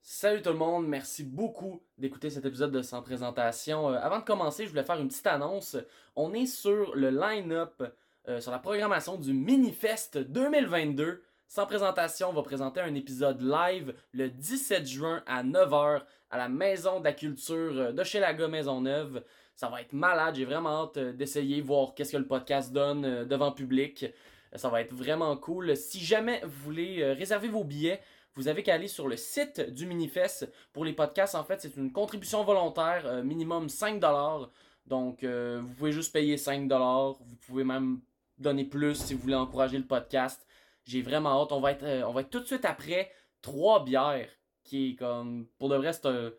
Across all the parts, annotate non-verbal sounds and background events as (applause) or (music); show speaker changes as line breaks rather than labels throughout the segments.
Salut tout le monde, merci beaucoup d'écouter cet épisode de Sans Présentation. Euh, avant de commencer, je voulais faire une petite annonce. On est sur le line-up, euh, sur la programmation du Minifest 2022. Sans Présentation va présenter un épisode live le 17 juin à 9h à la Maison de la Culture euh, de chez Laga Maisonneuve. Ça va être malade, j'ai vraiment hâte euh, d'essayer, voir qu'est-ce que le podcast donne euh, devant public. Euh, Ça va être vraiment cool. Si jamais vous voulez euh, réserver vos billets, vous avez qu'à aller sur le site du Minifest. Pour les podcasts, en fait, c'est une contribution volontaire, euh, minimum 5 Donc, euh, vous pouvez juste payer 5 Vous pouvez même donner plus si vous voulez encourager le podcast. J'ai vraiment hâte. On va être, euh, on va être tout de suite après trois bières, qui est comme, pour de vrai, c'est un-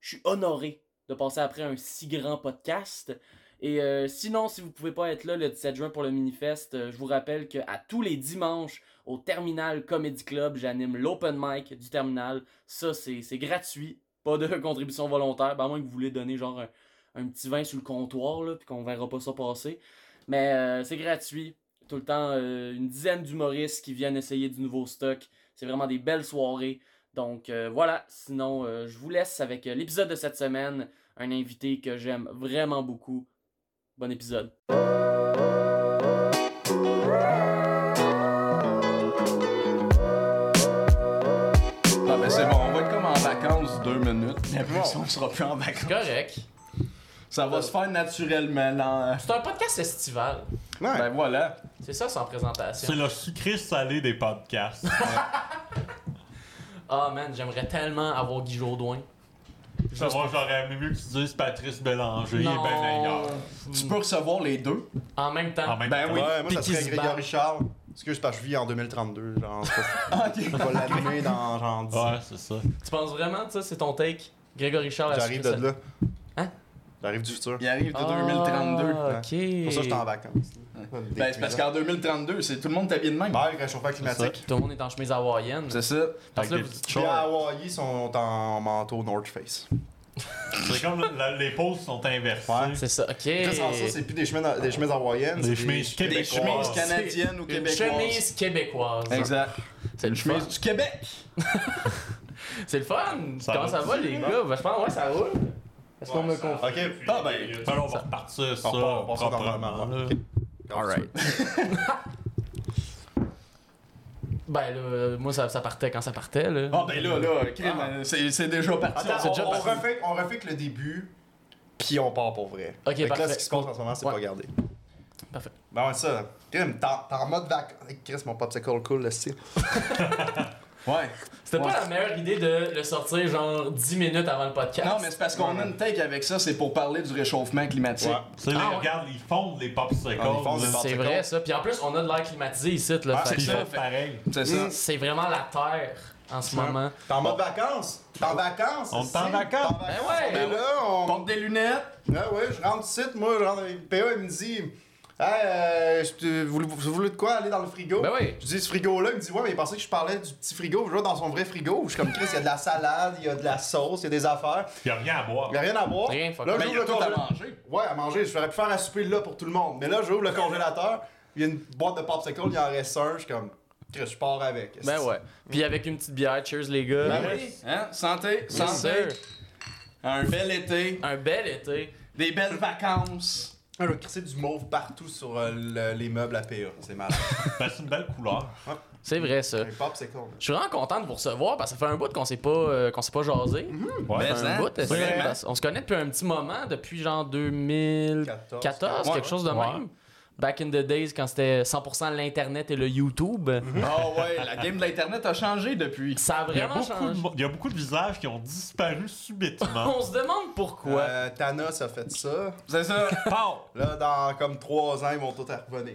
je suis honoré de passer après un si grand podcast. Et euh, sinon, si vous pouvez pas être là le 17 juin pour le Minifest, euh, je vous rappelle qu'à tous les dimanches, au Terminal Comedy Club, j'anime l'open mic du Terminal. Ça, c'est c'est gratuit, pas de (laughs) contribution volontaire, ben, à moins que vous voulez donner genre un, un petit vin sur le comptoir, là, puis qu'on verra pas ça passer. Mais euh, c'est gratuit, tout le temps, euh, une dizaine d'humoristes qui viennent essayer du nouveau stock. C'est vraiment des belles soirées. Donc euh, voilà, sinon, euh, je vous laisse avec euh, l'épisode de cette semaine, un invité que j'aime vraiment beaucoup. Bon épisode.
Ah ben c'est bon, on va être comme en vacances deux minutes, mais après ça, on sera plus en vacances.
Correct.
Ça va se faire naturellement. l'an-
C'est un podcast estival.
Ben voilà.
C'est ça sans présentation.
C'est le sucré salé des
(laughs)
podcasts.
Ah man, j'aimerais tellement avoir Guy Jodoin.
Ça va, j'aurais aimé mieux que tu dises Patrice Bélanger, il est bien meilleur.
Tu peux recevoir les deux. (laughs)
En même temps.
En même
Ben
temps.
oui.
Ouais, moi ça
Puis qui
serait
se
Grégory
bat.
Charles. Excuse parce que je vis en 2032, genre c'est pas- je vais l'animer dans genre 10 ans.
Ouais, c'est ça.
Tu penses vraiment que ça, c'est ton take? Grégory Charles à
J'arrive de
sucré
là.
Hein?
J'arrive du futur.
Il arrive de
salé.
2032.
Ah, ok.
Pour ça je suis en vacances.
Ben c'est parce qu'en 2032, c'est tout le monde t'habille de même.
Ouais, le réchauffement climatique.
Tout le monde est en chemise hawaïenne.
C'est ça.
Parce que là,
Avec
vous
des
dites-
petites
Puis à
shorts.
Hawaii, ils sont en manteau North Face.
C'est comme la- la- les poses sont inversées.
Ouais.
C'est ça, ok.
Puis là, sans ça, c'est plus des chemises, des chemises hawaïennes.
Des
c'est
chemises
Des chemises
québécoises.
canadiennes ou
Une
québécoises.
chemise québécoise.
Exact.
C'est
Une
le fun.
chemise du Québec.
C'est le fun.
Ça
Comment
va.
ça va, les gars? Ben, je pense, ouais, ça roule. Est-ce qu'on me confie?
Ok.
Ah ben.
Alors, on va repartir ça
On part- on part ça dans le
proprement.
moment.
là.
Alright.
Ben, là, euh, moi, ça, ça partait quand ça partait, là.
Ah ben là, là, crime, euh, c'est c'est déjà parti.
Attends,
C'est déjà
on, on
parti.
refait, on refait que le début, puis on part pour vrai.
Ok,
Fait que
parfait.
là, ce qui se passe en ce moment, c'est
Ouais.
pas gardé.
Parfait.
Ben ouais, ça. Crime, t'es en t'es en mode vacances. Chris, mon popsicle cool, le style.
Ouais.
C'était pas la meilleure idée de le sortir genre 10 minutes avant le podcast.
Non mais c'est parce qu'on a une take avec ça, c'est pour parler du réchauffement climatique.
Ouais.
Tu sais, là,
Ah, ouais.
regarde, ils fondent les popsicles.
Ah, ils fondent les
là.
popsicles.
C'est vrai ça. Puis en plus, on a de l'air climatisé ici. Là,
Ah,
Fait
Ils
que
ça.
font pareil.
C'est ça.
Mm.
c'est vraiment la terre en ce moment.
T'es en mode vacances? T'es en vacances?
On
ici?
est en vacances.
T'es en
Ben ouais.
On est là, on...
Porte des lunettes.
Ah ouais, je rentre ici, moi, je rentre avec le PA, il me dit... Hey, euh, je te- vous, voulez- vous voulez de quoi aller dans le frigo?
Ben oui.
Je dis ce frigo-là, il me dit ouais, mais il pensait que je parlais du petit frigo, je vais dans son vrai frigo. Je suis comme Chris, il y a de la salade, il y a de la sauce, il y a des affaires.
Il n'y a rien à boire.
Il n'y a rien à boire.
Rien, fuck.
là,
Ben, il y a
j'ouvre le
tout à
congélateur.
manger.
Ouais, à manger, j'aurais pu faire à souper là pour tout le monde. Mais là, j'ouvre le congélateur, il y a une boîte de popsicle, il en reste un, je suis comme Chris, je pars avec.
Ben ouais. Puis avec une petite bière, cheers les gars.
Ben
Yes,
oui.
Hein? Santé, santé.
sir.
Un bel été,
Un bel été.
des belles vacances.
Ah, Je vais crisser du mauve partout sur euh, le- les meubles à PA.
(laughs)
C'est malade.
Ben, c'est une belle couleur.
C'est vrai ça.
Un popsicle.
Je suis vraiment content de vous recevoir parce que ça fait un bout qu'on s'est pas euh, qu'on s'est pas jasé.
Ouais.
Mais,
Un
hein?
bout, c'est-
Vraiment.
parce- on se connaît depuis un petit moment, depuis genre 2014,
14,
quelque chose de
ouais.
même. Back in the days quand c'était 100% l'internet et le YouTube,
Hein?
Ah ouais, la game de l'internet a changé depuis.
ça a
Il y, a
vraiment
beaucoup de,
changé.
mo- il y a beaucoup de visages qui ont disparu subitement.
(laughs) On se demande pourquoi.
Euh, Thanos a fait ça.
C'est ça.
Pow!
Là, dans comme 3 ans, ils vont tous à revenir.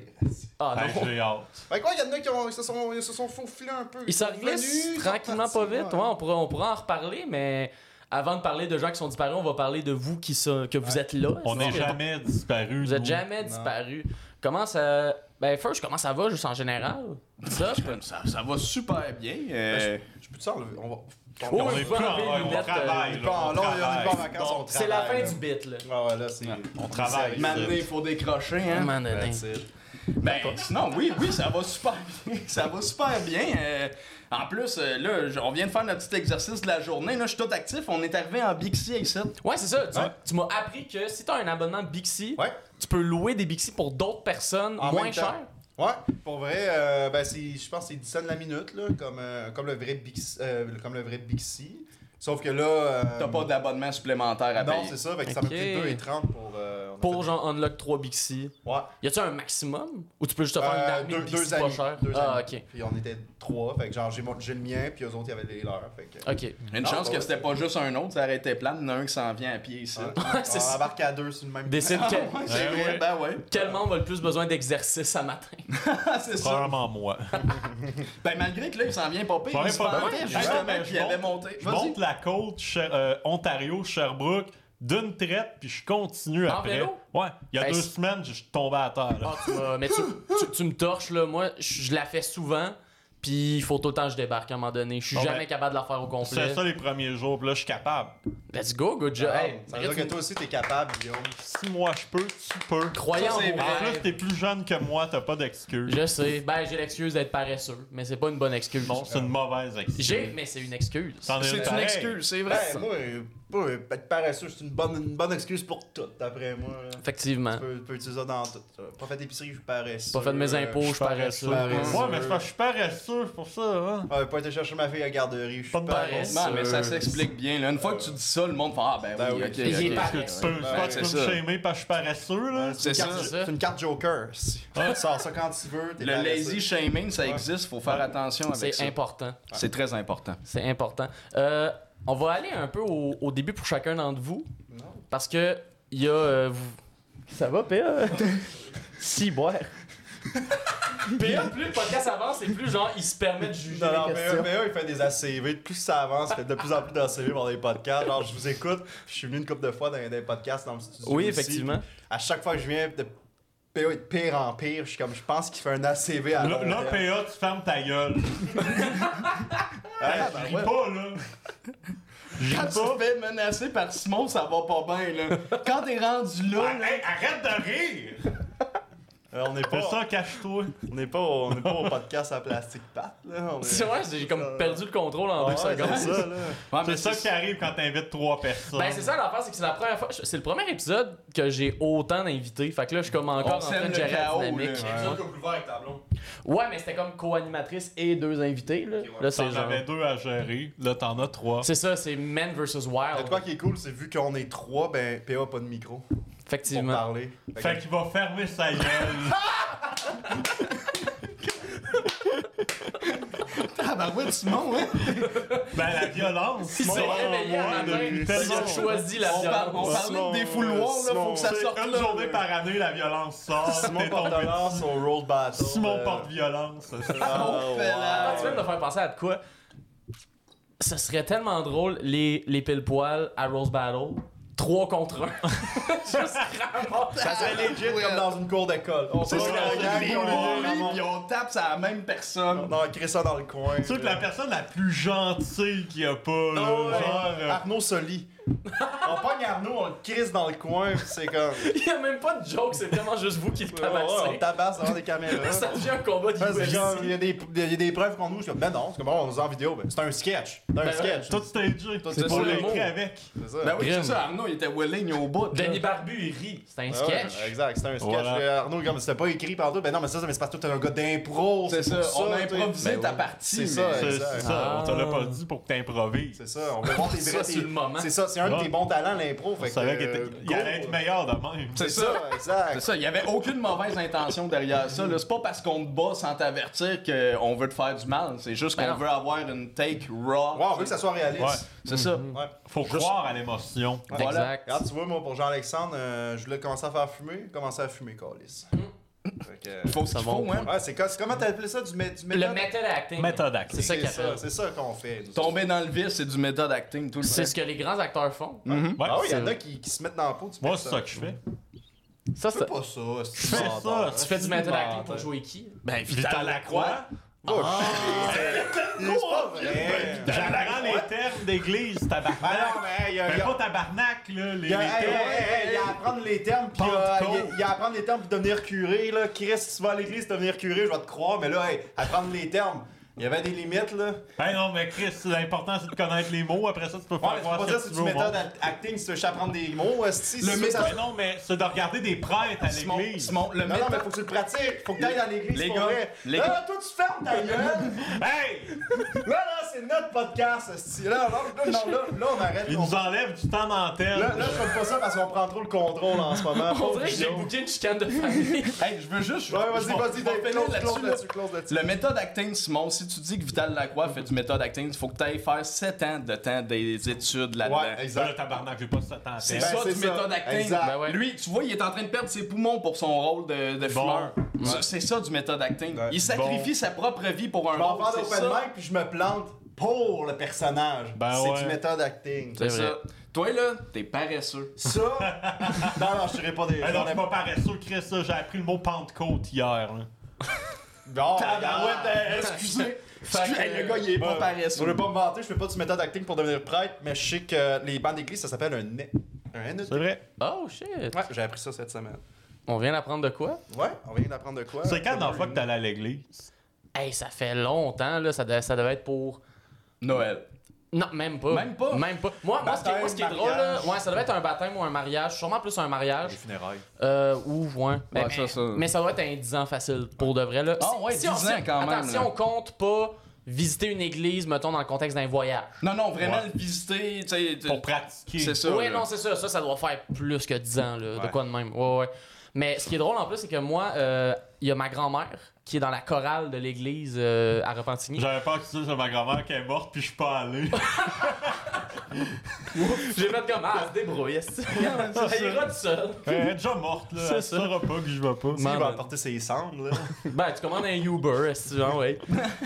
Ah non.
Hey, J'ai hâte.
Fait quoi, il y en a qui ont- ils se, sont, ils se sont faufilés un peu.
Ils s'en
sont
glissent
revenus, ils sont
tranquillement
partis,
pas vite. Ouais, on, pourra, on pourra en reparler, mais avant de parler de gens qui sont disparus, on va parler de vous qui sont, que vous êtes là.
On
Sinon,
n'est
que-
jamais disparu.
Vous êtes
nous.
jamais disparus. Comment ça. Ben, first, comment ça va juste en général? Ça, je peux-
Ça, ça va super bien. euh,
Ben, Je peux-tu enlever On va.
Oh,
On
je
est
vais
plus en
enlever les
on
lunettes,
travaille,
on est
là,
pas en
on
long, on est
travaille.
pas en vacances, on
C'est la fin
travaille,
du bit, là.
Ah ouais, là, c'est.
On travaille.
Maintenant, il faut décrocher, hein.
Maman,
Ouais,
donné.
c'est-
Ben, sinon, oui, oui, ça va super bien. (laughs) Ça va super bien. Euh, en plus, euh, là, j- on vient de faire notre petit exercice de la journée. Là, je suis tout actif. On est arrivé en Bixi ici.
Ouais, c'est ça. Tu,
Ouais.
tu m'as appris que si t'as un abonnement Bixi,
Ouais.
tu peux louer des Bixi pour d'autres personnes
En
moins
même temps.
cher.
Ouais, pour vrai, euh, ben c'est, je pense que c'est 10 cents la minute, là, comme, euh, comme, le vrai Bixi, euh, comme le vrai Bixi. Sauf que là. euh,
T'as pas d'abonnement supplémentaire à
Non,
payer.
c'est ça, fait que ça m'a pris
Ok.
2,30 pour. euh, on a
Pour
fait-
genre unlock 3 Bixi.
Ouais.
Y a-tu un maximum Ou tu peux juste te faire
Euh,
une armée de
deux,
Bixi
deux
pas
amis.
cher
deux
Ah,
amis.
ok.
Puis on était trois, fait que genre j'ai, mon- j'ai le mien, puis eux autres, ils avaient les leurs. Fait que.
Ok.
Une
Non,
chance
pas
que
vrai.
c'était pas juste un autre, ça aurait été plate. Il y en a un qui s'en vient à pied
(laughs)
ici.
Ouais,
c'est
on
ça.
embarque à deux sur le même
Décide
(laughs) Ah,
(laughs)
quel,
ouais, c'est
Ben
vrai,
ouais.
ben ouais. (laughs)
quel membre a le plus besoin d'exercice à matin.
Ah, c'est ça.
Probablement moi.
Ben malgré que là, il s'en vient pas pire.
Probablement
Il se
pas
pendait,
pire. Ouais,
justement,
mais
puis
je
il avait
monte-
monté.
Je
Vas-y.
monte la côte Cher- euh, Ontario, Sherbrooke, d'une traite, puis je continue
En
après.
vélo?
Ouais, il y a
Ben,
deux
c'est-
semaines, je suis tombé à terre. là.
Ah, tu m'as- mais tu, tu- tu me torches, là. Moi, je je la fais souvent. Puis il faut tout le temps que je débarque à un moment donné. Je suis
Bon,
jamais
ben,
capable de la faire au
C'est
complet.
ça les premiers jours, puis là, je suis capable.
Let's go, good job.
Ah,
Hey,
ça veut dire que
arrête,
toi aussi, t'es capable, Guillaume.
Si moi je peux, tu peux.
croyant
Ça, c'est
en vos
vrai.
En
rêves.
plus, t'es plus jeune que moi, t'as pas d'excuse.
Je sais. Ben, j'ai l'excuse d'être paresseux, mais c'est pas une bonne excuse.
Non, c'est une mauvaise excuse.
J'ai, mais c'est une excuse.
T'en es
C'est une
pareil.
excuse, c'est vrai.
Ben, moi, euh, moi, euh, être paresseux, c'est une bonne, une bonne excuse pour tout, d'après moi. là.
Effectivement.
Tu peux, tu peux utiliser ça dans tout. ça. Pas fait d'épicerie, je suis paresseux.
Pas fait de mes
Euh,
impôts, je suis paresseux.
paresseux.
Ouais, mais c'est parce que je suis paresseux, c'est pour ça. Hein.
Ah, j'ai pas été chercher ma fille à la garderie, je
Pas
suis
de
paresseux.
paresse.
Non, mais ça s'explique bien. Là. Une fois que tu dis ça, le monde fait Ah, ben
Ben
oui,
oui.
ok.
Il
est
ok.
pas-
Parce que tu peux,
Ben,
pas tu
c'est
peux me
ça.
shamer parce que je suis paresseux, là.
C'est une
C'est
carte-
ça.
c'est une carte Joker. si. Tu sors ça quand tu veux. t'es
Le
paresseux.
lazy shaming, ça existe, faut faire attention avec
C'est
ça.
important.
C'est très important.
C'est important. Euh, on va aller un peu au, au début pour chacun d'entre vous.
Non.
Parce que il y a. euh, vous- Ça va, PA? (laughs) si, boire. PA, plus le podcast avance, c'est plus genre, il se permet de juger
Non, non,
les
mais
questions.
eux- mais eux, il fait des ACV. Plus ça avance, il fait de plus en plus d'ACV dans les podcasts. Genre, je vous écoute. Je suis venu une couple de fois dans dans les podcasts dans le studio.
Oui,
aussi.
effectivement.
À chaque fois que je viens, de PA est de pire en pire. Je suis comme, je pense qu'il fait un ACV à
Là,
long
là,
terme.
PA, tu fermes ta gueule.
Ah,
Je
ben
ris
ouais.
pas,
(laughs)
là. Je
Quand Ah,
ris
tu
pas.
te fais menacer par Simon, ça va pas bien, là. Quand t'es rendu là,
Ah, hey, arrête de rire!
Euh, On n'est
Fais
pas,
ça, cache-toi.
on n'est pas, au- on n'est pas au podcast à plastique pat. Là. On est-
C'est vrai, j'ai comme perdu le contrôle en
Euh, Ouais,
deux secondes.
c'est ça, là.
Ouais, mais
(laughs) C'est ça qui arrive quand t'invites trois personnes.
Ben c'est ça l'affaire, c'est que c'est la première fois, c'est le premier épisode que j'ai autant d'invités. Fait que là, je suis comme encore
On
en train
sème
de
le
gérer la
chaos,
dynamique.
là,
hein.
Ouais. Ouais, mais c'était comme co-animatrice et deux invités là. Là, c'est
T'en
genre.
avais deux à gérer, là t'en as trois.
C'est ça, c'est Men versus
Mais
Wild.
quoi qui est cool, c'est vu qu'on est trois, ben PA pas de micro pour
Effectivement.
parler. Fait que-
Fait qu'il va fermer sa gueule.
(laughs) Ah, ben ouais, Simon, hein.
ben la violence,
Il s'est
c'est en
réveillé à
moi
matin,
depuis
il a
tellement
choisi la
On parle, on
violence.
parlait
Simon,
de des fouloirs, là,
Simon,
faut que ça
C'est
sorte
une
là.
journée par année, la violence sort.
Simon
T'es tombé
Porte-Dollar sur Road Battle.
dessus. Simon
euh,
porte-violence.
ah,
fait
Ah,
la-
tu viens de me faire penser à de quoi Ce serait tellement drôle les les pile poils à Rose Battle, 3 contre 1. (laughs) Juste ramasser.
Ça
C'est legit comme dans une cour d'école. On
C'est
se
Ouais,
ça,
ouais,
regarde,
ouais,
les
ouais,
on regarde,
bullies,
on
puis on tape sur la même personne.
regarde. Non, crée ça dans le coin.
Tu sais que la personne la plus gentille qu'il y a pas, là,
Ah ouais.
genre. euh,
Arnaud Soli. on pogne Arnaud, on le crisse dans le coin, pis c'est comme.
Il y a même pas de joke, c'est vraiment juste vous qui le
on
tabassez.
tabasse devant des caméras.
Ça devient un combat
Ouais, c'est genre,
de
Il y, a des- il y a des preuves qu'on nous, je suis comme, ben non, c'est comme, on nous en vidéo, ben, c'est un sketch. C'est un
Ben,
sketch.
Tout stagé.
Tout
C'est
ça,
pour
le
l'écrit
mot.
avec.
C'est ça.
Ben oui,
Grim.
c'est ça, Arnaud, il était willing au bout. là.
Denis Barbu, il rit. C'est un
Ah ouais,
sketch.
exact, c'est un sketch.
Voilà.
Euh, Arnaud, comme c'était pas écrit par toi, ben non, mais ça, ça, mais c'est parce que toi, t'es un gars d'impro.
C'est ça,
pour
on a
t'es-
improvisé
Ben
ta
oui.
partie.
C'est ça,
mais-
C'est
Exact.
c'est ça, on te l'a
Ah.
pas dit pour que t'improvises.
C'est ça, on veut voir tes
Ça,
vrais-
c'est le moment.
C'est ça, c'est un de
Ouais.
tes bons talents, l'impro.
On
Fait
savait
que, euh,
qu'il allait
go.
être meilleur de même.
C'est
C'est ça,
C'est
exact.
ça, il n'y avait aucune mauvaise intention derrière ça. là. C'est pas parce qu'on te bat sans t'avertir qu'on veut te faire du mal. C'est juste
Ben
qu'on
non.
veut avoir une take raw.
Ouais, on veut que ça soit réaliste.
Ouais.
C'est ça.
Ouais.
Faut croire à l'émotion.
Ouais.
Voilà.
Exact.
Regarde, tu vois, moi, pour Jean-Alexandre, euh, je voulais commencer à faire fumer, commencer à fumer, Calis. Fait que, euh,
Faut ce qu'il
Ça
faut,
va au
hein.
Ouais, c'est co- c'est comment t'appelais ça du, mé- du
Mm. Le
méthode?
method acting.
Méthode acting.
C'est ça
C'est
qu'il
ça,
appelle.
c'est ça qu'on fait. nous.
Tomber dans le vice, c'est du méthode acting tout le temps.
C'est ce que les grands acteurs font.
Mhm.
Ouais.
Ah oui, il y en
C'est-
a qui, qui se mettent dans la peau du
Moi, c'est
personne.
ça que je fais.
Ça,
Fais
ça.
pas ça. c'est
Je fais
barbare.
ça.
Tu fais du method
Ah,
acting
ouais.
pour jouer qui
Ben,
Vital Lacroix,
Oh, shit. C'est pas
(laughs)
vrai.
J'apprends les termes d'église,
Ben
tabarnak.
non, mais hey, il y a- il
Mais
y a-
pas tabarnak, là, les,
il y a-
les
hey,
termes.
hey, hey, il y a à apprendre les termes, puis il y
euh,
a- il y a-
Pentecôte.
il y a à apprendre les termes pour devenir curé, là.
Chris, si tu vas à l'église, devenir curé, je vais te croire, mais là, hey, apprendre les termes. Il y avait des limites, là.
Hey, non, mais Chris, l'important, c'est de connaître les mots. Après ça, tu peux
Ouais,
faire
mais c'est
croire
pas
ce
ça,
que
c'est
tu veux
une
au
méthode
monde.
à- acting, si tu veux juste apprendre des mots, euh, si
Le
si tu veux, ça-
Mais non, mais c'est de regarder des prêtres à
Simon,
l'église.
Simon, le
Non, non, mais
méthode.
faut que tu le pratiques, faut que t'ailles dans l'église,
Les
c'est
gars,
pas vrai.
les
là,
gars.
là, toi, tu fermes ta gueule.
Hey!
là, là, c'est notre podcast, hostie. Là, là, là, non, là, là, on arrête.
Il
on-
nous enlève du temps
Là,
d'antenne.
là, je fais pas ça parce qu'on prend trop le contrôle en ce moment.
(laughs) On dirait que j'ai booké une chicane de famille.
Hey, je veux juste. je-
Ouais,
je
vas-y,
vais-
vas-y,
je vais
Dave,
finir
close, close
là-dessus, là.
là-dessus, close là-dessus.
Le méthode acting, Simon, si tu dis que Vital Lacroix fait du méthode acting, il faut que tu ailles faire 7 ans de temps des études là-dedans.
Ouais,
Là, le
exact.
tabarnak, j'ai pas ce temps
C'est
Ben,
ça
c'est
du
ça.
méthode acting.
Exact.
Ben ouais.
Lui, tu vois, il est en train de perdre ses poumons pour son rôle de, de fumeur. C'est- C'est ça du méthode acting.
Ouais.
Il sacrifie sa propre vie pour un
Je m'en
rôle.
parle
c'est
d'open
ça.
mic puis je me plante pour le personnage.
Ben
c'est
ouais.
du méthode acting.
C'est ça. Toi, là, t'es paresseux.
Ça, (laughs) non, Ben non, je dirais pas des.
Hey, Eh, non,
j'en ai-
tu m'as paresseux, Chris, là, j'ai appris le mot Pentecôte hier. là.
Non,
Tabarouette, euh, excusez. Excusez,
ben, que-
hey, le gars, il est pas
Ouais. Je
paresseux.
veux pas me vanter, je fais pas du méthode acting pour devenir prêtre, mais je sais que les bancs d'église, ça s'appelle un NE. Un NE.
C'est vrai.
Oh shit.
Ouais, j'ai appris ça cette semaine.
On vient d'apprendre de quoi?
Ouais, on vient d'apprendre de quoi.
C'est quand la dernière fois que t'allais à l'église?
Hey, ça fait longtemps, là. Ça devait, ça devait être pour.
Noël.
Non, même pas.
Même pas?
Même pas. Moi, moi, ce qui, moi, ce qui est
Baptême,
drôle, là,
mariage.
ouais, ça devait être un baptême ou un mariage. Sûrement plus un mariage.
funérailles.
Euh, ou, ouais. Mais,
Ouais, ça, ça.
mais ça doit être un 10 ans facile, pour de vrai, là.
Ah, ouais, 10
on-
ans, quand même,
Attends, si
là.
on compte pas visiter une église, mettons, dans le contexte d'un voyage.
Non, non, vraiment
Ouais.
le visiter, tu sais. tu-
Pour pratiquer.
C'est ça.
Ouais,
là.
non, c'est ça. Ça, ça doit faire plus que 10 ans, là, de quoi de même. Ouais, ouais. Mais ce qui est drôle en plus, c'est que moi, euh, il y a ma grand-mère qui est dans la chorale de l'église euh, à Repentigny.
J'avais peur que tu dises à ma grand-mère qu'elle est morte, puis je suis pas (laughs) allé.
J'ai fait comme ah, se débrouille, c'est- Elle ira tout seul.
Elle est déjà morte, là. Elle saura pas que je vais pas.
Il va
Man.
apporter ses cendres, là.
Ben, tu commandes un Uber, si tu veux, hein, ouais. (laughs)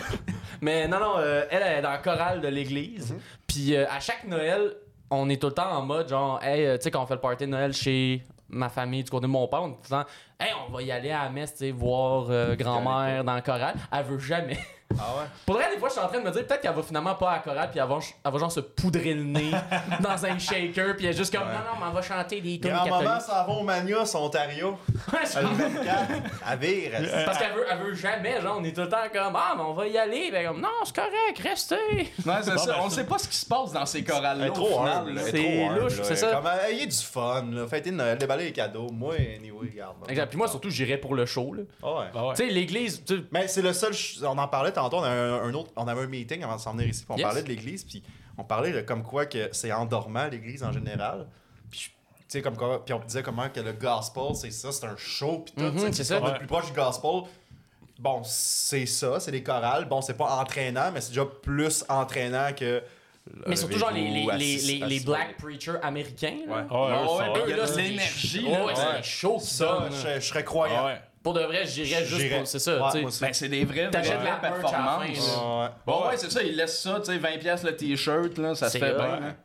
Mais non, non, euh, elle, elle est dans la chorale de l'église. Puis euh, à chaque Noël, on est tout le temps en mode genre, hey, euh, tu sais, quand on fait le party de Noël chez ma famille, du côté de mon père, on est tout le temps, hey, on va y aller à la messe, tu sais, voir euh, grand-mère dans la chorale. Elle veut jamais. (laughs)
Ah ouais?
Pour vrai, des fois, je suis en train de me dire, peut-être qu'elle va finalement pas à la chorale, puis elle va, elle va genre se poudrer le (laughs) nez dans un shaker, puis elle est juste comme, non, non, mais on va chanter des tunes
Grand-maman
catholiques. (laughs)
s'en va au Manias, Ontario. Elle est 24, à vire.
C'est Parce qu'elle veut, elle veut jamais, genre, on est tout le temps comme Ah, mais on va y aller. Ben, comme, non, c'est correct, restez.
Ouais, c'est
Bon,
ça.
ben,
On
ça-
sait pas ce qui se passe dans ces chorales-là.
Elle est trop
au final,
humble,
là.
elle est
C'est
trop humble,
louche,
là.
c'est
Elle est
ça.
Comme, euh, ayez du fun, là. Fêtez Noël, déballez les cadeaux. Moi, anyway, regarde. là.
Exact. Puis moi, Bah surtout, j'irais pour le show, là.
Ah ouais.
Ah ouais.
Tu sais, l'église, tu sais,
Mais c'est le seul. ch- On en parlait tantôt. On avait un, un autre. On avait un meeting avant de s'en venir ici. Puis on
Yes.
parlait de l'église. Puis on parlait de comme quoi que c'est endormant l'église en général. Puis je- tu sais comme quoi. Puis on disait comment que le gospel c'est ça, c'est un show. Puis tout.
Mhm,
tu sais,
c'est ça.
on est
Ouais.
plus proche du gospel. Bon, c'est ça, c'est des chorales. Bon, c'est pas entraînant, mais c'est déjà plus entraînant que.
mais surtout, genre, les, les,
Levez-vous,
les,
assis-
les, les
assis-
black preachers américains, là.
Ouais.
Ah, eux,
Ah ouais,
ça
ben,
va.
il y a
Là,
de
c'est des-
l'énergie.
Ouais,
là.
ouais, c'est des shows qui
Ça,
donnent, là.
je, je serais
Ah
croyant.
ouais.
Pour de vrai, j'irais juste
J'irais.
pour. C'est ça,
Ouais,
tu
moi
sais.
aussi.
Ben, c'est des vraies, vraies,
T'achètes la
vraies
merch à la fin,
performances.
là.
Ah
Ouais.
Bon, ouais, c'est ça, il laisse ça, tu sais, 20$ le t-shirt, là, ça se
C'est
fait
hot.
bien. hein.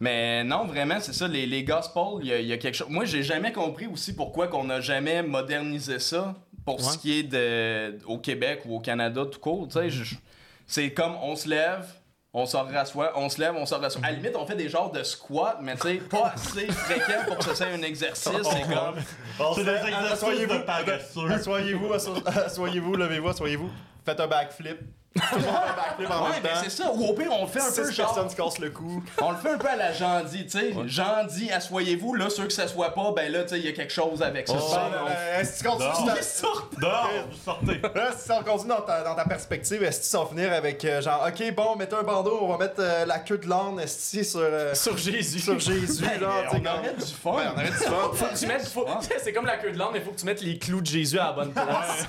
Mais non, vraiment, c'est ça, les, les gospels, il y, a- il y a quelque chose. Moi, j'ai jamais compris aussi pourquoi qu'on n'a jamais modernisé ça pour ce
Ouais. Mm-hmm.
qui est de, au Québec ou au Canada tout court, tu sais. je- je- C'est comme on se lève. On se rassoit, on se lève, on se rassoit. À la limite, on fait des genres de squats, mais tu sais, pas assez fréquent pour que ce soit
(laughs)
un exercice. C'est comme.
C'est des exercices
Asseyez-vous.
de paresseux.
Assoyez-vous, asso- (laughs) assoyez-vous, levez-vous, assoyez-vous. Faites un backflip. (laughs) Tout le monde fait un backflip en
Ouais,
même
mais c'est
temps.
ça. Ou au pire, on le fait un peu
Six
genre.
personnes se cassent le cou.
On le fait un peu à la Jandy, tu sais. Jandy, assoyez-vous. Là, ceux que ça soit pas, ben là, tu sais, il y a quelque chose avec ça. Ben,
Bon, euh, Est-ce que tu
Non.
continues dans-
Dehors, vous sortez.
Là, si on continue dans ta, dans ta perspective, est-ce qu'ils vont finir avec euh, genre, ok, bon, mettez un bandeau, on va mettre euh, la queue de l'âne, est sur, euh,
Sur Jésus.
sur Jésus,
Ben,
genre, tu sais,
on
comme-
aurait du fun.
Ouais, on aurait du fun.
Faut que tu mettes. faut- (laughs) C'est comme la queue de l'homme, mais faut que tu mettes les clous de Jésus à la bonne place.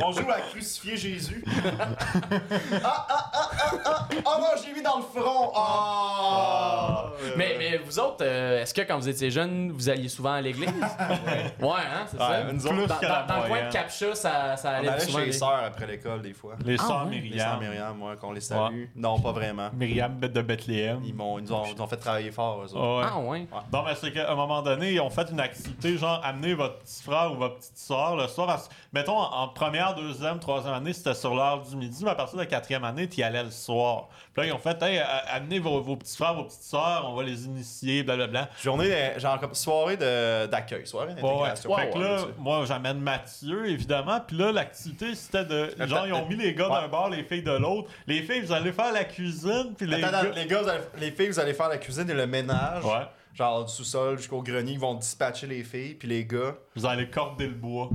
On joue à crucifier Jésus. Oh, ah, ah, ah, ah, ah, ah, non, j'ai mis dans le front. Ah!
Mais, mais vous autres, euh, est-ce que quand vous étiez jeunes, vous alliez souvent à l'église? ouais. hein, c'est ça.
Ouais, nous
Plus
autres,
qu'à la
Dans, dans le coin
moyenne.
de Captcha, ça, ça
on
allait
allait
souvent.
chez les
les-
sœurs après l'école, des fois.
Les sœurs
Les sœurs
Myriam.
Myriam, moi, qu'on les salue. Non, pas vraiment.
Myriam de Bethléem.
Ils, m'ont- ils nous ont, ils nous ont fait travailler fort, eux autres.
Ah ouais.
Ah ouais.
Non, mais c'est qu'à un moment donné, ils ont fait une activité, genre amener votre petit frère ou votre petite soeur le soir. Parce, mettons, en, en première, deuxième, troisième année, c'était sur l'heure du midi, mais à partir de la quatrième année, tu y allais le soir. Puis là, ils ont fait, hey, a- amenez vos, vos petits frères, vos petites soeurs, on va les initier, blablabla.
Journée, de- genre comme soirée de- d'accueil, soirée
Ouais, ouais.
d'intégration.
Fait que là, moi, j'amène Mathieu, évidemment. Puis là, l'activité, c'était de. Genre,
euh,
ils ont mis les gars d'un bord, les filles de l'autre. Les filles, vous allez faire la cuisine, puis les.
Attends, attends,
gars-
les gars, vous allez- les filles, vous allez faire la cuisine et le ménage.
Ouais.
Genre du sous-sol jusqu'au grenier, ils vont dispatcher les filles, puis les gars.
Vous allez corder le bois.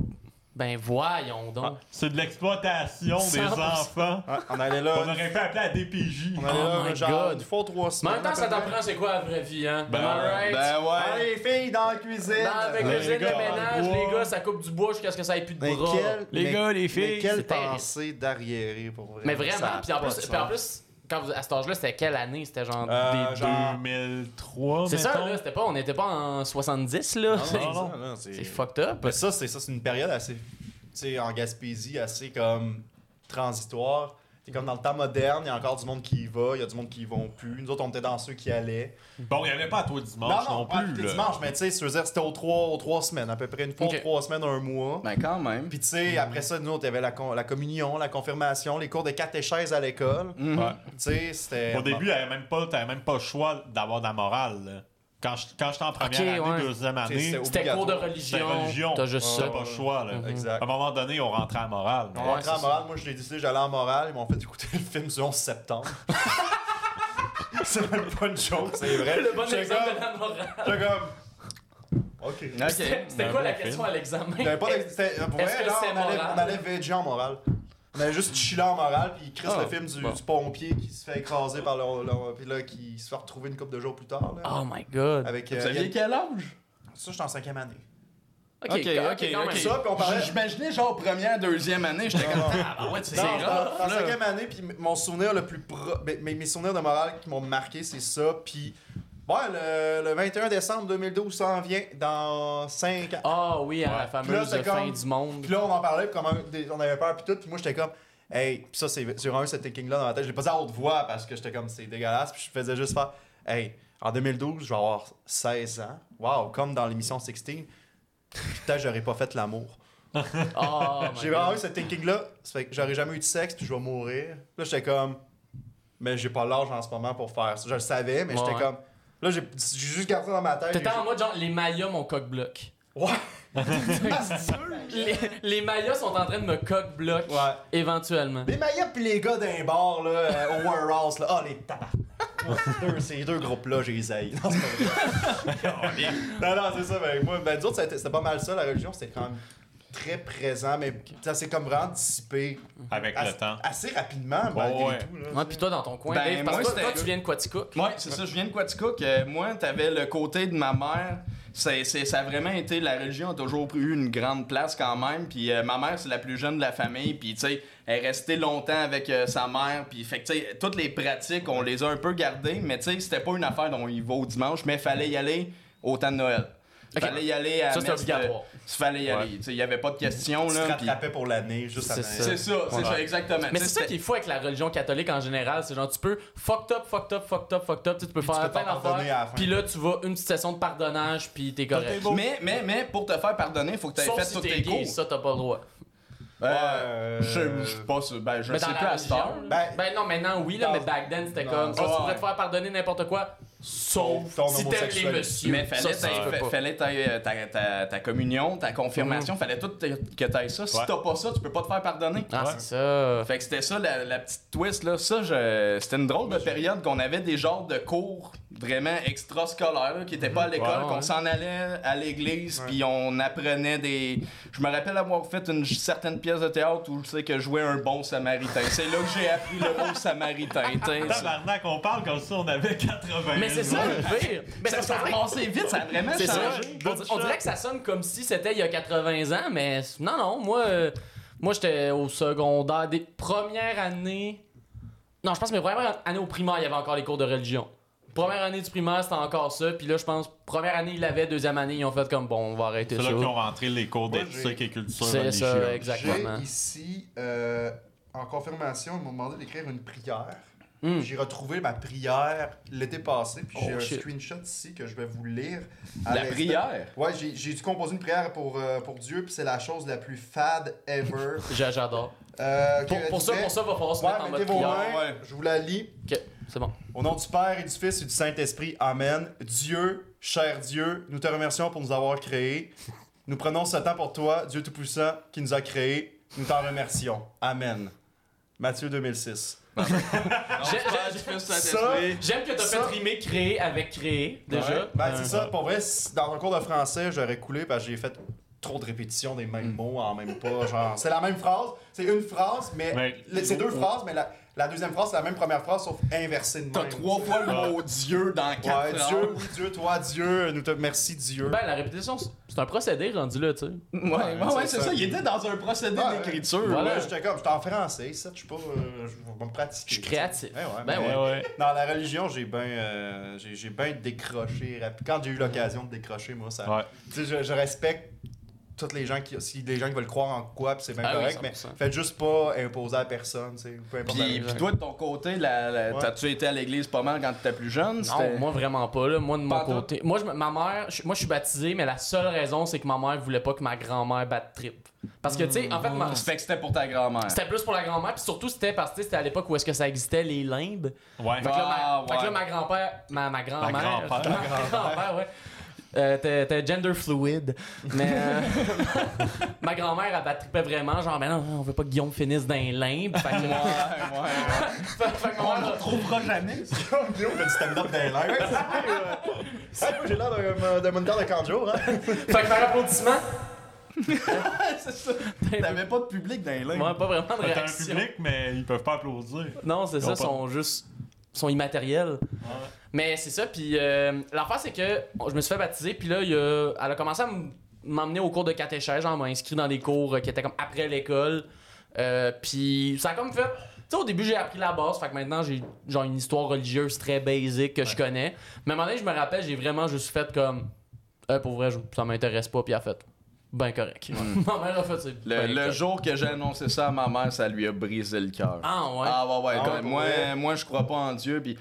Ben voyons donc.
Ah.
C'est de l'exploitation des
100%.
enfants.
Ouais, on
(laughs)
allait là.
On aurait fait appeler à DPJ.
On allait
Oh
là,
my
genre,
God.
une fois ou trois
Mais en
semaines.
même temps, ça
à peu près.
t'apprend c'est quoi la vraie vie, hein?
Ben,
Alright.
Ben ouais.
Allez, Ah, les filles, dans la cuisine.
Dans- Ben, avec
Les
le gel de
gars,
ménage, les
en bois.
gars, ça coupe du bois jusqu'à ce que ça ait plus de
Mais
bras.
Ben, quel-
Les
mais-
gars, les
mais
filles,
Quelle
c'est terrible.
pensée d'arriéré, pour vrai.
Mais
Ça
vraiment,
a
puis en
pas
plus,
de
puis en
sens.
plus, quand vous- à cet âge-là, c'était quelle année? C'était genre
Euh,
des-
genre-
2003,
C'est ça,
mettons.
là, c'était pas, on n'était pas en 70, là.
(laughs)
C'est-
Ah, Non, non,
(laughs)
non,
C'est fucked up.
Mais ça, c'est ça, c'est une période assez, tu sais, en Gaspésie, assez comme transitoire. C'est comme dans le temps moderne, il y a encore du monde qui y va, il y a du monde qui y vont plus. Nous autres, on était dans ceux qui allaient.
Bon, il n'y avait pas à toi dimanche non,
ouais,
plus.
c'était
là.
dimanche, mais tu sais, je veux dire, c'était aux trois, aux trois semaines, à peu près une fois, aux
Ok.
trois semaines, un mois.
Ben quand même.
Puis tu sais,
Mm.
après ça, nous autres, il y avait la, con- la communion, la confirmation, les cours de catéchèse à l'école.
Mhm.
Ouais.
Tu sais, c'était...
Au début, t'avais même pas, t'avais même pas le choix d'avoir de la morale. là. Quand je- quand j'étais en première
Ok,
année,
ouais.
deuxième année,
c'est-
C'était cours de
obligatoire.
c'était
religion.
religion.
T'as juste ça. Mhm.
T'as pas le choix. Là.
Exact.
À un moment donné, on rentrait en morale. mais-
On
Ouais,
rentrait en
c'est ça.
morale. Moi, je l'ai décidé, j'allais en morale. Ils m'ont fait écouter le film du 11 septembre. (laughs) c'est même pas une joke, c'est vrai.
Le bon
J'étais
exemple de
comme-
la morale. (laughs)
J'étais comme. Ok.
Ok. Ben,
C'était
un
quoi la
bon film.
question à l'examen?
Il y avait pas d'ex- c'était- euh, Pour vrai,
Est-ce que
genre,
c'est
on allait,
moral?
on allait VG en morale. On allait juste chiller en morale, puis ils crissent
Ah,
le film du,
bon.
du pompier qui se fait écraser par le. le- puis là, qui se fait retrouver une couple de jours plus tard. Là,
Oh my god.
avec, euh,
Vous aviez
Yann-
quel âge?
Ça, j'étais en cinquième année.
Ok,
Ok,
quand-
ok,
quand
ok.
même.
Ça, puis on parlait.
J'imaginais genre première, deuxième année, j'étais comme.
Ah ouais, tu sais,
Non,
c'est
en-
grave.
en cinquième année, puis m- mon souvenir le plus pro... ben, mes, mes souvenirs de morale qui m'ont marqué, c'est ça. Puis, ouais, le, le 21 décembre 2012, ça en vient dans 5 ans.
Ah oui, à la
Puis là,
fameuse
c'est
fin
comme-
du
(laughs)
monde.
Puis là, on en parlait, puis comment des- on avait peur, puis tout. Puis moi, j'étais comme, hey, puis ça, c'est sur un, ce thinking-là dans ma tête. Je l'ai pas dit à haute voix parce que j'étais comme, c'est dégueulasse. Puis je faisais juste faire, hey, en 2012, je vais avoir 16 ans. Waouh, comme dans l'émission 16. Putain, j'aurais pas fait l'amour.
Oh my
J'ai
God.
vraiment eu ce thinking-là. Ça fait que j'aurais jamais eu de sexe, puis je vais mourir. Là, j'étais comme, mais j'ai pas l'âge en ce moment pour faire ça. Je le savais, mais j'étais
Ouais.
comme. Là, j'ai j'ai juste gardé ça dans ma tête.
T'étais en mode genre les maillots mon coq bloc.
Ouais!
(laughs)
(laughs)
Les, les maillots sont en train de me coq bloc
Ouais.
éventuellement.
Les maillots pis les gars d'un bar, là, euh, au warehouse, là. Ah, les tabarnak. Ouais, deux- ces deux groupes-là, j'ai les haïs. Non, c'est pas vrai. non, non, c'est ça. Ben, moi, ben, nous autres, c'était c'était pas mal ça, la religion. C'était quand même très présent, mais ça s'est comme vraiment dissipé
Avec le
assez,
temps.
assez rapidement, malgré
ouais.
tout. Là,
Moi pis toi dans ton coin,
Ben,
Dave, parce
moi,
que toi,
c'était-
toi, tu viens de Quaticook.
Ouais, c'est ça, je viens de Quaticook. Euh, moi, t'avais le côté de ma mère. C'est, c'est- ça a vraiment été. La religion a toujours eu une grande place quand même. Puis euh, ma mère, c'est la plus jeune de la famille. Puis, tu sais, elle est restée longtemps avec euh, sa mère. Puis, fait que, tu sais, toutes les pratiques, on les a un peu gardées. Mais, tu sais, c'était pas une affaire dont il va au dimanche, mais fallait y aller au temps de Noël.
Ok.
Fallait y aller à.
Ça, c'est
messe de-
obligatoire.
Fallait y aller. Tu sais, il y avait pas de question,
tu te
là. puis-
rattrapais pour l'année, juste
C'est
avant.
ça.
C'est ça, c'est ça, exactement.
Mais
Tu
c'est
sais,
ça qui est fou avec la religion catholique en général, c'est genre tu peux fucked up, fucked up, fucked up, fucked up, tu sais, tu peux
Puis tu
faire
peux
plein
t'en pardonner à la
d'affaires,
fin.
puis là tu vas une petite session de pardonnage, puis t'es correct.
Mais, mais, mais, pour te faire pardonner, faut que tu aies
Sauf
fait
si
tous
t'es
tes
gay,
cours.
ça t'as pas le droit.
Euh,
Ouais,
je
euh,
je suis pas sûr. Ben, je
mais
sais
dans
plus
la
à cette heure.
religion, là, ben,
Ben-
non maintenant oui là,
Non.
mais back then c'était
Non.
comme ça, tu
Ouais.
pourrais te faire pardonner n'importe quoi, sauf
Ton
si t'aimes les
homosexualité.
messieurs.
Mais fallait,
Ça, ça, tu
ta,
peux
fa-
pas.
fallait ta, ta, ta- ta communion, ta confirmation, fallait tout te- que t'aies ça. Si
Ouais.
t'as pas ça, tu peux pas te faire pardonner.
Ah
Ouais.
c'est ça.
Fait que c'était ça la, la petite twist là. Ça, je- c'était une drôle de période qu'on avait des genres de cours vraiment extrascolaires là, qui étaient pas à l'école,
Ouais, ouais.
qu'on s'en allait à l'église puis on apprenait des. Je me rappelle avoir fait une certaine pièce de théâtre où je sais que je jouais un bon Samaritain. C'est là que j'ai appris le mot Samaritain. t'sais, ça-
Tabarnak, on parle comme si on avait (laughs) 80
Mais c'est ça le pire. Mais
ça
parce
s'est
qu'on dirait-
passé vite, ça a vraiment
C'est ça.
changé.
On, on dirait que ça sonne comme si c'était il y a 80 ans, mais c- non, non, moi, euh, moi j'étais au secondaire, des premières années. Non, je pense que mes premières années au primaire, il y avait encore les cours de religion. Première année du primaire, c'était encore ça. Puis là, je pense, première année, ils l'avaient. Deuxième année, ils ont fait comme, bon, on va arrêter
C'est
ça.
là qu'ils ont rentré les cours
Moi,
d'éthique et culture
C'est ça,
religieuse.
exactement.
J'ai ici, euh, en confirmation, ils m'ont demandé d'écrire une prière.
Hmm.
J'ai retrouvé ma prière l'été passé, puis j'ai
Oh,
un
shit.
screenshot ici que je vais vous lire. à
La
l'instant.
prière.
Ouais, j'ai j'ai dû composer une prière pour, euh, pour Dieu, puis c'est la chose la plus fade ever.
J'a- J'adore.
Euh,
Pour,
que-
pour ça,
mais-
pour ça, va falloir se
Ouais,
mettre en mode
mettez vos
prière.
mains,
Ouais.
je vous la lis.
Ok, c'est bon.
Au nom du Père et du Fils et du Saint-Esprit, Amen. Dieu, cher Dieu, nous te remercions pour nous avoir créés. Nous prenons ce temps pour toi, Dieu Tout-Puissant, qui nous a créés. Nous t'en remercions. Amen. Matthieu 2006.
J'ai-
Père,
j'ai-
du Fils,
Ça,
Saint-Esprit.
J'aime que t'as
Ça-
fait rimer créer avec créer, déjà.
Ouais. Ben,
Euh,
c'est ça. Pour vrai, c- dans un cours de français, j'aurais coulé parce que j'ai fait trop de répétitions des mêmes
Mm.
mots en même pas. Genre, c'est la même phrase. C'est une phrase, mais.
Ouais.
le- C'est deux phrases, mais la, la deuxième phrase, c'est la même première phrase, sauf inversée de même.
T'as trois fois le mot Dieu dans
Ouais,
quatre
Dieu, oui, Dieu, toi, Dieu, nous te merci, Dieu.
Ben, la répétition, c'est- c'est un procédé rendu là, tu sais.
Ouais, ouais, ouais, c'est
ça.
ça. Il était dans un procédé
Ouais.
d'écriture.
Voilà.
Là, Ah, j'étais comme, j'étais en français, ça, je suis pas, euh, je vais me pratiquer.
Je suis créatif.
Ouais, ouais,
Ben
mais
Ouais, ouais.
Dans la religion, j'ai bien euh, j'ai, j'ai ben décroché. rap- Quand j'ai eu l'occasion de décrocher, moi, ça.
Ouais.
Tu sais, je, je respecte toutes les gens qui, si les gens qui veulent croire en quoi, puis c'est bien
Ah oui,
correct, mais
100%.
faites juste pas imposer à personne, tu sais, peu importe la
Puis,
(laughs) religion.
puis toi, de ton côté, la, la-
Ouais.
t'as-tu été à l'église pas mal quand t'étais plus jeune? C'était-
Non, moi vraiment pas là. Moi de mon
Pas en tout.
côté, moi je, me- ma mère, je, moi je suis baptisé, mais la seule raison c'est que ma mère voulait pas que ma grand-mère batte trip. Parce que tu sais, en fait,
Mm.
ma-
Ça fait que c'était pour ta grand-mère.
c'était plus pour la grand-mère, puis surtout c'était parce que tu sais, c'était à l'époque où est-ce que ça existait les limbes.
Ouais.
Fait que là, ma,
Ah,
fait que là,
ouais.
ma grand-père, ma, ma grand-mère,
grand-père.
ma grand-mère, ouais. Euh, t'es, t'es gender fluid. Mais euh, (laughs) ma grand-mère, elle battripait vraiment. Genre, ben non, on veut pas que Guillaume finisse dans les limbes. Fait que,
Ouais, ouais,
(laughs)
ouais.
fait-
(laughs)
fait que ma mère-
trouvera jamais.
Guillaume fait du stand-up dans les lèvres. (laughs) Hey, moi, j'ai l'air d'un, d'un moniteur de camp de jour, hein.
fait que par applaudissement,
c'est ça. T'avais pas de public dans les lignes.
moi, pas vraiment de
T'as un
réaction.
public, mais ils peuvent pas applaudir.
Non, c'est
Ils
ça,
ont pas-
sont juste sont immatériels. Mais c'est ça, puis euh, l'affaire c'est que je me suis fait baptiser, puis là il y a- elle a commencé à m- m'emmener au cours de catéchèse, genre elle m'a inscrit dans des cours euh, qui étaient comme après l'école. Euh, puis ça a comme fait tu sais au début j'ai appris la base, fait que maintenant j'ai genre une histoire religieuse très basique que je connais. Mais à un moment donné, je me rappelle, j'ai vraiment juste fait comme Euh, pour vrai, je- ça m'intéresse pas, puis elle a fait ben correct. (laughs) Ma mère a fait c'est
Le,
ben
le
correct.
jour que j'ai annoncé ça à ma mère, ça lui a brisé le cœur.
Ah ouais.
Ah ouais, ouais.
Ah
comme
ouais, pour
moi,
vrai.
moi, je crois pas en Dieu. Puis,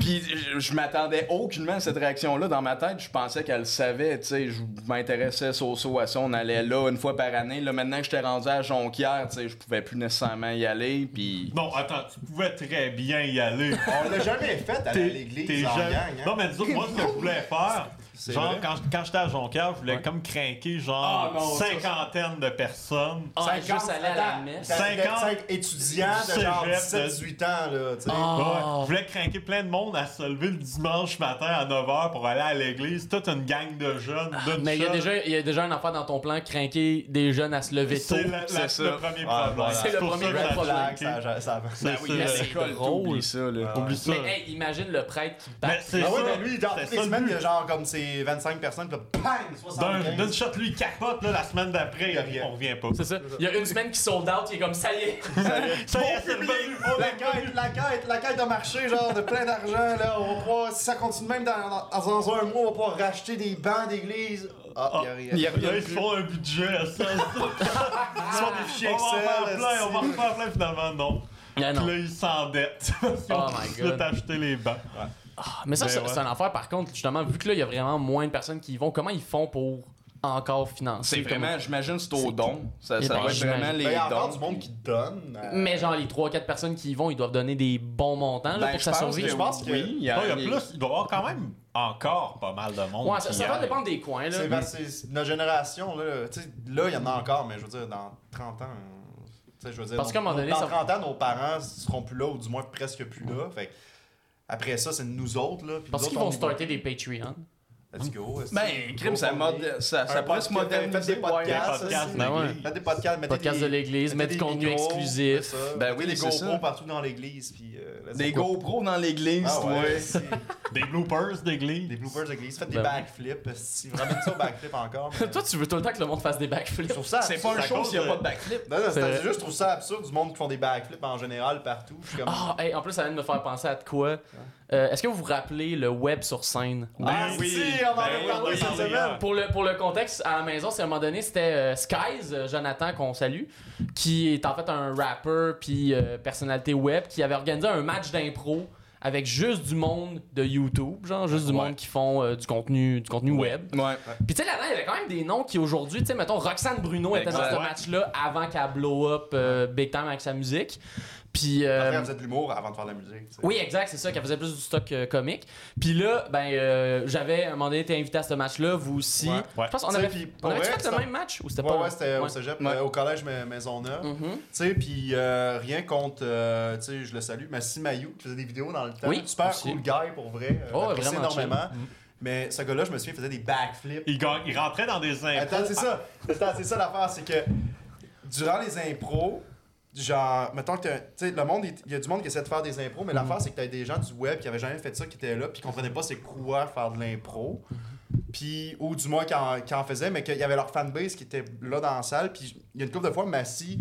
puis je, je m'attendais aucunement à cette réaction-là. Dans ma tête, je pensais qu'elle le savait. Tu sais, je m'intéressais so-so à ça. On allait là une fois par année. Là, maintenant que j'étais rendu à Jonquière, tu sais, je pouvais plus nécessairement y aller. Puis...
Non, attends, tu pouvais très bien y
(laughs)
aller.
On l'a jamais fait aller à
T'es-
l'église
t'es
en
jeune.
gang, hein.
Non, mais disons, moi, ce que je voulais faire,
C'est
genre,
vrai.
quand, quand j'étais à Jonquière, je voulais comme craquer, genre,
Ah, non, ça,
cinquantaine de personnes.
Ah,
Cinquante-
juste aller à la
attends,
messe.
t'as- t'as
50
cinq étudiants de
cégep
genre
de-
17-18 ans, là, tu sais.
Ah.
Ouais, Je voulais craquer plein de monde à se lever le dimanche matin à 9h pour aller à l'église. Toute une gang de jeunes, d'une
Mais il y, a
seule.
déjà, il y a déjà un enfant dans ton plan craquer des jeunes à se lever tôt.
C'est la- la-
c'est ça.
le premier
Ah,
problème.
voilà. C'est
le
pour
premier
ça que
vrai
ça
problème.
a
Blague,
choqué.
ça, ça, ça-
Ben
C'est ça,
mais
le-
c'est
l'école,
drôle.
t'oublies
ça, là.
Oublie ça.
Mais hey, imagine le prêtre qui
Mais
bat. ben,
c'est
Ah ouais,
ça.
mais lui, dans
C'est
toutes
ça
les
le
semaines,
but.
il y a genre comme ces 25 personnes, puis là, bang,
D'un-
75.
D'une shot, lui, il capote, là, la semaine d'après,
Il y a rien.
on revient pas.
C'est ça. Il y a une semaine qui sold out, il est comme ça y est.
Ça y est, c'est le même.
Oh, La quête, la quête, la quête de marché, genre de plein d'argent, là, on va pouvoir, si ça continue même dans, dans, dans un mois, on va pouvoir racheter des bancs d'église. Ah, il y a rien.
y a
Là, ils font un budget à ça.
Ils sont des fichiers
Ah. on va en faire
Excel,
plein, on va en
aussi.
faire plein, finalement, non.
Ah, non.
Puis là, ils (laughs) s'endettent. Ils
Oh
ont
my
tout
God.
acheté les bancs.
Ah, Mais ça,
Ben
c'est
ouais.
c'est un affaire par contre, justement, vu que là, il y a vraiment moins de personnes qui y vont, comment ils font pour encore financer
C'est
comme-
vraiment, j'imagine, c'est au don. Ça,
Eh
ça
ben,
doit être vraiment
j'imagine.
Ben, il y
les
a encore
dons.
du monde qui donne. euh,
Mais genre, les 3-4 personnes qui y vont, ils doivent donner des bons montants là,
Ben,
pour que
je
ça
pense
survive.
que
Je pense que-
oui, il y a,
Oh, il y a
il y a-
plus. Il doit y avoir quand même encore pas mal de monde.
Ouais, ça,
qui
ça
y
va
aille.
dépendre des coins. Là.
C'est parce que c'est- notre génération, là, tu sais, là, il y en a encore, mais je veux dire, dans 30 ans, euh, tu sais, je veux dire,
Parce qu'à un
nos-
moment donné,
dans
ça-
30 ans, nos parents seront plus là, ou du moins presque plus là, fait que après ça, c'est nous autres, là. puis
Parce
nous
qu'ils
autres,
vont
on y va.
starter des Patreon. (laughs)
Let's go. est-ce
Ben,
que-
crime, ça,
go
mode, ça, ça
Un
pourrait se
podcast,
moderniser.
faites des
ouais.
Il y a un
podcasts,
podcast
aussi.
de
Ben ouais.
l'église.
Faites des podcasts, mettez
Podcast
des,
de l'église,
mettez
mettre du contenu
micros,
exclusif.
c'est ça.
Ben oui,
Mettez
c'est
des GoPros
ça.
partout dans l'église, puis... euh, let's
Des
go.
GoPros dans l'église,
Ah ouais,
ouais.
c'est-
Des bloopers d'église.
Des bloopers d'église, faites des
Ben oui.
backflips. Si vous ramènez ça au
(laughs)
backflip encore. mais-
Toi, tu veux tout le temps que le monde fasse des
Je
backflips.
trouve ça
Ah, C'est
absurde.
pas un
à
show
cause
s'il n'y
de-
a pas de backflip.
Non, non,
C'est
c'est
vrai.
juste, je trouve ça absurde du monde qui font des backflips en général partout. Je suis comme.
Ah, hey, en plus, ça vient de me faire penser à de quoi. Euh, Est-ce que vous vous rappelez le web sur scène?
Ah,
oui.
si, on en a
Ben oui,
parlé
on en a
cette
parlé
semaine.
hier.
Pour le, pour le contexte, à la maison, c'est à un moment donné, c'était euh, Skies, euh, Jonathan, qu'on salue, qui est en fait un rapper puis euh, personnalité web, qui avait organisé un match d'impro avec juste du monde de YouTube, genre juste du
Ouais.
monde qui font euh, du contenu, du contenu web.
Ouais.
Puis tu sais, là-dedans, il y avait quand même des noms qui aujourd'hui, tu sais, mettons, Roxane Bruno était dans
Exact.
ce
Ouais.
match-là avant qu'elle blow up euh, big time avec sa musique. Puis. euh,
Après, vous êtes de l'humour avant de faire de la musique. tu sais.
oui, exact, c'est ça, qu'elle faisait plus du stock euh, comique. Puis là, ben, euh, j'avais à un moment donné été invité à ce match-là, vous aussi.
Ouais.
Ouais.
Je pense qu'on
Tu sais,
avait,
puis,
on
pour
avait
vrai,
fait le
ça-
même match ou c'était
Ouais,
pas
ouais, c'était au
ouais.
cégep,
Ouais.
euh, au collège Mais- Maisonneuve.
Mhm.
Tu sais, puis euh, rien contre, euh, tu sais, je le salue, Massy Mayou, qui faisait des vidéos dans le temps.
Oui,
Super
aussi.
cool guy pour vrai. Euh,
Oh,
j'apprécie
vraiment chill.
énormément. Mais ce gars-là, je me souviens, il faisait des backflips.
Il, gagne- il rentrait dans des impôts.
Attends, c'est ça. Attends, c'est ça l'affaire, c'est que durant les impros, genre, mettons que t'as- tu sais, le monde, il- il y a du monde qui essaie de faire des impros, mais l'affaire, c'est que t'as des gens du web qui avaient jamais fait ça, qui étaient là, puis qui comprenaient pas c'est quoi faire de l'impro. Puis, ou du moins qui en, qui en faisaient, mais qu'il y avait leur fanbase qui était là dans la salle. Puis, il y a une couple de fois, Massy,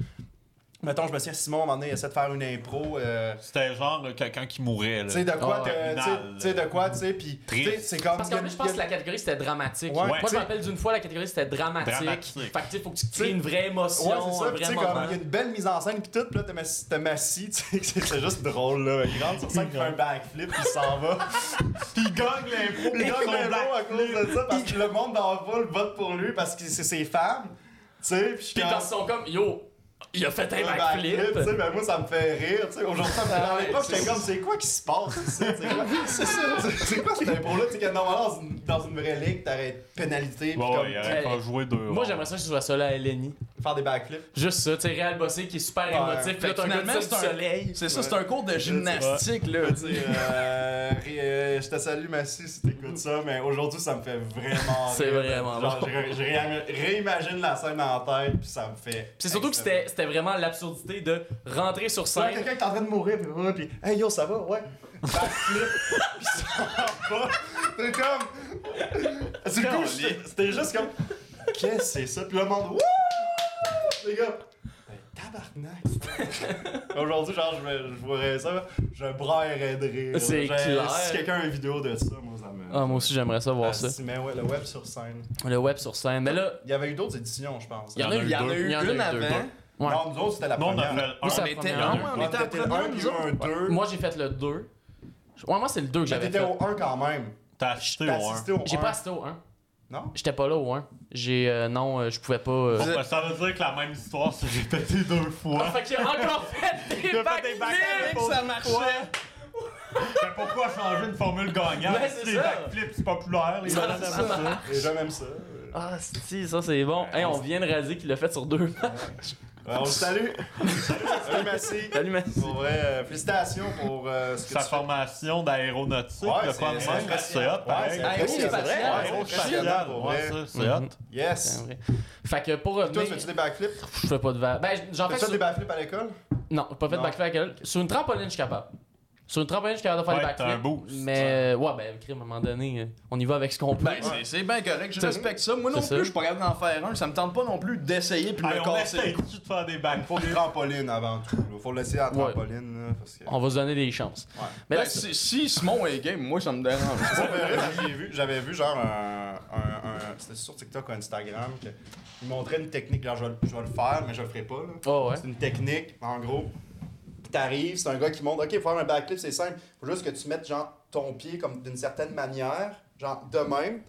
mettons, je me souviens, Simon, à un moment donné, il essaie de faire une impro. euh,
C'était genre euh, quelqu'un qui mourait. là.
tu sais, de
Ah,
quoi, t'as- tu sais-
terminale.
tu sais, de quoi, tu sais, puis, tu sais,
Triste.
c'est comme.
Parce
Ah, il y
qu'en
a-
plus, je pense
il
que
y a-
la catégorie c'était dramatique.
Ouais,
Moi,
tu
je
sais-
me rappelle d'une fois, la catégorie c'était dramatique.
Dramatique.
Fait que tu sais, faut que tu crées une vraie émotion,
Ouais, c'est ça.
un
Puis,
vrai
tu sais,
moment.
comme, il y a une belle mise en scène, puis tout, puis là, t'as Massi, t'as Massi, (laughs) tu sais, que c'est c'est juste drôle, là. Il rentre sur scène, il fait un backflip, puis il s'en va.
Puis il gagne l'impôt.
Il gagne
son
le
black.
mot à cause de ça, parce que le monde dans le vol vote pour lui, parce que c'est ses femmes, tu sais, puis je suis
Puis
comme,
parce qu'ils sont comme, yo, il a fait un
un
backflip.
tu sais, ben moi, ça me fait rire, tu sais. Aujourd'hui, ça me fait dans
Ouais,
l'époque,
c'est
j'étais comme, c'est quoi qui se passe, ici? C'est quoi- c'est ça, c'est- C'est quoi cette impro-là, tu sais, que normalement, dans une- dans une vraie ligue, t'aurais pénalité, puis
Ouais, ouais, il
comme,
aurait
Ouais.
pas joué deux.
Moi,
rounds.
j'aimerais ça que je sois ça là à LNI.
faire des backflips.
Juste ça, tu sais, Réal Bossé qui est super
Ouais.
émotif. Puis
Fait
là,
que
t'as un gars
finalement,
de
c'est un-
soleil.
C'est ça, c'est un cours de gymnastique, là.
Je veux dire, euh, ré- euh, je te salue, Massy, si t'écoutes ça, mais aujourd'hui, ça me fait vraiment.
C'est
rire.
vraiment
Genre, je, ré- je réam- réimagine la scène en tête, puis ça me fait.
Puis c'est surtout que c'était c'était vraiment l'absurdité de rentrer sur
C'est
scène.
quelqu'un qui est en train de mourir, puis ouais, puis hey yo, ça va, ouais. Backflip, puis ça va. T'es comme. Du coup, j'étais- c'était juste comme. Qu'est-ce que c'est ça? Puis le monde, wouh! Les gars. ben, Tabarnak! (laughs) Aujourd'hui, genre, je, vais- je verrais ça, je braillerais de rire.
C'est
J'ai-
clair.
Si quelqu'un a une vidéo de ça, moi, ça me.
Ah, moi aussi, j'aimerais ça voir
Ah,
ça.
si, mais ouais, le web sur scène.
Le web sur scène. Mais là,
Il y avait eu d'autres éditions, je pense.
Il y en a eu
Il y en a
deux.
eu
Il y en a eu
une
deux.
avant.
Ouais.
Non, nous autres, c'était la
Non, on a
première.
fait le
Oui,
un.
ça-
On était
première.
là, ouais, on
Ouais,
était à
t'étais le
première,
un, puis
nous autres.
un deux.
moi, j'ai fait le 2. Ouais, moi, c'est le 2 que
Mais
j'avais
t'étais
fait.
au 1 quand même.
T'as acheté
T'as
au un.
assisté au 1.
J'ai pas assisté au 1.
Non?
J'étais pas là au 1. J'ai. euh, non, euh, je pouvais pas. euh, Ah,
Bon, ben, Ça veut dire que la même histoire s'est répétée deux fois.
fait qu'il a encore fait
Il
des
a fait
backflips!
des backflips.
Ça marchait.
Mais Ben, pourquoi changer une formule gagnante
Ouais, c'est
si les
ça.
backflips c'est populaire, les
Ça,
bananes
ça
aiment ça.
Déjà même ça. Euh,
Ah, si, ça c'est bon. Hey, on vient de raser qu'il l'a fait sur deux.
on le salue. (laughs) Salut, Massy.
Salut, man.
Pour vrai, euh, félicitations pour euh, ce que
Sa
tu fais.
formation d'aéronautique,
Ouais,
le
c'est-
quoi de
c'est
même,
impressionnant.
c'est hot, pareil.
Ouais, c'est
Aéro,
impressionnant.
c'est vrai.
Ouais,
Aéro
c'est impressionnant,
spatial,
pour
ouais, ça,
vrai.
c'est hot.
Mhm.
Yes.
C'est vrai. Fait que pour
Toi,
revenir,
fais-tu des backflips?
je fais pas de va- Ben, j'en fais.
Fais-tu
sur-
des backflips à l'école?
Non, j'ai pas fait de
Non.
backflip avec elle. Sur une trampoline, je suis capable. Sur une trampoline, je suis capable de faire
Ouais,
des
t'as un
backflips.
boost.
Mais ouais, ben, crime, à un moment donné, euh, on y va avec ce qu'on peut.
Ben, c'est- c'est bien correct, je respecte ça. Moi non
C'est ça.
plus, je suis pas capable d'en faire un. Ça me tente pas non plus d'essayer puis de
Allez,
me
on
casser.
essaye-tu de faire des
Ah, Faut
backflips?
des trampolines avant tout. là. Faut le laisser à la
Ouais.
trampoline. là, parce que...
on va se donner des chances.
Ouais.
Mais là,
Ben, si, si Simon est game, moi ça me dérange. (laughs)
Pour vrai, j'avais vu, j'avais vu genre un, un- un- c'était sur TikTok ou Instagram que il montrait une technique genre je vais, le- je vais le faire mais je le ferai pas là.
Oh, ouais.
C'est une technique en gros. Puis T'arrives, c'est un gars qui montre OK, faire un backflip c'est simple, faut juste que tu mettes genre ton pied comme d'une certaine manière, genre de même.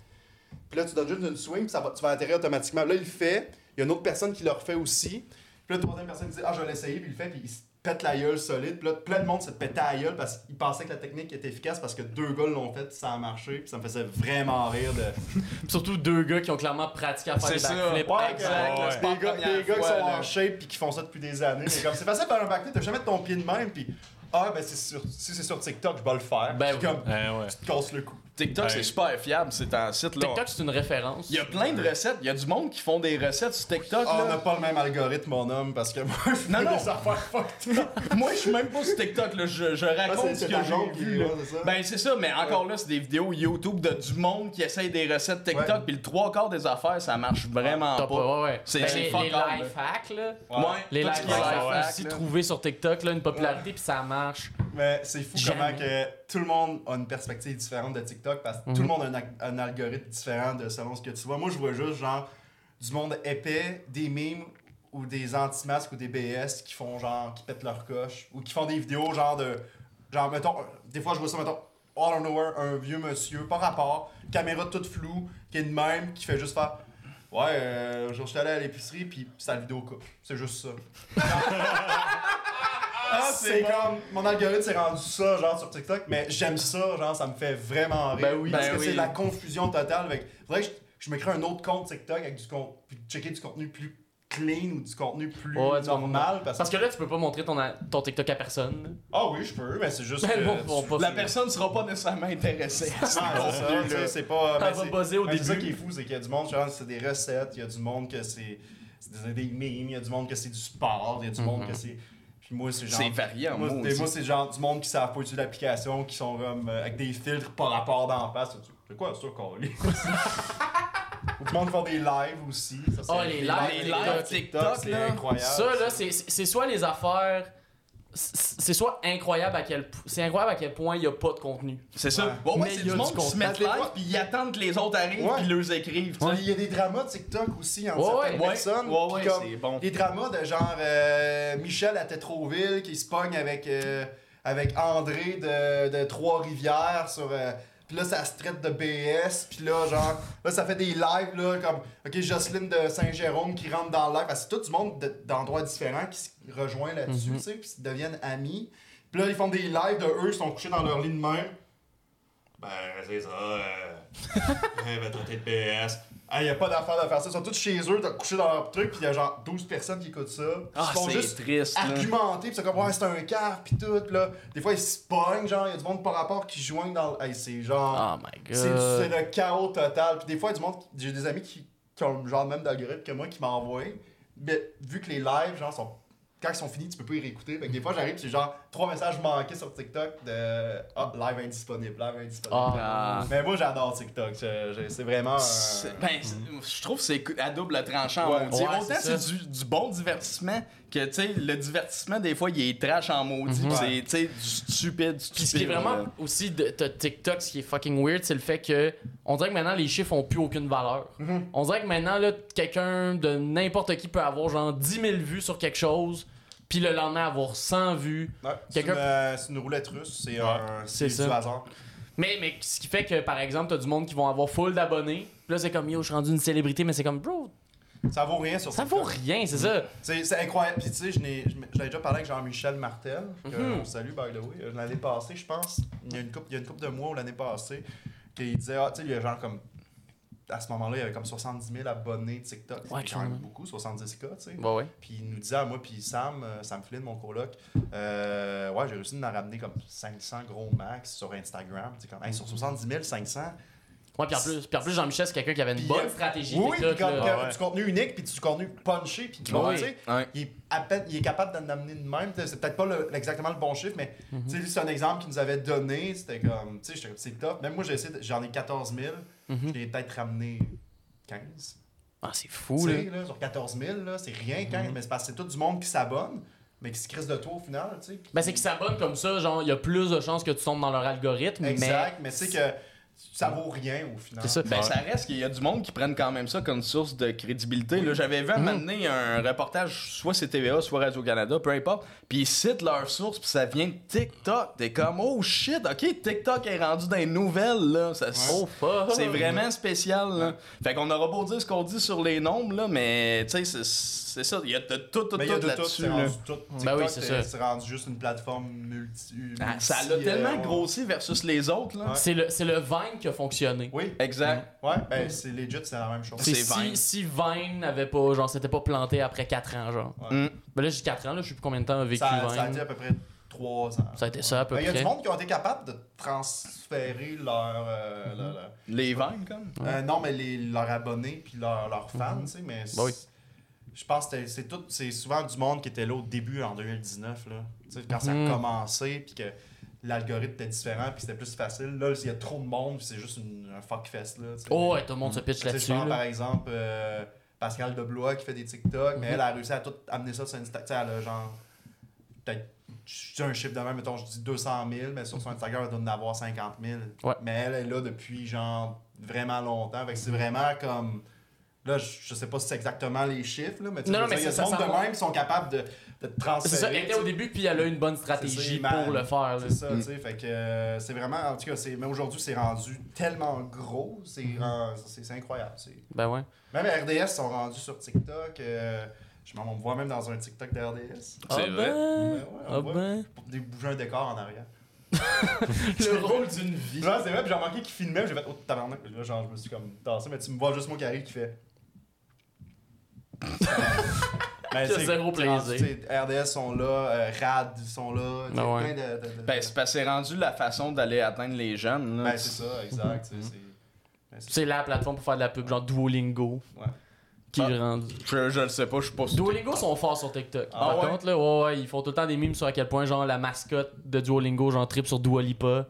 Puis là tu donnes juste une swing, puis ça va, tu vas atterrir automatiquement. Là il le fait, il y a une autre personne qui le refait aussi. Puis là, la troisième personne dit Ah, je vais l'essayer, puis il le fait, puis il se pète la gueule solide. Puis là, plein de monde se pétait la gueule parce qu'il pensait que la technique était efficace parce que deux gars l'ont fait, puis ça a marché, puis ça me faisait vraiment rire de.
surtout deux gars qui ont clairement pratiqué à faire
C'est
des
ça.
backflips.
Ouais,
exact.
ouais.
là, c'est pas
Des gars,
la première
des gars qui
fois,
sont
là.
en shape, puis qui font ça depuis des années. Mais comme c'est facile de faire un backflip, t'as jamais ton pied de même, puis Ah, ben c'est sur, si c'est sur TikTok, je vais le faire.
Ben
Puis comme,
Eh ouais.
tu te casses le cou.
TikTok,
Ben.
c'est super fiable, c'est un site là.
TikTok, c'est une référence.
Il y a plein de recettes. Il y a du monde qui font des recettes sur TikTok.
Ah, on
là.
n'a pas le même algorithme, mon homme, parce que moi, je
Non,
fais
non.
des affaires fucked up.
(laughs) Moi, je suis même pas sur TikTok. Là. Je, je
Ah,
raconte
c'est-
ce
c'est
que
ta blonde
j'ai
qui
vu.
dit,
là.
ouais, c'est ça.
Ben, c'est ça, mais encore là, c'est des vidéos YouTube de du monde qui essaye des recettes TikTok.
Ouais.
Puis le trois quarts des affaires, ça marche vraiment
T'as
pas.
pas, ouais, ouais.
C'est-
Ben,
c'est
les,
fuck
les
all,
life hacks, là.
Ouais,
Les
tout
life
ce qui est
hacks,
life
ont
hack,
aussi
là.
trouvé sur TikTok, là, une popularité, puis ça marche.
Mais c'est fou comment
Jamais.
que tout le monde a une perspective différente de TikTok parce que
Mhm.
tout le monde a un, ac- un algorithme différent de selon ce que tu vois. Moi, je vois juste genre du monde épais, des mimes ou des anti-masques ou des BS qui font genre qui pètent leur coche ou qui font des vidéos genre de genre mettons euh, des fois je vois ça mettons all on nowhere un vieux monsieur par rapport caméra toute floue qui est de même qui fait juste faire ouais euh, aujourd'hui, je suis allé à l'épicerie puis sa vidéo coupe c'est juste ça Ah, c'est comme mon algorithme s'est rendu ça genre sur TikTok mais j'aime ça genre ça me fait vraiment rire
Ben oui,
parce
ben
que c'est
oui.
la confusion totale avec faudrait que je, je me crée un autre compte TikTok avec du contenu checker du contenu plus clean ou du contenu plus
Ouais, du
normal parce que
Parce que là, tu peux pas montrer ton, a- ton TikTok à personne. là.
ah oui je peux mais c'est juste
Ben,
que
bon, bon, pas
La
sûr.
personne sera pas nécessairement intéressée. à ce
Ah, (laughs) c'est ça,
contenu-là.
tu sais, c'est pas.
Ça
mais
va
c'est-
buzzer au
mais C'est ça
début.
qui est fou, c'est qu'il y a du monde, genre, c'est des recettes, il y a du monde que c'est c'est des, des mimes, il y a du monde que c'est du sport, il y a du monde que c'est. Puis moi, Mm-hmm. c'est genre.
C'est varié en
Moi,
mots
c'est-
aussi.
moi, c'est genre du monde qui savent pas utiliser l'application, qui sont comme euh, avec des filtres par rapport d'en face. Tu- C'est quoi ça, qu'on (laughs) lit Ou du monde qui font des lives aussi. ça, c'est-
Oh, les lives,
les
TikTok,
lives TikTok,
c'est
là.
incroyable.
Ça, là, ah, c'est- c'est c'est soit les affaires. C'est c'est soit incroyable à quel, p- c'est incroyable à quel point il n'y a pas de contenu.
C'est ça.
Ouais.
Bon, ouais,
Mais
c'est
il y a
du
du
monde qui se
contenu.
met
Parce que des
live
fois-
puis ils attendent que les autres arrivent
Ouais.
puis leur écrivent. tu sais.
Il y a des dramas TikTok aussi entre
Ouais,
certaines
ouais.
personnes.
Ouais,
puis
ouais,
comme
c'est bon.
Des dramas de genre euh, Michel à Tétroville qui se pogne avec, euh, avec André de, de Trois-Rivières sur. euh, puis là, ça se traite de BS. Puis là, genre, là, ça fait des lives, là, comme, OK, Jocelyne de Saint-Jérôme qui rentre dans le live. Parce que c'est tout du monde de- d'endroits différents qui se rejoint là-dessus, tu sais, puis ils deviennent amis. Puis là, ils font des lives de eux, ils sont couchés dans leur lit de même.
Ben, c'est ça. Euh...
Eh,
Elle
ben,
va traiter de PS.
Ah, y a pas d'affaire de faire ça. Ils sont tous chez eux, couchés dans leur truc, pis y a genre 12 personnes qui écoutent ça. Ils
Ah,
se font
c'est
juste
triste, là.
argumenter, pis c'est comme, ouais, c'est un car, pis tout, là. Des fois, ils se pognent, genre, y a du monde par rapport qui se joignent dans. le- Hey, c'est genre.
Ah,
Oh my god.
c'est c'est le chaos total. Pis des fois, y a du monde. qui- J'ai des amis qui, qui ont le genre même d'algorithme que moi qui m'envoient. Mais vu que les lives, genre, sont. Quand ils sont finis, tu peux pas les réécouter. Fait que des fois, j'arrive, pis j'ai genre trois messages manqués sur TikTok de. Ah, live indisponible, live indisponible.
Ah.
Mais moi, j'adore TikTok. je- je- C'est vraiment. un-
C'est- Ben, c'est- je trouve que c'est à double tranchant.
Ouais.
en maudit.
Euh, hmm. Ouais,
Autant
c'est ça.
c'est du, du bon divertissement que, tu sais, le divertissement, des fois, il est trash en
Mhm.
maudit. pis C'est, tu sais, du stupide, du
Puis ce qui est
stupide, là.
vraiment aussi de, de TikTok, ce qui est fucking weird, c'est le fait que on dirait que maintenant les chiffres ont plus aucune valeur.
Mm-hmm.
On dirait que maintenant là, quelqu'un de n'importe qui peut avoir genre 10 000 vues sur quelque chose, puis le lendemain avoir 100 vues.
Ouais, c'est
ben, Quelqu'un-
une, euh, c'est une roulette russe, c'est un
c'est
c'est
ça.
du hasard.
Mais, mais ce qui fait que par exemple, t'as du monde qui vont avoir full d'abonnés. Puis là, c'est comme yo, je suis rendu une célébrité, mais c'est comme bro,
Ça vaut rien sur
ça
TikTok.
vaut rien, c'est ça.
C'est c'est incroyable. Puis tu sais, je n'ai- je m'ai- j'avais déjà parlé avec Jean-Michel Martel, que
Mhm.
on salue by the way, euh, l'année passée, je pense. Il y a une couple, il y a une couple de mois ou l'année passée, qu'il disait, ah, tu sais, il y a genre comme. À ce moment-là, il y avait comme 70 000 abonnés TikTok.
Ouais,
C'est quand même
clairement.
beaucoup, 70K, tu sais.
Bah ouais.
Puis il nous disait à moi, puis Sam, euh, Sam Flynn, mon coloc, euh, ouais, j'ai réussi de m'en ramener comme 500 gros max sur Instagram. Tu sais, comme, hey, sur 70 000, 500.
Ouais, puis en plus, puis en plus Jean-Michel, c'est quelqu'un qui avait une
Puis,
bonne
euh,
stratégie.
Oui,
TikTok,
puis comme
là. Ah
que-
ouais.
du contenu unique, puis du contenu punché, puis du
Ouais.
contenu, tu sais,
Ouais.
il est, à peine- il est capable d'en amener de même. C'est peut-être pas le- exactement le bon chiffre, mais tu sais, lui, c'est un exemple qu'il nous avait donné. C'était comme, tu sais, j'étais comme, c'est top. Même moi, j'ai essayé, de- j'en ai 14 000, je l'ai peut-être ramené 15.
Ah, c'est
Tu
fou, là.
sais, là, sur 14 000, là, c'est rien 15, mais c'est parce que c'est tout du monde qui s'abonne, mais qui se crisse de toi au final, tu sais. puis-
Ben, c'est qu'ils s'abonnent comme ça, genre, il y a plus de chances que tu tombes dans leur algorithme.
Exact, mais, tu sais que ça vaut rien au final.
Mais... C'est ça.
Ben, ça reste qu'il y a du monde qui prennent quand même ça comme source de crédibilité. Là, j'avais vu à un
Mhm.
moment donné un reportage, soit c'est TVA, soit Radio-Canada, peu importe, puis ils citent leur source, puis ça vient de TikTok. T'es comme, oh shit, ok, TikTok est rendu dans les nouvelles, là. Ça,
Oh, fuck.
C'est vraiment spécial, là. Fait qu'on aura beau dire ce qu'on dit sur les nombres, là, mais, tu sais, c'est- c'est ça, il y a de tout, tout,
Mais il y a
tout
de tout,
là-dessus,
c'est
là.
rendu tout.
Ben oui,
TikTok,
c'est ça.
c'est- c'est rendu juste une plateforme multi.
Ah, Ça
multi,
l'a tellement
euh, ouais.
grossi versus les autres, là.
Ouais.
C'est le, c'est le Vine qui a fonctionné.
Oui,
Exact.
ouais, ben c'est legit, c'est la même chose.
C'est
C'est Vine.
si, si Vine avait pas, genre, s'était pas planté après 4 ans, genre.
Ouais.
Mm.
Ben là, j'ai 4 ans, là, je sais plus combien de temps a vécu
Ça, ça a
Vine.
été à peu près trois ans.
Ça a été ça à peu
Ben, Il y a
près.
du monde qui ont été capables de transférer leur, euh,
Mm-hmm.
leur- leur-
Les ventes, comme.
euh, non, mais les, leurs abonnés puis leurs leurs fans, tu sais, mais c-
Ben oui.
je pense que c'était- c'est tout, c'est souvent du monde qui était là au début en 2019, là. Tu sais, quand ça
Mhm.
a commencé puis que l'algorithme était différent puis c'était plus facile. Là, il y a trop de monde puis c'est juste une- un fuckfest, là. tu sais.
Oh, ouais, tout le monde se pitch
Tu sais, je
là-dessus.
prends
là.
par exemple euh, Pascal Deblois qui fait des TikTok, mais elle a réussi à tout amener ça sur Instagram. Tu sais, elle a genre. Peut-être. Je dis un chiffre de même, mettons, je dis 200 000, mais sur son Instagram, elle doit en avoir 50 000.
Ouais.
Mais elle est là depuis genre vraiment longtemps. Fait que c'est vraiment comme. Là, je, je sais pas si c'est exactement les chiffres, là, mais tu sais,
Non, non,
je veux
mais
dire, il y a
ça-
ce monde
ça
de
s'en va.
même qui sont capables de, de te transférer.
C'est ça, elle était au début, puis elle a eu une bonne stratégie
C'est ça,
pour le faire. là.
C'est ça, tu sais. Fait que euh, c'est vraiment. En tout cas, c'est- mais aujourd'hui, c'est rendu tellement gros. C'est
Mm-hmm.
ren- c'est- c'est incroyable. c'est-
Ben ouais.
même RDS sont rendus sur TikTok. euh, je m'en- on me vois même dans un TikTok de RDS.
C'est
Ah
vrai.
Ouais,
ben,
ouais, on
ah
voit
ben.
pour dé- bouger un décor en arrière.
(laughs) Le rôle d'une vie.
Là, c'est vrai, puis j'ai remarqué qu'il filmait, puis j'ai fait oh tabarnak. Là, genre, je me suis comme tassé, mais tu me vois juste moi qui arrive
(laughs)
qui fait.
Il
Mais
y a zéro plaisir.
Ben, tu sais, RDS sont là, euh, RAD sont là, tu sais,
Ah ouais.
plein de. de- de-
Ben, c'est parce que c'est rendu la façon d'aller atteindre les jeunes. là.
Ben, c'est ça, exact. tu sais, c'est- ben, c'est-
Mhm. C'est la plateforme pour faire de la pub, genre Duolingo.
Ouais.
Qui
Ah.
est rendu.
je, je le sais pas, je suis pas sûr.
Duolingo sont forts sur TikTok.
Ah
Par
ouais?
contre, là, ouais, ouais, ils font tout le temps des mimes sur à quel point, genre, la mascotte de Duolingo, genre, trip sur Duolipa.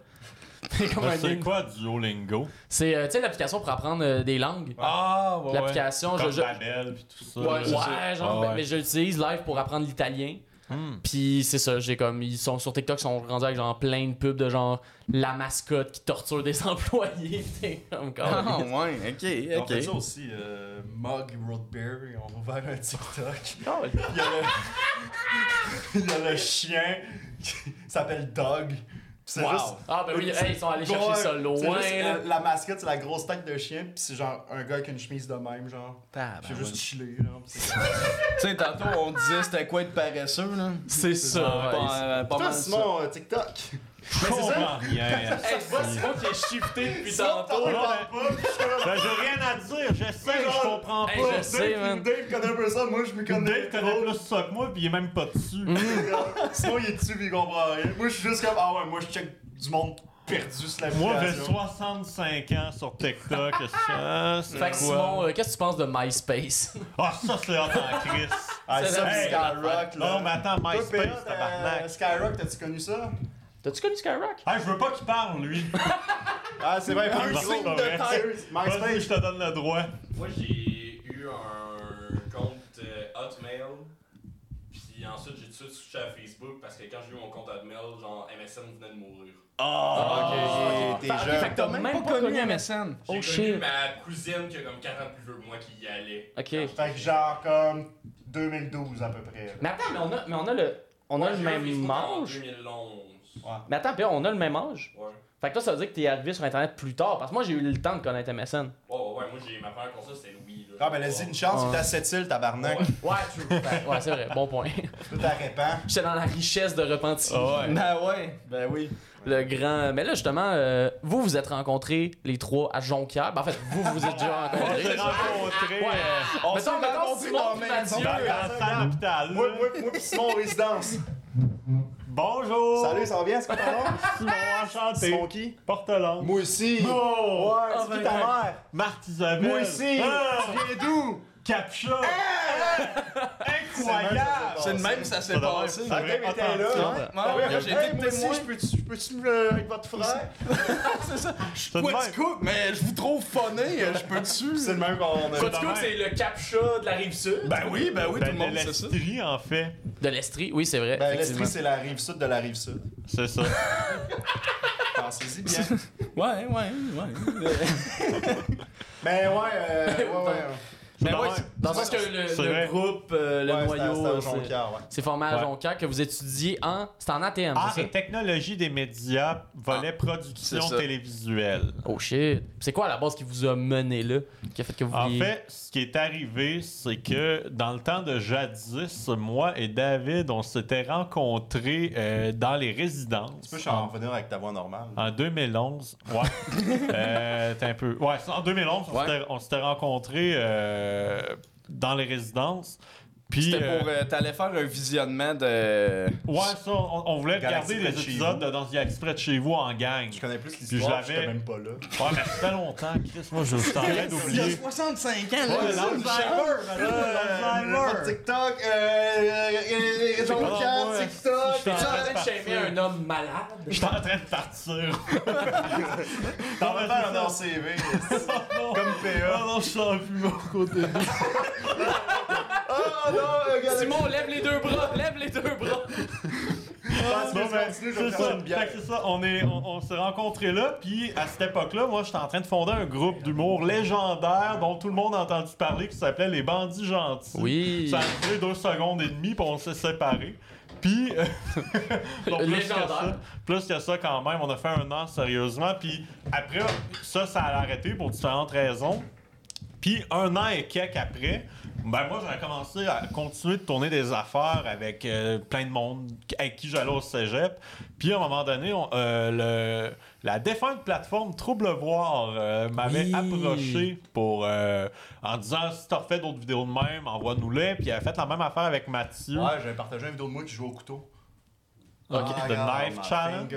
(laughs) C'est comme un
C'est
meme.
quoi Duolingo?
C'est, euh, tu sais, l'application pour apprendre euh, des langues.
Ah, ouais.
l'application, je,
Comme
je-
Babel pis tout ça.
Ouais,
là.
ouais, genre,
Ah
ben,
ouais.
mais je l'utilise live pour apprendre l'italien.
Hmm.
Puis c'est ça, j'ai comme ils sont sur TikTok, ils sont rendus avec genre plein de pubs de genre la mascotte qui torture des (laughs) employés. T'es comme
Ah,
quand
ouais, ok,
On fait
ok.
ça aussi, euh, Mug Road Beer, et on va ouvert un TikTok.
Ah ouais.
Il y a le, (laughs) il y a le chien qui s'appelle Dog. Puis C'est juste.
Ah ben oui, hey, ils sont allés chercher
Ouais,
ça
c'est
loin.
juste,
là.
euh, la mascotte, c'est la grosse tête de chien, puis c'est genre un gars avec une chemise de même, genre.
Ah,
Puis
ben
c'est juste chillé, genre. puis c'est-
Tu sais, tantôt, on disait c'était quoi être paresseux, là.
C'est ça. ouais.
Pas, euh, pas
Toi,
mal ça.
Simon, euh, TikTok.
Je
(laughs)
comprends rien.
Hey, tu vois, Simon qui est shifté depuis
Simon,
tantôt.
t'en
là,
parles pas, puis je suis comme,
Ben, j'ai rien à dire, je sais,
genre-
je comprends pas.
(laughs) Hey, je sais, man.
Dave connaît un peu ça, moi je me connais.
Dave connaît plus ça que moi, pis il est même pas dessus.
Mm-hmm.
(laughs) Simon, il est dessus, puis il comprend rien. Moi, je suis juste comme, ah ouais, moi, je check du monde perdu sur la
Moi, j'ai
application.
65 ans sur TikTok. Ah,
Fait
c'est
que
quoi?
Simon, euh, qu'est-ce que tu penses de MySpace
Ah, ça, c'est hot en Chris.
Ah,
c'est
ça,
la-
puis
Hey,
Skyrock, là.
Non, mais attends,
Toi, euh, Péa,
MySpace,
t'as-
tabarnak.
Skyrock, t'as-tu connu ça?
(laughs) T'as-tu connu Skyrock
Ah, je veux pas qu'il parle, lui.
Ah, c'est vrai,
Un signe de
tête.
Vas-y,
MySpace.
je te donne le droit.
Moi, j'ai eu un compte euh, Hotmail. Puis ensuite, j'ai tout de suite switché à Facebook parce que quand j'ai eu mon compte Hotmail, genre MSN venait de mourir.
Ah, ok, t'es
Fait
jeune.
que t'as même, pas connu MSN.
J'ai
Oh,
connu
shit.
ma cousine qui a comme 40 plus vieux que moi qui y allait.
Ok.
Fait que genre comme 2012 à peu près.
Mais attends, mais on a, mais on a le, on a
Moi,
le
j'ai eu Facebook
même
en
âge.
2011.
Mais attends, puis on a le même âge.
Ouais.
Fait que toi, ça veut dire que t'es arrivé sur Internet plus tard, parce que moi j'ai eu le temps de connaître MSN.
Ouais, ouais, ouais, moi, j'ai ma première console, c'était Louis. Là.
Ah, mais laisse-y une chance,
Ah.
t'as 7 îles, tabarnak.
Ouais.
Ouais, true. (laughs) Fait- ouais, c'est vrai, bon point. Oh.
Tout à répand.
(laughs) J'étais dans la richesse de Repentigny.
Ben ouais, ben oui.
Le grand. Mais là, justement, euh, vous vous êtes rencontrés les trois à Jonquière. Ben, en fait, vous vous êtes déjà
On
rencontrés.
(laughs) s'est rencontrés
Ouais.
euh,
On
mettons,
s'est
mettons
rencontrés
Simon
dans
puis
la
Mathieu.
maison.
dans la salle d'hôpital.
Moi, moi, moi, pis Simon résidence.
Bonjour.
Salut, ça va bien, c'est quoi ton nom?
Simon, enchanté.
Simon qui?
Porte-langue.
Moi aussi.
Oh!
Ouais,
Ah,
c'est qui
ben,
ta
ouais.
mère?
Marthe Isabelle.
Moi aussi.
Ah!
Tu viens d'où?
Captcha.
Incroyable.
Ah, C'est le même que ça s'est
C'est de même.
passé.
Ça-
Ah, Dave était là.
Ouais,
hein? Ah ouais,
ouais,
j'ai
j'ai été
moi aussi,
témoin.
je peux-tu je peux-tu me- avec votre frère?
C'est ça. Je suis
C'est de
Quatch
même.
Cook, mais je vous trouve funné, je peux dessus.
C'est le même qu'on a.
Quatch Cook, c'est le captcha de la rive sud.
Ben oui, ben oui, tout le monde sait ça.
L'Estrie, en fait.
De l'Estrie, oui, c'est vrai.
Ben,
effectivement.
l'Estrie, c'est la rive sud de la rive sud.
C'est ça.
Pensez-y bien. (laughs)
Ouais, ouais, ouais.
Mais ouais, euh, ouais, ouais.
Mais
Dans
ouais,
un-
c'est- dans le sens que le,
C'est
le
vrai.
groupe, euh, le
Ouais, c'était-
noyau.
c'était au
euh, c'est-
Jonquière, ouais.
C'est formé à
Ouais.
Jonquière que vous étudiez en. C'est en ATM,
Art
c'est
et
ça?
Ah, technologie des médias, volet
Ah,
c'est
production
ça.
télévisuelle.
Oh shit. C'est quoi à la base qui vous a mené là? Qui a fait que vous
En
vouliez-
fait, ce qui est arrivé, c'est que dans le temps de jadis, moi et David, on s'était rencontrés euh, dans les résidences.
Tu peux en revenir avec ta voix normale.
En 2011, ouais.
(laughs)
Euh, t'es un peu. Ouais, c'est en 2011, on
Ouais.
s'était- on s'était rencontrés euh, dans les résidences. Puis,
C'était
euh,
pour. euh, T'allais faire un visionnement de.
Ouais, ça, on, on voulait
Galaxy
regarder les
près de chez
épisodes
vous.
de Dans Galaxy près de chez vous en gang.
Je connais plus
je
l'histoire,
l'avais-
j'étais même pas là.
Ouais, mais ça fait longtemps, Chris. Moi, je suis en
(laughs)
train d'oublier.
65 ans,
Ouais,
Alzheimer, madame! TikTok, euh.
Jean-Pierre, TikTok,
TikTok,
Jean-
train de shamer un homme malade.
Je suis en train de
(laughs)
partir.
T'en vas faire un
Non,
nom CV. Comme PA.
non, je sens plus mon côté. Ah,
Oh non, regarde.
Simon, lève les deux bras, lève les deux bras.
Parce que
Non,
je
mais
continue, je
ben, c'est
vais me
ça.
faire une bière.
Fait que c'est ça, on est- on- on s'est rencontrés là, puis à cette époque-là, moi, j'étais en train de fonder un groupe d'humour légendaire dont tout le monde a entendu parler, qui s'appelait Les Bandits Gentils.
Oui.
Ça a duré deux secondes et demie, puis on s'est séparés. Puis, euh, (laughs) donc, plus que,
Légendaire.
ça, plus que ça, quand même, on a fait un an sérieusement. Puis après, ça, ça a arrêté pour différentes raisons. Puis un an et quelques après, ben moi j'avais commencé à continuer de tourner des affaires avec euh, plein de monde avec qui j'allais au cégep. Puis à un moment donné, on- euh, le- la défunte plateforme Troublevoir euh, m'avait
Oui.
approché pour euh, en disant si t'as refait d'autres vidéos de même, envoie-nous-les. Puis elle a fait la même affaire avec Mathieu.
Ouais, j'avais partagé une vidéo de moi qui joue au couteau. Ah,
Ok. The Knife Challenge.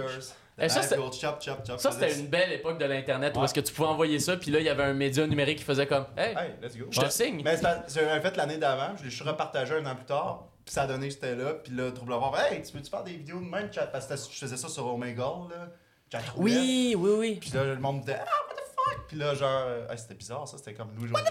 Eh, ça, c'est-
chop, chop, chop.
Ça, c'était une belle époque de l'Internet où
Ouais.
est-ce que tu pouvais envoyer ça, puis là, il y avait un média numérique qui faisait comme Hey,
Hey, let's go.
je te signe.
Mais c'est parce- j'avais fait l'année d'avant, je l'ai repartagé un an plus tard, puis ça a donné que j'étais là, puis là, trouble voir, hey, tu peux-tu faire des vidéos de même, chat? Parce que c'était- je faisais ça sur Omegle, là. Chat roulette.
Oui, oui, oui.
Puis là, le monde me disait, ah, what the fuck? Puis là, genre, euh, hey, c'était bizarre, ça, c'était comme Louis What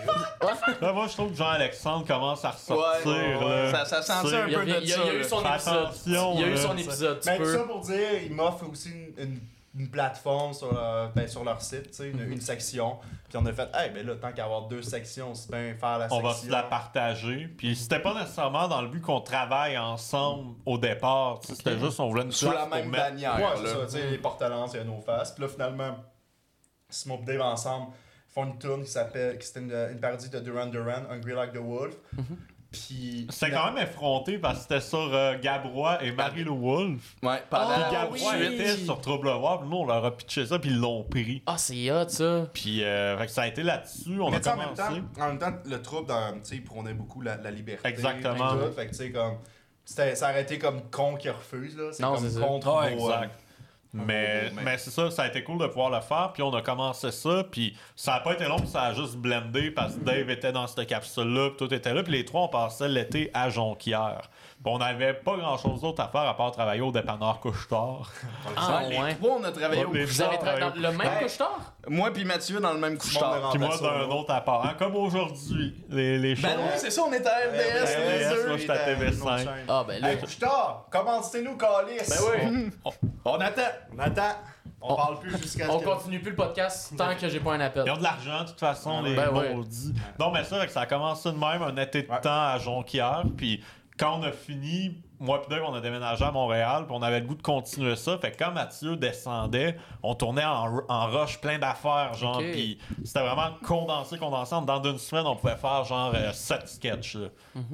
Là, moi je trouve que Jean-Alexandre commence à ressortir.
Ouais, ouais, ouais. Ça-
là.
ça sentit
C'est-
un
Il y a,
peu de
il y a- il y a eu son
Fais
épisode.
attention,
Il y a eu
là.
son épisode, tu
Mais tout
peux.
ça pour dire, ils m'offrent aussi une, une- une plateforme sur, leur- ben, sur leur site, tu sais,
Mm-hmm.
une, une section. Puis on a fait, hey, ben là, tant qu'à avoir deux sections, c'est bien faire la
on va se
section.
la partager. Puis c'était pas nécessairement dans le but qu'on travaille ensemble au départ. tu sais, C'était juste on voulait une
Sous
place
la
pour
même
mettre-
bannière.
Ouais,
là.
c'est ça, tu sais, les porte-lances, il y a nos faces. Puis là, finalement, Simon et Dave ensemble font une tune qui s'appelle, qui c'était une, une parodie de Duran Duran, Hungry Like the Wolf.
Mm-hmm.
Puis.
C'était quand même effronté parce que c'était sur euh, Gabrois et Marie-Lou Wolf.
Ouais, pendant
Puis
la
Gabrois
poursuite.
était sur Troublevoir, puis nous on leur a pitché ça, puis ils l'ont pris.
Ah, c'est hot, ça.
Puis euh, fait que ça a été là-dessus, on
Mais
a
tu sais, en
commencé.
même, temps, en même temps, le trouble, dans- tu sais, il prônait beaucoup la, la liberté.
Exactement.
et tout. Fait que, tu sais, comme. C'était, ça aurait été comme con qui refuse, là. C'est
Non,
comme
c'est ça. Ah,
contre
Ouais,
nos, euh,
exact. Mais,
mais-
mais c'est ça, ça a été cool de pouvoir le faire. Puis on a commencé ça, puis ça a pas été long, puis ça a juste blendé parce que Dave était dans cette capsule-là, puis tout était là. Puis les trois, on passait l'été à Jonquière. Puis on n'avait pas grand-chose d'autre à faire à part travailler au dépanneur Couche-Tard.
Ah,
Ouais, les
ouais.
trois, on a travaillé
Ouais,
au
les
couche
Vous avez travaillé
Ouais.
dans le même couche-tard?
Moi puis Mathieu dans le même couche
Simon
tard.
Laurent
Puis moi,
Bassolo.
d'un autre apparent, comme aujourd'hui. Les, les
Ben
choses-
oui, c'est ça, on était à RDS,
RDS,
les deux.
moi, j'étais à TV5.
Ah, ben là.
Hey, Couchetard, commanditez-nous, Calis!
(laughs) Ben oui. On attend.
On attend! On,
On-
parle plus jusqu'à
On
ce que-
continue plus le podcast tant que j'ai pas un
Ils
appel.
ont de l'argent, de toute façon, les
Ben ouais.
maudits. Non, mais ça, fait que ça a commencé de même, un été de
Ouais.
temps à Jonquière. Puis quand on a fini, moi pis Dave, on a déménagé à Montréal. Puis on avait le goût de continuer ça. Fait que quand Mathieu descendait, on tournait en, en rush plein d'affaires, genre.
Ok.
Puis c'était vraiment condensé, condensé. Dans une semaine, on pouvait faire genre 7 sketchs là,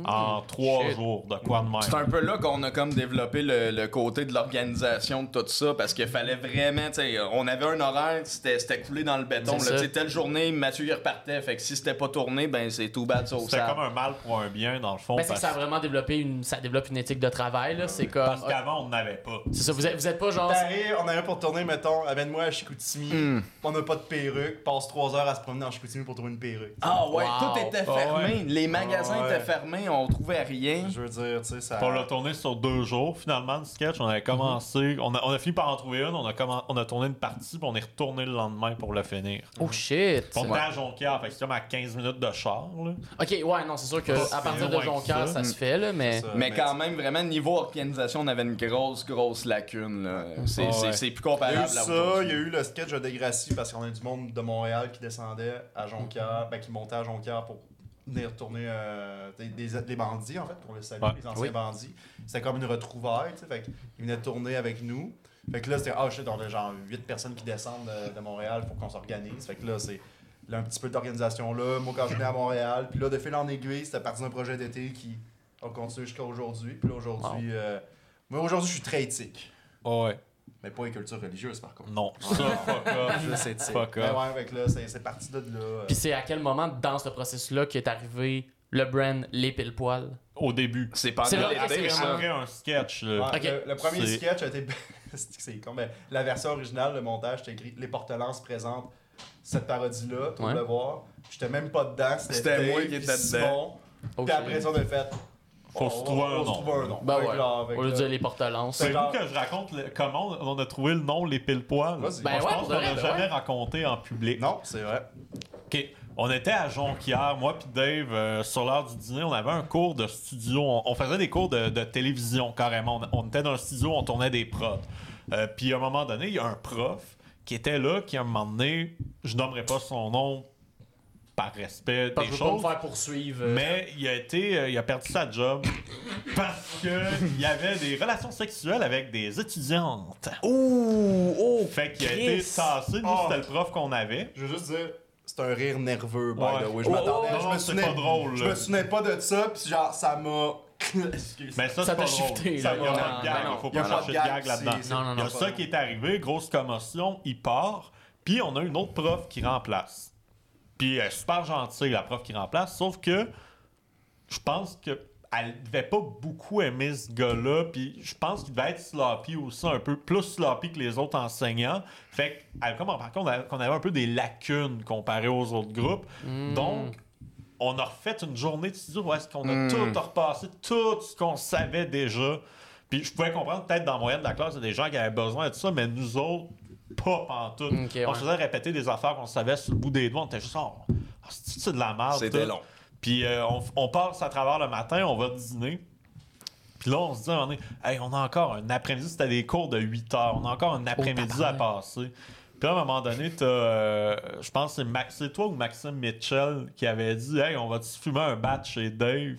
en 3
Hmm. Shit.
jours, de quoi de même.
C'est un peu là qu'on a comme développé le, le côté de l'organisation de tout ça parce qu'il fallait vraiment, tu sais, on avait un horaire, c'était c'était coulé dans le béton.
C'est
Là,
ça.
Tu sais, telle journée, Mathieu il repartait, fait que si c'était pas tourné, ben c'est tout bad sur
C'était
ça.
comme un mal pour un bien, dans le fond.
Ben, c'est que
parce
ça a vraiment développé une. Ça développe une éthique de travail, là. C'est comme. euh,
parce Ben, qu'avant, on n'avait pas.
C'est ça, vous êtes, vous êtes pas genre.
T'arrives, on avait pour tourner, mettons, amène-moi à Chicoutimi,
Hmm.
on n'a pas de perruque, passe 3 heures à se promener en Chicoutimi pour trouver une perruque.
Ah ouais,
Wow.
tout était
Ah
fermé,
ouais.
les magasins
Ah ouais.
étaient fermés, on trouvait rien.
Je veux dire, tu sais, ça... Mhm.
On l'a tourné sur deux jours, finalement, le sketch. On avait commencé, on, a, on a fini par en trouver une, on a, commen- on a tourné une partie, puis on est retourné le lendemain pour le finir.
Oh shit!
On était à Jonquière, fait que c'est comme à 15 minutes de char, là.
Ok, ouais, non, c'est sûr que
Pas
à partir
si
de
loin que
Jonquière,
ça.
ça se fait, là, mais.
ça,
Mais quand même, vraiment, niveau organisation, on avait une grosse, grosse lacune. là. C'est
Ah
c'est-
ouais.
c'est plus
Il y a eu
comparable. à
ça, il y a eu le sketch de Degrassi, parce qu'on a du monde de Montréal qui descendait à Jonquière, ben, qui montait à Jonquière pour venir tourner euh, des, des- des bandits, en fait, pour le salut,
Ouais.
les anciens
Oui.
bandits. C'était comme une retrouvaille, tu sais, fait qu'ils venaient tourner avec nous. Fait que là, c'était, ah shit, on a genre 8 personnes qui descendent de, de Montréal, faut qu'on s'organise. Fait que là, c'est là, un petit peu d'organisation là. Moi, quand je venais à Montréal, puis là, de fil en aiguille, c'était parti d'un projet d'été qui a continué jusqu'à aujourd'hui. Puis là, aujourd'hui, euh, moi, aujourd'hui, je suis très éthique.
ouais.
Mais pas les cultures religieuses, par contre.
Non, ça, fuck off.
Là, c'est tiré.
Fuck off.
Mais ouais, fait que là, c'est c'est parti de là.
Puis c'est à quel moment dans ce processus-là qu'est arrivé le brand Les Pile Poil?
au début.
C'est pas
C'est
en
vrai, c'est
réalité, ça.
vraiment-
Après un sketch, là.
Ouais,
Ok.
le, le premier
C'est-
sketch a été. (laughs) c'est c'est con, mais la version originale, le montage, c'était écrit Les Portelances présentent cette parodie-là, tu
Ouais.
peux le voir. J'étais même pas dedans,
C'était
c'était
moi
Dave,
qui
puis
étais
Simon.
Oh, shit.
Puis après, on a fait. Oh,
Faut se trouver un nom.
trouver un nom.
Ben
Fait que
ouais.
là, avec
Au lieu de
le-
dire les porte-lances.
C'est
genre-
vous que je raconte le- comment on a trouvé le nom, les pile-poils. Moi,
Vas-y.
Ben ouais,
je pense
pour
qu'on
vrai,
l'a
ben
jamais
ouais.
raconté en public. (laughs)
Non, c'est vrai.
OK. On était à Jonquière, moi puis Dave, euh, sur l'heure du dîner, on avait un cours de studio. On, on faisait des cours de, de télévision, carrément. On, on était dans un studio, on tournait des prods. Euh, puis à un moment donné, il y a un prof qui était là, qui à un moment donné, je nommerai pas son nom par respect
Parce
des
que Ben, je veux pas me
choses,
faire poursuivre. euh,
mais il a été, euh, il a perdu sa job (coughs) parce que il y avait des relations sexuelles avec des étudiantes.
Ouh, oh,
Fait qu'il a
Chris.
été tassé. Nous,
Oh.
Ah.
c'était le prof qu'on avait.
Je veux juste dire. C'est un rire nerveux, by
Ouais.
the way. Je
Oh,
m'attendais,
oh,
je
non,
me
c'est
souvenais-
pas drôle,
Je
là.
me souvenais pas de ça, puis genre, ça m'a. (laughs) Excuse.
Mais Ben,
Ça
ça, c'est pas
t'a
drôle.
shifté,
Ça,
là.
il y a
Non,
pas de gag,
ben non.
faut
Il y a
pas
pas de
chercher de
gag,
gag là-dedans.
c'est-
Non, non,
Il y
non.
a ça qui est arrivé, grosse commotion, il part, puis on a une autre prof qui remplace. Puis elle est super gentille, la prof qui remplace, sauf que je pense que elle devait pas beaucoup aimer ce gars-là, puis je pense qu'il devait être sloppy aussi, un peu plus sloppy que les autres enseignants. Fait qu'elle comme par contre qu'on avait un peu des lacunes comparé aux autres groupes.
Hmm.
Donc, on a refait une journée de studio où est-ce qu'on a
Hmm.
tout repassé, tout ce qu'on savait déjà. Puis je pouvais comprendre peut-être dans la moyenne de la classe, il y a des gens qui avaient besoin de ça, mais nous autres, pas pantoute.
Ok,
on
ouais.
se faisait répéter des affaires qu'on savait sur le bout des doigts. On était juste, oh, ah, c'est-tu de la merde.
C'était
tout?
long.
Puis euh, on, on passe à travers le matin, on va dîner. Puis là, on se dit, à un moment donné, Hey, on a encore un après-midi, c'était des cours de 8 heures, on a encore un après-midi à
tabarnak.
passer. Puis là, à un moment donné, t'as, euh, je pense que c'est Max- c'est toi ou Maxime Mitchell qui avait dit, hey, on va-tu fumer un batch chez Dave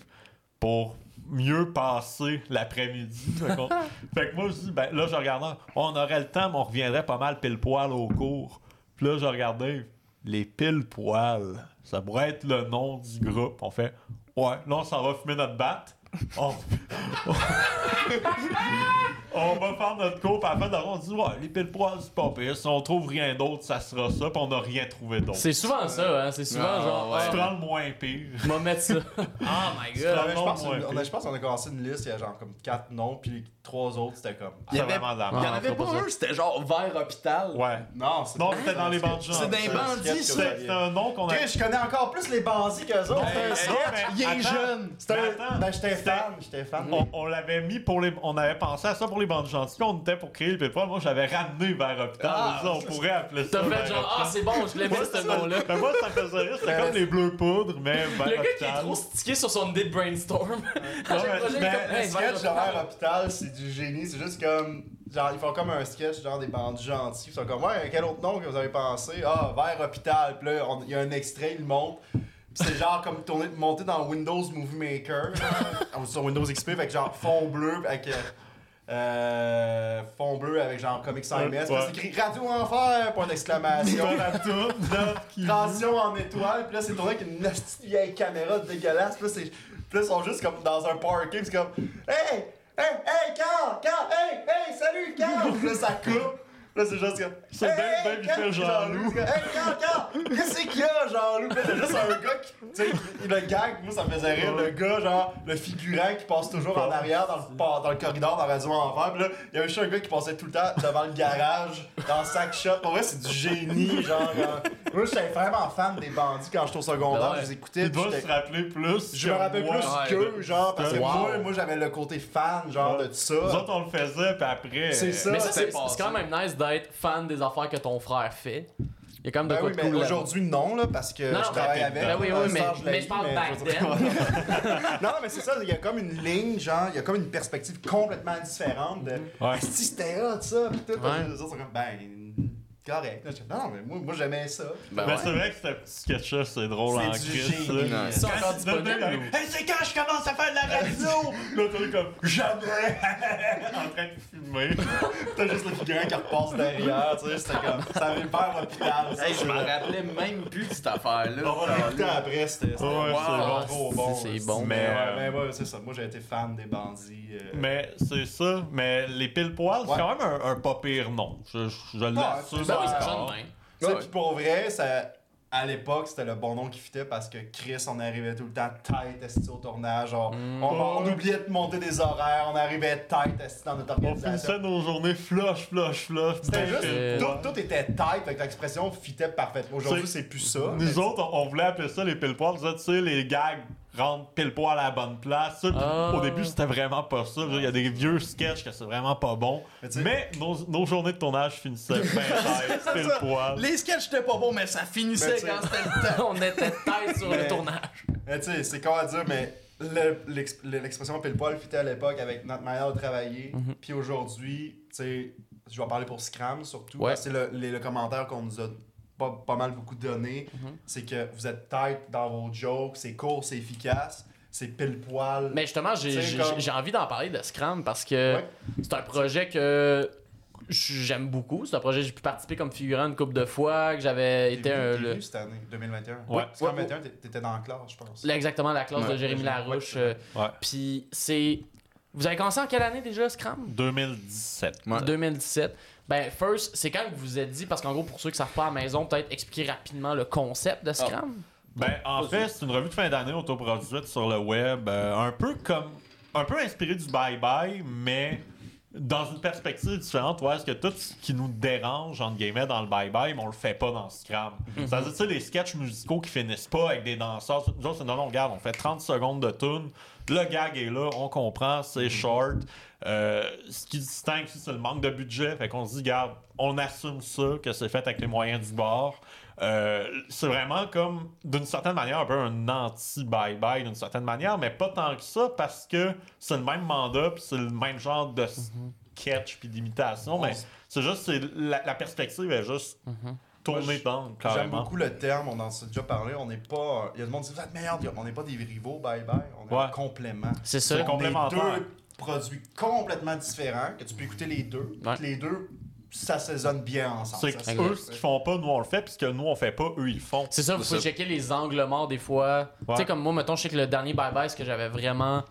pour mieux passer l'après-midi. Fait, qu'on- fait que moi, je dis, ben là, je regardais, on aurait le temps, mais on reviendrait pas mal pile poil au cours. Puis là, je regardais, les pile poil, ça pourrait être le nom du groupe. On fait, ouais, là, on s'en va fumer notre batte. On... (laughs) on va faire notre cours, puis après, on dit, ouais, les pile poil, c'est pas pire. Si on trouve rien d'autre, ça sera ça, puis on n'a rien trouvé d'autre.
C'est souvent ça, hein. C'est souvent
Ah,
genre.
ouais.
Tu
ah,
prends le moins pire.
Je vais mettre ça. (laughs) oh my
Tu prends
Ah, Mais
le
je pense
moins
qu'on- on
pire.
a- je pense qu'on a commencé une liste, il y a genre comme 4 noms, puis les 3 autres, c'était comme.
Il y
C'est
avait,
vraiment de la
il y en
merde.
avait
Ah,
pas
c'est pas
un, c'était genre vert hôpital. Ben
Ouais.
Non, c'est
Non,
pas-
c'était dans les bancs de gens.
C'est des
un
bandits,
sketch que
ça.
vous
C'est
aviez.
c'est un nom qu'on a.
Chris, je connais encore plus les bandits qu'eux autres.
Hey, hey, mais
il est
attends,
jeune. ben, C'est
mais
un-
attends,
Ben, j'étais
c'était-
fan, j'étais fan.
On, on l'avait mis pour les. On avait pensé à ça pour les bandes gentilles. On était pour créer le PayPal. Moi, j'avais ramené vers Hôpital.
Ah,
Je disais, on pourrait appeler ça.
T'as
Vers
fait genre, ah,
Hôpital.
c'est bon, je l'ai mis ce nom-là.
Ben, moi, ça me faisait rire. C'était comme les bleus poudres, mais vers
Le gars qui est
Hôpital.
trop stické sur son idée de (laughs) brainstorm.
Ouais,
Chaque projet, il est
mais-
comme,
Le
hey,
sketch de
Val-
l'hôpital, hôpital, c'est du génie. C'est juste comme. Genre, ils font comme un sketch, genre des bandits gentils. Ils sont comme, ouais, quel autre nom que vous avez pensé Ah, vers hôpital. Puis là, on- il y a un extrait, il monte. Puis c'est genre comme tourner, monter dans Windows Movie Maker. genre, ou sur Windows XP, avec genre fond bleu, avec. euh, euh, fond bleu avec genre Comic Sans
Ouais,
MS. Puis
ouais.
c'est écrit Radio Enfer, point d'exclamation.
Dans la toune, là, qui-
Transition en étoile, puis là c'est tourné avec une nasty vieille caméra dégueulasse, puis là c'est. Puis là ils sont juste comme dans un parking, c'est comme Hey! Hey! Hey! Carl! Carl! Hey! Hey! Salut Carl! Puis là ça coupe. Puis Là c'est juste comme.
C'est
Hey,
Ben-
hey,
Ben, il
Carl!
fait Jean-Loup.
Puis Hey Carl! Carl! Qu'est-ce qu'il y a Jean-Loup? Puis là c'est juste un gars qui. Tu sais, qui- le gag, moi ça me faisait rire, le gars genre, le figurant qui passe toujours en arrière dans le, par- dans le corridor dans Radio Enfer, puis là il y avait juste un gars qui passait tout le temps devant le garage, dans sac shop. En vrai c'est du génie, genre. euh, moi, j'étais vraiment fan des bandits quand j'étais au
Ah
secondaire.
Ouais.
Je les écoutais.
Il
puis
doit
j'étais-
se rappeler plus.
Je me
que
rappelle
moi.
plus
Ouais.
qu'eux, genre, parce que
Wow.
moi, moi j'avais le côté fan, genre, de tout
Nous
ça.
autres, euh, on le faisait, puis après.
C'est ça.
Mais ça, c'est
C'est passé.
c'est quand même nice d'être fan des affaires que ton frère fait. Il y a quand même de
Ben
quoi
oui,
de
mais
cool. là.
aujourd'hui, non, là, parce que
Non,
je
non,
travaille
ben,
avec.
ben
oui,
là,
oui,
le
mais-
star, je
mais
l'ai
je
eu,
parle back
veux dire- (laughs) non, mais c'est ça, il y a comme une ligne, genre, il y a comme une perspective complètement différente de. Ah,
Ouais.
Si c'était hot, ça, pis tout.
Mm-hmm. Ouais.
Les autres sont comme, ben, correct. Là, je dis, Non, mais moi, moi j'aimais ça.
Ben
Mais
ouais.
euh, c'est vrai que ce petit sketch-là, c'est drôle en
C'est du
Christ.
génie.
là.
Ils sont encore
Quand il
disponibles.
arrive,
ou-
Hey, c'est quand je commence à faire de la (laughs) radio! là, t'es comme, jamais! (laughs) en train de filmer.
T'as juste le figurant qui repasse derrière, tu sais, c'était comme, ça avait peur l'hôpital. ça,
Hey, je
c'est
m'en
vrai.
rappelais même plus de cette affaire-là.
On va l'écouter après, c'était. c'était-
Ouais,
Wow.
c'est bon.
Ah,
trop
c'est-
bon,
C'est
là.
bon.
Mais,
Mais,
euh,
ouais, mais ouais, c'est ça. Moi, j'ai été fan des bandits. euh,
Mais c'est ça, mais les pile poils,
Ouais.
c'est quand même un, un pas pire nom. Je, je, je l'assume
Ben c'est ça.
encore.
Ben oui,
Ouais, puis pour vrai, ça, à l'époque, c'était le bon nom qui fitait parce que Chris, on arrivait tout le temps tête assis au tournage. genre,
Mm.
on, on oubliait de monter des horaires, on arrivait tête assis dans
On
notre organisation.
finissait nos journées flush, flush, flush.
C'était
bullshit.
juste, tout, tout était tight, fait que l'expression fitait parfaitement. Aujourd'hui,
C'est-
c'est plus ça. mais-
Nous autres, on, on voulait appeler ça les pile poils. Tu sais, les gags rentrent pile poil à la bonne place. Ça, puis
Ah.
Au début, c'était vraiment pas ça. Il y a des vieux sketchs que c'est vraiment pas bon.
Mais tu sais-
Mais nos, nos journées de tournage finissaient bien tête,
C'est
pile
ça.
poil.
Les sketchs étaient pas bons, mais ça
Mais
finissait
Ben, tu sais-
quand c'était le temps.
On était tête sur le tournage.
Mais tu sais, c'est con à dire, mais le- l'ex- l'expression pile poil fitait à l'époque avec notre manière de travailler.
Mm-hmm.
Puis aujourd'hui, tu sais, je vais parler pour Scram surtout.
Ouais.
parce que C'est le, les- le commentaire qu'on nous a pas, pas mal beaucoup donné.
Mm-hmm.
C'est que vous êtes tête dans vos jokes, c'est court, c'est efficace, c'est pile poil.
Mais justement, j'ai-
C'est
j'ai
comme-
j'ai envie d'en parler de Scram parce que
Ouais.
c'est un projet que j'aime beaucoup. C'est un projet que j'ai pu participer comme figurant une couple de fois, que j'avais
T'es
été
venu-
un.
t'es
le-
venu cette année, 2021.
Ouais.
Parce qu'en 2021, t'é- t'étais dans la classe, je pense.
Là, exactement la classe
Ouais.
de Jérémy Larouche. euh,
Ouais.
Puis c'est. Vous avez commencé en quelle année déjà, Scram
2017.
Ouais.
2017. Ben, first, c'est quand que vous vous êtes dit, parce qu'en gros, pour ceux qui savent pas à la maison, peut-être expliquer rapidement le concept de Scram.
Ah.
Ben, en fait, c'est une revue de fin d'année autoproduite sur le web, euh, un peu comme. un peu inspirée du bye-bye, mais dans une perspective différente, où est-ce que tout ce qui nous dérange, entre guillemets, dans le bye-bye, mais on le fait pas dans Scram. C'est-à-dire, tu sais, les sketchs musicaux qui finissent pas avec des danseurs, nous autres, c'est non, non, regarde, on fait 30 secondes de tune, le gag est là, on comprend, c'est short. Euh, ce qui distingue, c'est le manque de budget, fait qu'on se dit, regarde, on assume ça, que c'est fait avec les moyens du bord. Euh, c'est vraiment comme, d'une certaine manière, un peu un anti-bye-bye, d'une certaine manière, mais pas tant que ça, parce que c'est le même mandat, puis c'est le même genre de sketch, puis d'imitation, mais c'est juste, c'est la, la perspective est juste
Moi,
tournée
je-
dans,
J'aime
carrément.
beaucoup le terme, on en a déjà parlé, on n'est pas... Il y a du monde qui dit, vous êtes merde, on n'est pas des rivaux, bye bye, on est
Ouais.
un complément.
C'est ça.
C'est
On est
complémentaire.
deux produits complètement différents, que tu peux écouter les deux,
Ouais.
puis que les deux s'assaisonnent bien ensemble.
C'est
Ça,
que
c'est-
eux, ce qu'ils font pas, nous on le fait, puis ce que nous on fait pas, eux ils font.
C'est ça, vous
C'est
pouvez
ça.
checker les angles morts des fois.
Ouais.
Tu sais, comme moi, mettons, je sais que le dernier Bye Bye, ce que j'avais vraiment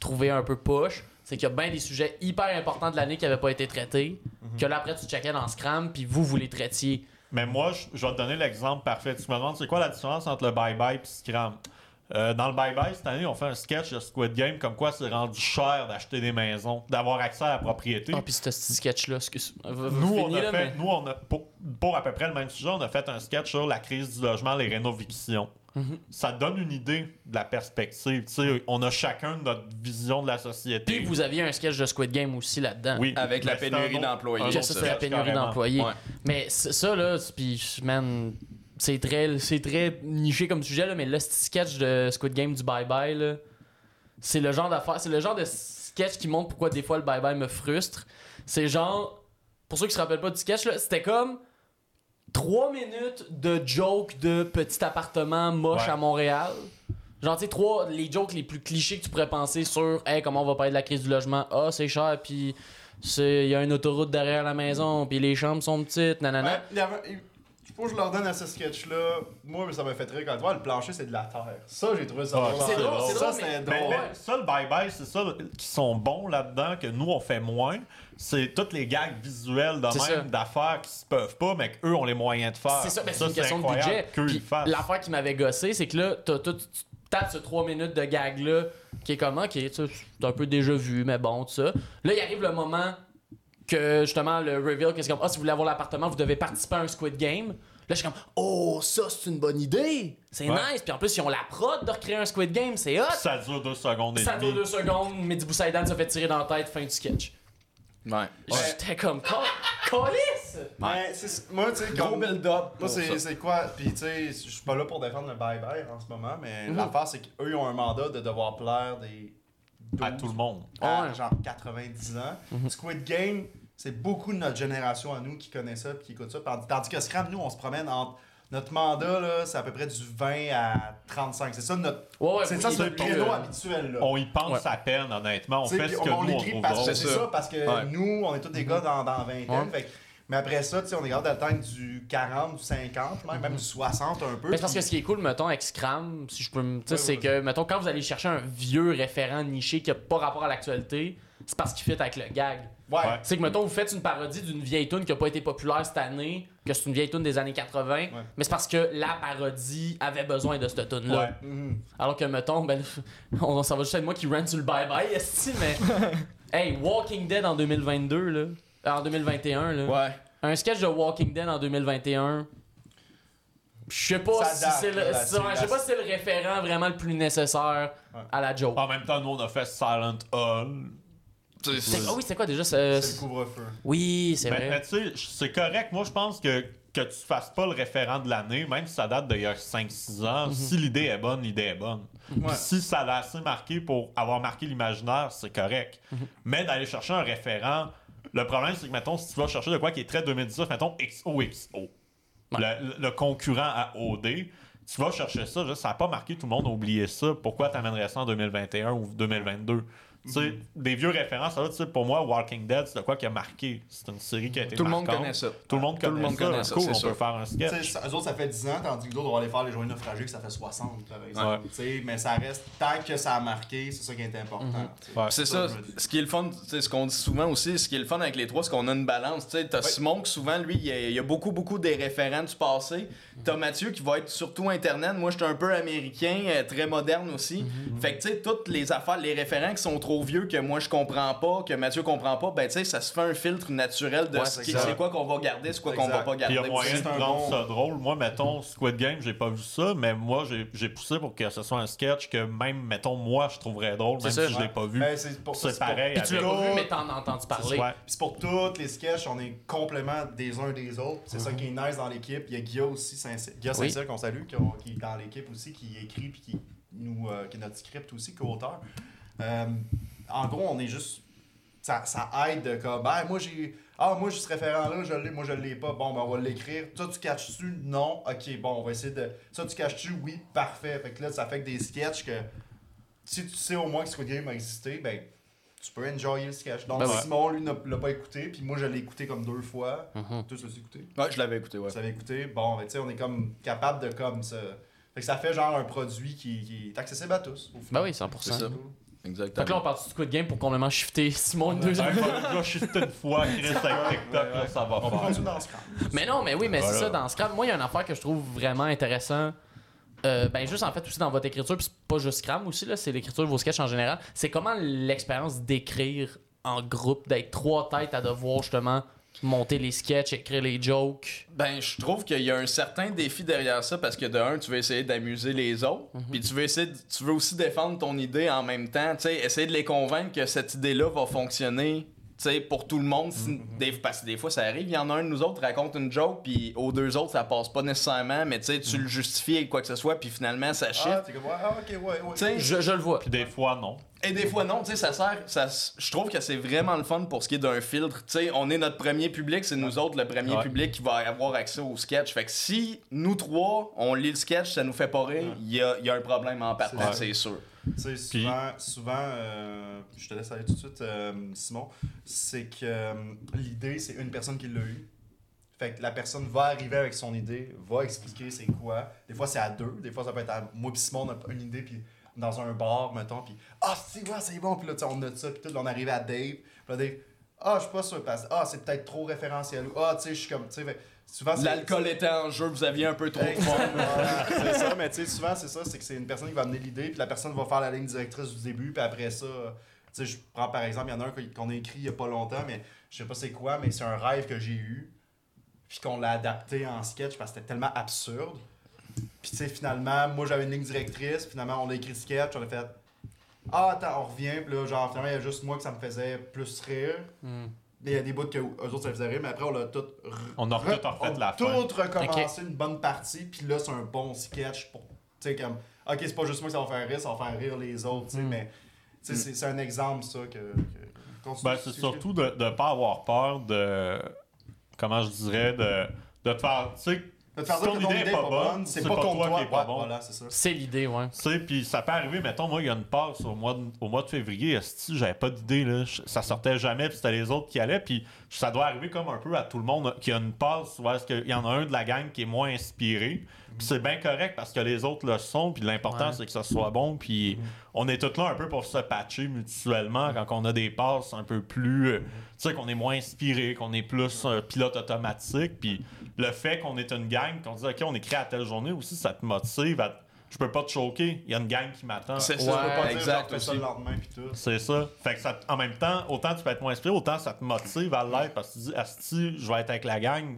trouvé un peu push, c'est qu'il y a bien des sujets hyper importants de l'année qui n'avaient pas été traités,
Mhm.
que là, après, tu checkais dans Scram, puis vous, vous les traitiez.
Mais moi, je, je vais te donner l'exemple parfait. Tu me demandes, c'est quoi la différence entre le bye-bye et Scram? Euh, dans le bye-bye, cette année, on fait un sketch de Squid Game comme quoi c'est rendu cher d'acheter des maisons, d'avoir accès à la propriété.
Ah, puis ce petit sketch-là, excuse. Vous- vous
nous, on
finissez,
a
là,
fait,
mais-
nous, on a, pour, pour à peu près le même sujet, on a fait un sketch sur la crise du logement, les rénovations.
Mhm.
Ça donne une idée de la perspective. Tu sais, on a chacun notre vision de la société.
Puis vous aviez un sketch de Squid Game aussi là-dedans.
Oui.
Avec la
Mais c'est
pénurie
un autre-
d'employés.
un
Que
Que
autre
ça, c'est la
sketch,
pénurie
carrément.
d'employés.
Ouais.
Mais c- ça, là, c'est- puis, man, c'est très, c'est très niché comme sujet, là, mais le petit sketch de Squid Game du Bye Bye, là, c'est le genre d'affaire, c'est le genre de sketch qui montre pourquoi des fois le Bye Bye me frustre. C'est genre, pour ceux qui se rappellent pas du sketch, là, c'était comme trois minutes de joke de petit appartement moche
Ouais.
à Montréal. Genre, tu sais, trois, les jokes les plus clichés que tu pourrais penser sur, hey, comment on va parler de la crise du logement? Ah, c'est cher, puis c'est- il y a une autoroute derrière la maison, puis les chambres sont petites, nanana.
Ouais, il y avait- il- Je pense que je leur donne à ce sketch-là. Moi, ça m'a fait rire quand tu vois, le plancher, c'est de la terre. Ça, j'ai trouvé ça
Ouais,
drôle.
Ah, c'est drôle, Ben, c'est
Ça,
drôle,
c'est
mais-
drôle.
Mais, mais ça, le bye-bye, c'est ça le- qui sont bons là-dedans, que nous, on fait moins. C'est toutes les gags visuels de
C'est ça.
même d'affaires qui se peuvent pas, mais qu'eux ont les moyens de faire.
C'est ça, mais c'est
Ça,
une question de
incroyable
budget.
qu'eux
Puis
le fassent.
L'affaire qui m'avait gossé, c'est que là, t'as tout- tu tapes ce 3 minutes de gag-là, qui est comme, ok, tu sais, c'est un peu déjà vu, mais bon, tout ça. Là, il arrive le moment que justement, le reveal, que c'est comme, ah, si vous voulez avoir l'appartement, vous devez participer à un Squid Game. Là, je suis comme, oh, ça, c'est une bonne idée! C'est
Ouais.
nice! Puis en plus, ils ont la prod de recréer un Squid Game, c'est hot!
Ça dure deux secondes
Ben,
et
Ça dure
demie.
deux secondes, Mehdi Boussaïdan se fait tirer dans la tête, fin du sketch.
Ouais.
J'étais comme, Col- Colisse!
Mais c'est- moi, tu sais,
Gros
comme-
build-up.
Moi,
pour ça.
c'est c'est quoi? Puis, tu sais, je suis pas là pour défendre le bye-bye en ce moment, mais
Mhm.
l'affaire, c'est qu'eux, ils ont un mandat de devoir plaire des.
À tout le monde.
à,
Ouais.
genre 90 ans. Squid Game, c'est beaucoup de notre génération à nous qui connaît ça puis qui écoute ça. Tandis- Tandis que Scram, nous, on se promène entre. Notre mandat, là, c'est à peu près du 20 à 35. C'est ça notre.
Ouais, ouais,
c'est
oui,
ça,
il
ce
est plus,
créneau
euh,
habituel, là.
On y pense
Ouais.
à peine, honnêtement. On
T'sais,
fait
puis
ce que
on
nous, on
l'écrit
trouve
parce que
drôle.
c'est
C'est
ça,
ça.
parce que
Ouais.
nous, on est tous des gars dans, dans vingtaine.
Ouais.
fait que- mais après ça, tu sais, on est capable d'atteindre du 40, du 50, même, même du 60 un peu.
Mais c'est parce
puis-
que ce qui est cool, mettons, avec Scram, si je peux me. tu sais,
Ouais,
c'est
ouais,
que, mettons, quand vous allez chercher un vieux référent niché qui n'a pas rapport à l'actualité, c'est parce qu'il fit avec le gag.
Ouais.
C'est que, mettons, vous faites une parodie d'une vieille tune qui a pas été populaire cette année, que c'est une vieille tune des années 80, mais c'est parce que la parodie avait besoin de cette tune là
Ouais.
Mhm.
Alors que, mettons, ben, (laughs) on, ça va juste être moi qui rent sur le bye-bye, esti, mais... hey, Walking Dead en 2022, là. euh, En 2021, là.
Ouais.
Un sketch de Walking Dead en 2021... Je sais pas
Ça
si
date,
c'est le,
là,
si-
c'est
ouais, je sais
la-
pas si c'est le référent vraiment le plus nécessaire à la joke.
Ah,
En même temps, nous, on a fait Silent Hall.
C'est- Ah oui, c'est quoi déjà ce...
C'est le Ben, couvre-feu.
Oui, c'est
Mais,
vrai.
mais Ben, tu sais, j- c'est correct. Moi, je pense que que tu fasses pas le référent de l'année, même si ça date d'il y a 5-6 ans,
Mhm.
si l'idée est bonne, l'idée est bonne. Puis Si ça l'a assez marqué pour avoir marqué l'imaginaire, c'est correct.
Mhm.
Mais d'aller chercher un référent, le problème, c'est que, mettons, si tu vas chercher de quoi qui est très 2019, mettons XOXO, le, le- le concurrent à OD, tu vas chercher ça, là, ça n'a pas marqué tout le monde, oublier ça. Pourquoi t'amènerais ça en 2021 ou 2022? Tu sais, des vieux références, là, tu sais, pour moi, Walking Dead, c'est de quoi qui a marqué. C'est une série qui a été
Tout le monde
marquante.
connaît ça.
Tout le monde
Tout le
connaît
monde
ça.
connaît ça,
cool,
c'est
on
sûr.
peut faire un
Tu
sketch.
sais, ça- Eux autres, ça fait 10 ans, tandis que d'autres, on va aller faire les journées naufragés, que ça fait 60, par exemple. Tu sais, Mais ça reste, tant que ça a marqué, c'est ça qui est important.
Mhm.
tu sais.
Ouais.
Ah, C'est ça,
je me dis.
ce qui est le fun, tu sais, ce qu'on dit souvent aussi, ce qui est le fun avec les trois, c'est qu'on a une balance. Tu sais, t'as Simon qui souvent, lui, il y a, il y a beaucoup, beaucoup des référents du passé. T'as Mathieu qui va être surtout internet. Moi, j'étais un peu américain, euh, très moderne aussi. Fait que, tu sais, toutes les affaires, les référents qui sont trop vieux, que moi, je comprends pas, que Mathieu comprend pas, ben, tu sais, ça se fait un filtre naturel de
Ouais,
ce
c'est
qui-
exact.
c'est quoi qu'on va garder, c'est quoi qu'on
Exact.
va pas
Puis
garder.
il y a moyen
c'est
de
un
rendre
bon-
ça drôle. Moi, mettons, Squid Game, j'ai pas vu ça, mais moi, j'ai- j'ai poussé pour que ce soit un sketch que même, mettons, moi, je trouverais drôle, même
ça,
si je
ouais.
l'ai pas vu.
Ben, c'est pour ça.
C'est pareil.
Puis tu l'as
avec-
pas vu, mais t'en as entendu parler.
Ouais.
Puis c'est pour tous les sketchs, on est complément des uns des autres. C'est ça qui est nice dans l'équipe. Il y a Guillaume aussi, Saint-Cyr, Guillaume
Oui.
Saint-Cyr qu'on salue, qui, on- qui est dans l'équipe aussi, qui écrit puis qui, nous, euh, qui est notre script aussi, co-auteur. Euh, en gros, on est juste. Ça, ça aide de comme, ben, moi j'ai. Ah, moi, j'ai ce référent-là, je l'ai, moi, je l'ai pas. Bon, ben, on va l'écrire. Ça, tu caches-tu? Non. Ok, bon, on va essayer de. Ça, tu caches-tu? Oui, parfait. Fait que là, ça fait que des sketchs que. Si tu sais au moins que Squid Game a existé, ben, tu peux enjoyer le sketch. Donc,
Ben ouais.
Simon, lui, n'a- l'a pas écouté, puis moi, je l'ai écouté comme deux fois.
Mhm.
Tous l'as écouté.
Ouais, je l'avais écouté, ouais.
Vous avez écouté. Bon, ben, tu sais, on est comme capable de comme ça. Fait que ça fait genre un produit qui, qui est accessible à tous. au
Bah
final.
oui, 100%.
C'est
Fait
ça.
que là, on
Exactement.
part du Squid Game pour complètement shifter Simon une
Ben,
deuxième
je
fois.
vais shifter une fois, Chris, avec TikTok, là, ça va
On
faire.
est dans ce camp.
Mais non, mais oui, mais c'est
Voilà.
ça, dans Scrap, moi, il y a une affaire que je trouve vraiment intéressant. Euh, ben juste en fait aussi dans votre écriture puis c'est pas juste Scram aussi là c'est l'écriture de vos sketchs en général c'est comment l'expérience d'écrire en groupe d'être trois têtes à devoir justement monter les sketchs écrire les jokes
Ben, je trouve qu'il y a un certain défi derrière ça parce que de un, tu veux essayer d'amuser les autres, puis tu veux essayer, de- tu veux aussi défendre ton idée en même temps, tu sais, essayer de les convaincre que cette idée-là va fonctionner. tu sais, pour tout le monde, si- des, parce que des fois ça arrive, il y en a un de nous autres raconte une joke, puis aux deux autres ça passe pas nécessairement, mais tu sais, tu le justifies et quoi que ce soit, puis finalement ça
Ah,
shift.
t'es comme, ouais, ah, ok, ouais, ouais.
Tu sais,
je, je le vois
Puis des fois, non.
et des fois, non, tu sais, ça sert. Ça, s- je trouve que c'est vraiment le fun pour ce qui est d'un filtre. Tu sais, on est notre premier public, c'est nous autres le premier
Ouais.
public qui va avoir accès au sketch. Fait que si nous trois, on lit le sketch, ça nous fait pas rire, il y, a, il y a un problème en partant,
C'est ça.
c'est sûr.
Tu sais, souvent, souvent euh, je te laisse aller tout de suite, euh, Simon, c'est que euh, l'idée, c'est une personne qui l'a eu. Fait que la personne va arriver avec son idée, va expliquer c'est quoi. Des fois, c'est à deux. Des fois, ça peut être à moi puis Simon, on a une idée, puis dans un bar, mettons, puis « Ah, c'est ouais, c'est bon! » Puis là, tu sais, on a ça, puis tout, là, on arrive à Dave. Puis là, Dave « Ah, je suis pas sûr, parce que ah, c'est peut-être trop référentiel. » Ou « Ah, tu sais, je suis comme... » Tu sais, fait- souvent, c'est-
L'alcool était en jeu, vous aviez un peu trop de fun.
(laughs) Exactement. Ah, c'est ça, mais tu sais, souvent, c'est ça, c'est que c'est une personne qui va amener l'idée, puis la personne va faire la ligne directrice du début, puis après ça, euh, tu sais, je prends par exemple, il y en a un qu'on- qu'on a écrit il y a pas longtemps, mais je sais pas c'est quoi, mais c'est un rêve que j'ai eu, puis qu'on l'a adapté en sketch parce que c'était tellement absurde. Puis tu sais, finalement, moi j'avais une ligne directrice, finalement, on a écrit le sketch, on a fait Ah, attends, on revient, puis là, genre, finalement, il y a juste moi que ça me faisait plus rire.
Hmm.
Mais il y a des bouts que eux autres ça faisait rire, mais après on l'a tout re-
On a tout refait
on
la
a tout
fin.
recommencé une bonne partie, puis là c'est un bon sketch pour, tu sais comme, ok c'est pas juste moi que ça va faire rire, ça va faire rire les
Hmm.
autres, tu sais, mais tu sais c'est- c'est un exemple ça que. que- continue,
Ben, c'est
excuse.
surtout de ne pas avoir peur de. Comment je dirais, de, de te faire. Tu sais,
De te faire
si
dire
ton
que ton idée est pas bonne, c'est pas contre toi,
qui est pas
ouais,
bon.
voilà c'est ça.
c'est l'idée ouais
Tu sais, puis ça peut arriver, mettons, moi, il y a une passe au mois de, au mois de février, esti, j'avais pas d'idée, là. Je- Ça sortait jamais, puis c'était les autres qui allaient, puis ça doit arriver comme un peu à tout le monde là, qu'il y a une passe, où est-ce qu'il y en a un de la gang qui est moins inspiré, puis c'est bien correct parce que les autres le sont, puis l'important,
Ouais.
c'est que ça soit bon, puis on est tous là un peu pour se patcher mutuellement quand on a des passes un peu plus. euh, tu sais, qu'on est moins inspiré, qu'on est plus euh, pilote automatique. Puis le fait qu'on est une gang, qu'on dit, OK, on est créé à telle journée aussi, ça te motive à. Je peux pas te choquer, il y a une gang qui m'attend.
C'est
Je peux
ça,
pas dire, genre,
exact
fais ça
aussi.
le lendemain, puis tout.
C'est ça. Fait que ça, te- en même temps, autant tu peux être moins inspiré, autant ça te motive à l'être parce que tu dis, Asti, je vais être avec la gang.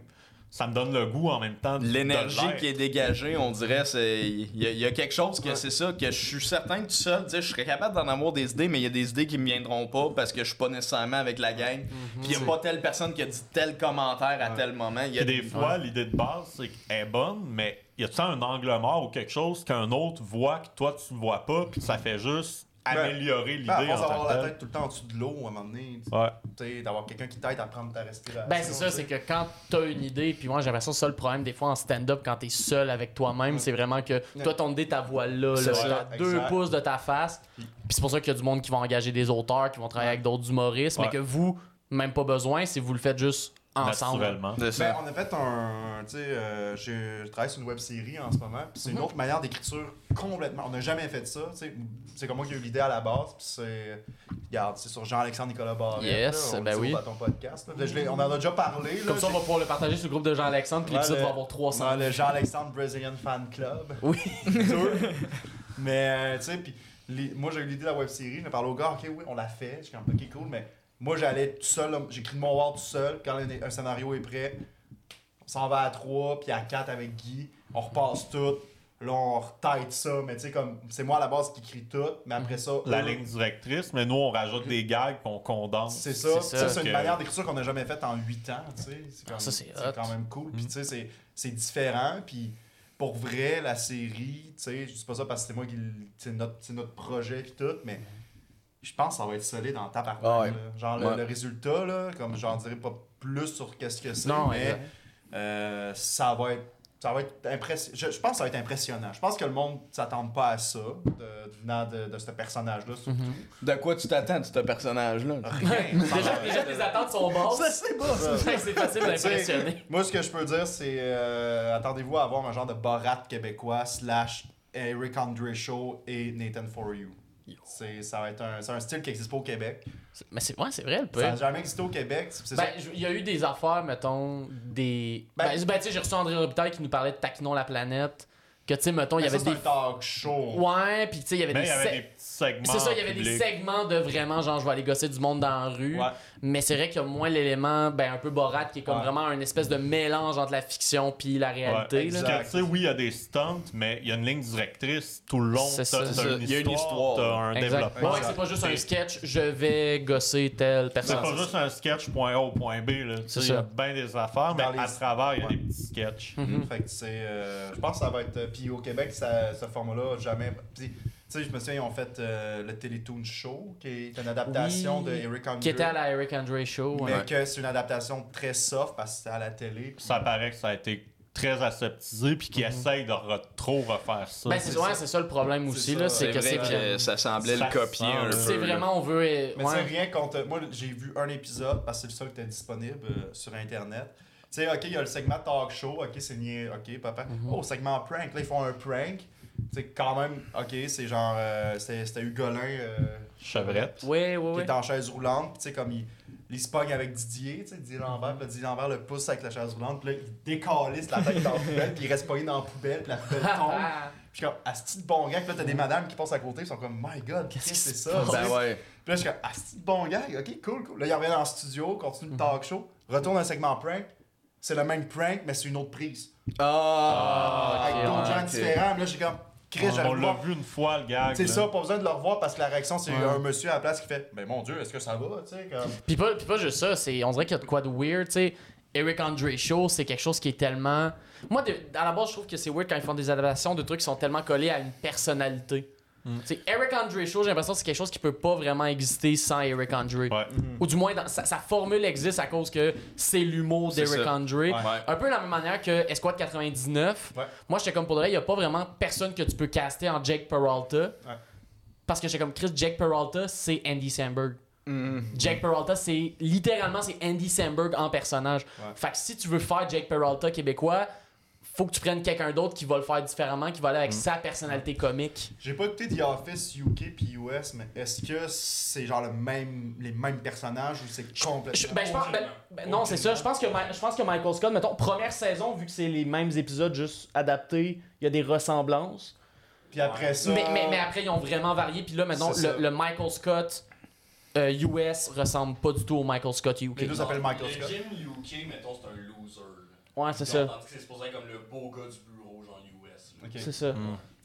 Ça me donne le goût en même temps. de- de
L'énergie
l'être.
qui est dégagée, on dirait, c'est il y, a- il y a quelque chose que c'est ça, que je suis certain que tout seul, tu sais, je serais capable d'en avoir des idées, mais il y a des idées qui me viendront pas parce que je suis pas nécessairement avec la gang. Puis il y a pas telle personne qui a dit tel commentaire à tel moment. Il y a
Puis des fois, l'idée de base, c'est qu'elle est bonne, mais il y a tout le temps un angle mort ou quelque chose qu'un autre voit que toi, tu vois pas, puis ça fait juste améliorer l'idée
Ah,
Ben, à force
en tant
d'avoir
que
la
telle.
tête tout le temps en dessous de l'eau, à un moment donné, tu
Ouais.
sais, d'avoir quelqu'un qui t'aide à prendre ta respiration.
Ben, c'est ça,
tu
c'est
sais.
que quand t'as une idée, puis moi j'ai l'impression que c'est ça le problème des fois en stand-up, quand t'es seul avec toi-même, c'est vraiment que toi ton idée, ta voix là,
C'est
là,
ça,
t'as deux
exact.
pouces de ta face. Puis c'est pour ça qu'il y a du monde qui va engager des auteurs, qui vont travailler avec d'autres humoristes, mais
Ouais.
que vous, même pas besoin, si vous le faites juste ensemble.
Naturellement.
C'est
Ben,
ça.
on a fait un. Tu sais, euh, j'ai- je travaille sur une web série en ce moment, puis c'est une autre manière d'écriture complètement. On n'a jamais fait ça. tu sais. C'est comme moi qui ai eu l'idée à la base, puis c'est. Regarde, c'est sur Jean-Alexandre Nicolas Barrette.
Yes,
là, on le
ben
dit au
oui.
Bâton podcast. là. Ben, Je l'ai- on en a déjà parlé. là,
Comme ça, on va pouvoir le partager sur le groupe de Jean-Alexandre, puis
Ouais,
l'épisode
le-
va avoir 300.
Ouais, le Jean-Alexandre Brazilian Fan Club.
Oui.
(laughs) Deux. mais, euh, tu sais, puis les- moi, j'ai eu l'idée de la web série. Je parlé au gars, OK, oui, on l'a fait. Je suis comme, OK, cool. Mais moi, j'allais tout seul. là, J'écris de mon word tout seul. Quand un, un scénario est prêt, on s'en va à 3, puis à 4 avec Guy. On repasse tout. Là, on retaille ça. Mais, tu sais, comme, c'est moi à la base qui écris tout. Mais après ça.
La
eux,
ligne directrice, mais nous, on rajoute des gags qu'on condense.
c'est ça.
C'est ça
Ça, c'est
que-
une manière d'écriture qu'on n'a jamais faite en 8 ans. tu sais. C'est comme-
ça, c'est
c'est
hot.
quand même cool. Puis, tu sais, c'est- c'est différent. Puis, pour vrai, la série, tu sais, je dis pas ça parce que c'est moi qui. l- C'est notre, c'est notre projet, puis tout, mais je pense que ça va être solide en tape
Ah Ouais.
Genre, le,
Ouais.
le résultat, là, comme j'en dirais pas plus sur qu'est-ce que c'est,
Non,
mais
exact.
euh, ça va être. Ça va être impressi- je, je pense que ça va être impressionnant. Je pense que le monde ne s'attend pas à ça, de, venant de, de ce personnage-là. surtout.
De quoi tu t'attends de ce personnage-là?
Rien.
Déjà, déjà, tes attentes sont
Ah, Ça,
basses.
c'est pas ça.
c'est facile d'impressionner.
Moi, ce que je peux dire, c'est euh, attendez-vous à avoir un genre de Borat québécois slash Eric Andre Show et Nathan For You. C'est, ça va être un, c'est un style qui n'existe pas au Québec.
Mais c'est ouais, c'est vrai le
Ça
pire.
n'a jamais existé au Québec. c'est- c'est
Ben,
ça.
je- il y a eu des affaires, mettons, des. Ben,
Ben-
ben, tu sais, j'ai reçu André Robitaille qui nous parlait de Taquinons la planète. Que, tu sais, mettons, il y
Mais Ben, ça,
avait
c'est
des.
un talk show.
Ouais, puis tu sais, il y avait
Mais
des.
Ben, il y avait
se-
des petits segments.
C'est ça, il y avait des
publics.
segments de vraiment, genre, je vais aller gosser du monde dans la rue.
Ouais.
Mais c'est vrai qu'il y a moins l'élément, ben, un peu borat, qui est comme
Ouais.
vraiment un espèce de mélange entre la fiction puis la réalité.
Ouais.
là.
exact.
Parce que, tu sais, oui, il y a des stunts, mais il y a une ligne directrice tout le long.
C'est
T'as-
ça.
t'as
C'est
ça. Il y a une histoire.
T'as un
Exact.
développement.
Ouais, c'est pas juste un sketch, je vais gosser tel
C'est
personnage.
pas juste un sketch point A au point B. Là. Tu
C'est
sais, Il y a
ça.
bien des affaires, mais
Dans les-
à travers, il y a
Ouais.
des petits sketchs.
Mhm. Mm.
Fait que c'est. euh, je pense que ça va être. Puis au Québec, ça, ce format-là, jamais. Puis, tu sais, je me souviens, ils ont fait euh, le Télétoon Show, qui est une adaptation
Oui,
de Eric Andre.
Qui était à la Eric Andre Show. ouais.
Mais que c'est une adaptation très soft parce que c'est à la télé. puis
Ça paraît que ça a été très aseptisé, puis qu'ils
Mhm.
essayent de re- trop refaire ça.
Ben, c'est ouais, c'est ça le problème aussi,
ça,
là. C'est
C'est
que
vrai
c'est
que ça semblait
Ça
le copier
sent,
un
là.
peu.
C'est
là.
vraiment, on veut. euh,
Mais
ouais.
c'est rien contre. Moi, j'ai vu un épisode parce que c'est le seul qui était disponible euh, sur Internet. Tu sais, OK, il y a le segment talk show. OK, c'est niais. OK, papa. Oh, segment prank. Là, ils font un prank. Tu sais, quand même, OK, c'est genre. euh, c'était c'était Hugolin euh,
Chevrette.
Oui, oui,
qui
oui.
est en chaise roulante. Puis, tu sais, comme il, il se pogne avec Didier. Tu sais, Didier Lambert. Puis là, Didier Lambert le pousse avec la chaise roulante. Puis là, il décalisse la tête dans la poubelle. Puis il reste pogné dans la poubelle. Puis la poubelle
Ah, (laughs)
tombe. Puis je suis comme, asti de bon gag. Puis là, t'as des madames qui passent à côté. Ils sont comme, my god, qu'est-ce que c'est ça? tu sais?
Ben ouais.
Puis là, je suis comme, ah, c'est bon gag, ok, cool, cool. Là, il revient dans le studio, continue
Mhm.
le talk show, retourne un segment prank. C'est le même prank, mais c'est une autre prise.
Ah!
avec
ok,
d'autres
ouais,
gens
ok.
différents. Puis Là, j'ai comme, Chris,
On, on
j'arrive
l'a
pas.
vu une fois, le gag.
C'est
là.
ça, pas besoin de le revoir parce que la réaction, c'est un monsieur à la place qui fait, ben mon Dieu, est-ce que ça va, tu sais,
(laughs)
comme.
Puis pas, puis pas juste ça, c'est, on dirait qu'il y a de quoi de weird, tu sais. Eric Andre Show, c'est quelque chose qui est tellement. Moi, de- à la base, je trouve que c'est weird quand ils font des adaptations de trucs qui sont tellement collés à une personnalité.
Mm.
Tu sais, Eric Andre Show, j'ai l'impression que c'est quelque chose qui peut pas vraiment exister sans Eric Andre.
Ouais.
Ou du moins, dans- sa, sa formule existe à cause que c'est l'humour
C'est
d'Eric
ça.
Andre. Un peu de la même manière que Esquad 99.
Ouais.
Moi, j'étais comme pour de vrai, il n'y a pas vraiment personne que tu peux caster en Jake Peralta. Parce que j'étais comme Chris, Jake Peralta, c'est Andy Samberg. Jake Peralta, c'est littéralement c'est Andy Samberg en personnage. Fait que si tu veux faire Jake Peralta québécois, faut que tu prennes quelqu'un d'autre qui va le faire différemment, qui va aller avec
Mm.
sa personnalité comique.
J'ai pas écouté The Office UK puis US, mais est-ce que c'est genre le même, les mêmes personnages ou c'est
Je-
complètement.
ben, je pense- ben, ben, non, c'est ça. Je pense, que Ma- je pense que Michael Scott, mettons, première saison, vu que c'est les mêmes épisodes juste adaptés, il y a des ressemblances.
Puis après ça.
Mais, mais, mais après, ils ont vraiment varié. Puis là, maintenant,
C'est ça.
le, le Michael Scott euh, US ressemble pas du tout au Michael Scott UK.
Les deux s'appellent Michael
Le
Scott.
Jim UK, mettons, c'est un loser. là.
Ouais, Ah, c'est
Genre,
ça.
Tandis que c'est supposé être comme le beau gars du bureau, genre US. là.
Ok.
C'est ça.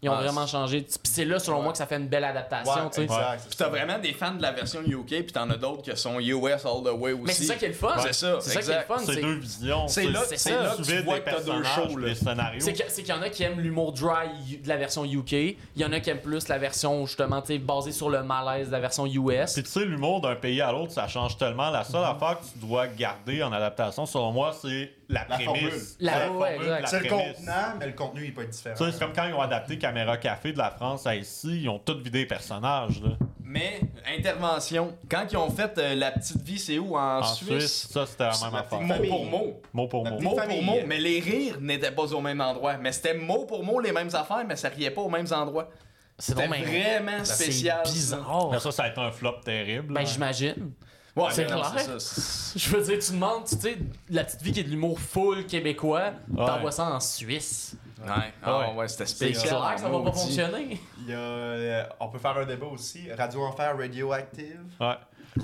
Ils ont
Ah,
vraiment changé. Puis c'est là, selon moi, que ça fait une belle adaptation. tu sais.
exact,
Puis
c'est
t'as
ça.
vraiment des fans de la version UK, puis t'en as d'autres qui sont US all the way aussi.
Mais c'est ça qui est le fun.
C'est ça,
C'est ça qui est le
exact.
fun.
C'est
C'est
deux visions.
C'est là-
c'est
c'est
là
que tu
suivre
vois
des
que t'as deux
personnages,
shows, là.
des scénarios.
c'est que- c'est qu'il y en a qui aiment l'humour dry U- de la version UK. Il y en a qui aiment plus la version, justement, tu sais, basée sur le malaise de la version US.
Puis tu sais, l'humour d'un pays à l'autre, ça change tellement. La
Mhm.
seule affaire que tu dois garder en adaptation, selon moi, c'est la,
La
prémisse.
formule. La- ouais,
formule,
exact.
C'est le
prémisse.
contenant, mais le contenu il peut être différent.
Tu sais, c'est comme quand ils ont adapté Caméra Café de la France à ici, ils ont tous vidé les personnages. Là.
Mais, intervention, quand ils ont fait euh, La Petite Vie, c'est où en,
En Suisse, ça c'était la même
la
affaire.
mot pour mot.
Mot pour
La
mot.
petite-
Mot
famille.
pour mot, mais les rires n'étaient pas au même endroit. Mais c'était mot pour mot les mêmes affaires, mais ça riait pas aux mêmes endroits.
C'est
C'était
donc ben-
vraiment
c'est
spécial.
Mais
bizarre.
ça, ça a été un flop terrible.
Ben,
là.
j'imagine.
Ouais,
C'est
mais non,
clair.
c'est ça.
Je veux dire, tu demandes, tu sais, la petite vie qui est de l'humour full québécois, t'envoies
Ouais.
ça en Suisse.
Ouais, ah, ouais, c'était
C'est
spécial.
clair que ça va pas
maudit.
fonctionner.
Il y a, euh, on peut faire un débat aussi. Radio Enfer, Radioactive.
Ouais.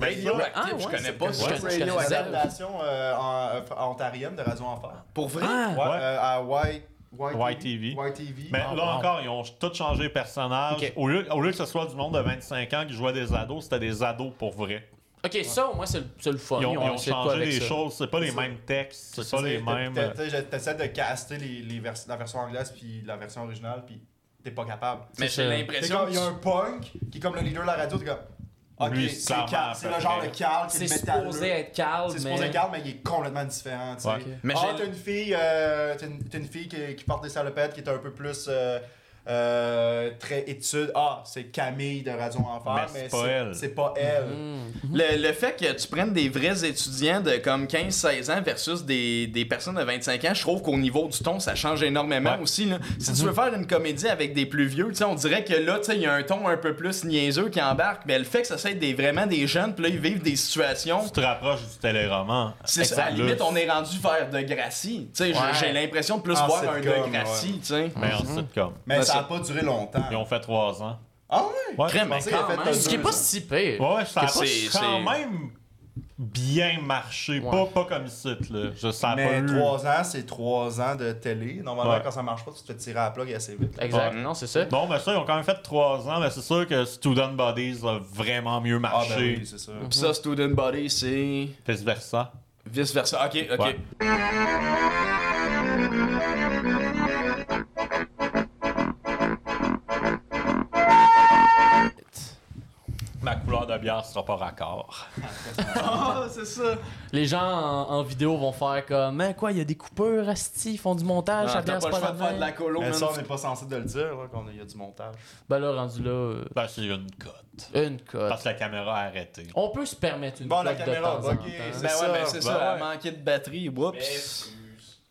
Mais ça,
Radioactive,
Ah, ouais,
je connais
c'est
pas
que-
ça.
ouais, je connais
C'est
zéro.
l'adaptation euh, en- euh, ontarienne de Radio Enfer.
Pour vrai?
Ah!
Ouais,
Ouais.
euh, à White, White
YTV.
YTV.
Mais
Ah,
là
wow.
encore, ils ont tout changé les personnages.
Ok.
Au, lieu, au lieu que ce soit du monde de 25 ans qui jouait des ados, c'était des ados pour vrai.
Ok, ça au moins c'est le, c'est le fun.
Ils ont, ils ont
essayé de quoi
changé
avec
les
ça.
choses, c'est pas les
C'est ça.
mêmes textes, c'est
C'est-
pas les
t'es-
mêmes. euh,
t'es- t'es- j'ai- T'essaies de caster les, les vers- la version anglaise puis la version originale, puis t'es pas capable.
Mais
C'est ça.
j'ai
C'est
l'impression
comme,
que
il y a un punk qui est comme le leader de la radio, t'es comme. Ok,
Lui,
c'est
clairement,
Carl,
à
c'est
peu
le genre
près.
de Carl qui
C'est
est
supposé
métalleux.
être calme,
C'est
mais...
supposé Carl, mais il est complètement différent, tu sais.
Ouais.
Mais
Mais
ah,
j'ai-
t'as une fille, euh, t'as une, t'as une fille qui, qui porte des salopettes, qui est un peu plus euh, euh, très étude. Ah, c'est Camille de Radio Enfer,
Mais c'est
mais,
pas elle. Mhm.
c'est pas elle.
Le, le fait que tu prennes des vrais étudiants de comme 15-16 ans versus des, des personnes de 25 ans, je trouve qu'au niveau du ton, ça change énormément
Ouais.
aussi. là. Si tu veux faire une comédie avec des plus vieux, tu sais, on dirait que là, tu sais, il y a un ton un peu plus niaiseux qui embarque, mais le fait que ça soit des, vraiment des jeunes, puis là, ils vivent des situations.
Tu te rapproches du téléroman.
C'est ça, à la
Là,
limite, on est rendu vers de Gracie. Tu sais, j'ai-
Ouais.
J'ai l'impression de plus
Ah,
En
voir un
sitcom,
de Gracie, tu sais.
Mais en sitcom.
Mhm.
Mais
Ben,
ça
ça-
a pas duré longtemps.
Bah, Ils ont fait trois ans.
Ah ouais?
Ouais.
Crème,
Je pensais qu'il
quand
a fait
même.
Ah, Ce qui est pas si pire.
Ouais, ouais, ça a
Que c'est-
quand
c'est-
même bien marché.
Ouais.
Pas, pas comme site, là. Je sais pas.
Mais
eu-
3 ans, c'est 3 ans de télé. Normalement,
Ouais.
quand ça marche pas, tu te fais tirer à la plug assez vite.
Exact,
Ouais.
non, c'est ça.
Bon, mais ça, ils ont quand même fait trois ans. Mais c'est sûr que Student Bodies a vraiment mieux
Ah,
marché.
ben oui, c'est ça.
Puis ça, Student Body, c'est
Vice versa.
vice-versa. OK, OK.
Ouais. Ma couleur de bière sera pas raccord.
Ah, c'est ça.
Les gens en, en vidéo vont faire comme Mais quoi, il y a des coupures, asti, ils font du montage, ça
Ah, T'as pas
vient
le
c'est pas
choix
la
de faire de la
même.
colo,
Mais
man.
ça, on n'est pas censé de le dire, là, qu'on a, il y a du montage.
Ben là, rendu là,
Ben, c'est une cote.
euh, une cote.
Parce que la caméra a arrêté.
On peut se permettre une
Bon, la
cote de
caméra,
temps en
ok,
temps.
c'est-
Ben ouais,
ça.
ben c'est
Ben
ça, elle
ouais.
manquait de batterie,
Mais
whoops.
excuse.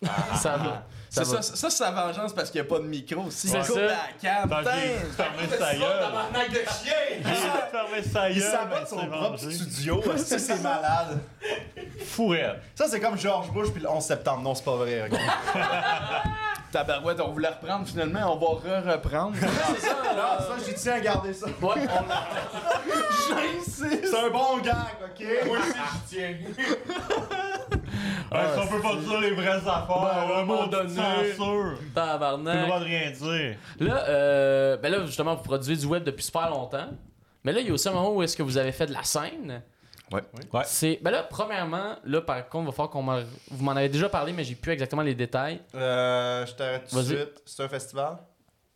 (laughs) Ça va.
C'est
va.
ça, ça, c'est sa vengeance parce qu'il n'y a pas de micro. Si
C'est
il coupe
ça.
la cam,
Attends, j'ai
putain!
fermé sa
Ça,
gueule.
tabarnak de chien!
J'ai fermé sa gueule.
Il sabote
mais
son
c'est
propre
mangé.
studio, est-ce que c'est malade?
Fourrette.
Ça, c'est comme George Bush puis le 11 septembre. Non, c'est pas vrai. ok.
(laughs)
(laughs)
Tabarouette, on voulait reprendre finalement, on va re-reprendre.
Ah, ça, j'y tiens à garder ça.
Ouais, on-
(laughs) C'est un bon gag, ok?
Moi aussi, je tiens.
Ouais, si on peut pas dire les vraies affaires,
à un
là,
moment
mon
donné.
censure. T'as le
tabarnak.
droit de rien dire.
Là, euh, ben là, justement, vous produisez du web depuis super longtemps. Mais là, il y a aussi un moment où est-ce que vous avez fait de la scène.
Ouais.
Ouais.
C'est, ben là, premièrement, là, par contre, il va falloir qu'on m'en... Vous m'en avez déjà parlé, mais j'ai plus exactement les détails.
Euh, je t'arrête tout de
Vas-y.
suite. C'est un festival?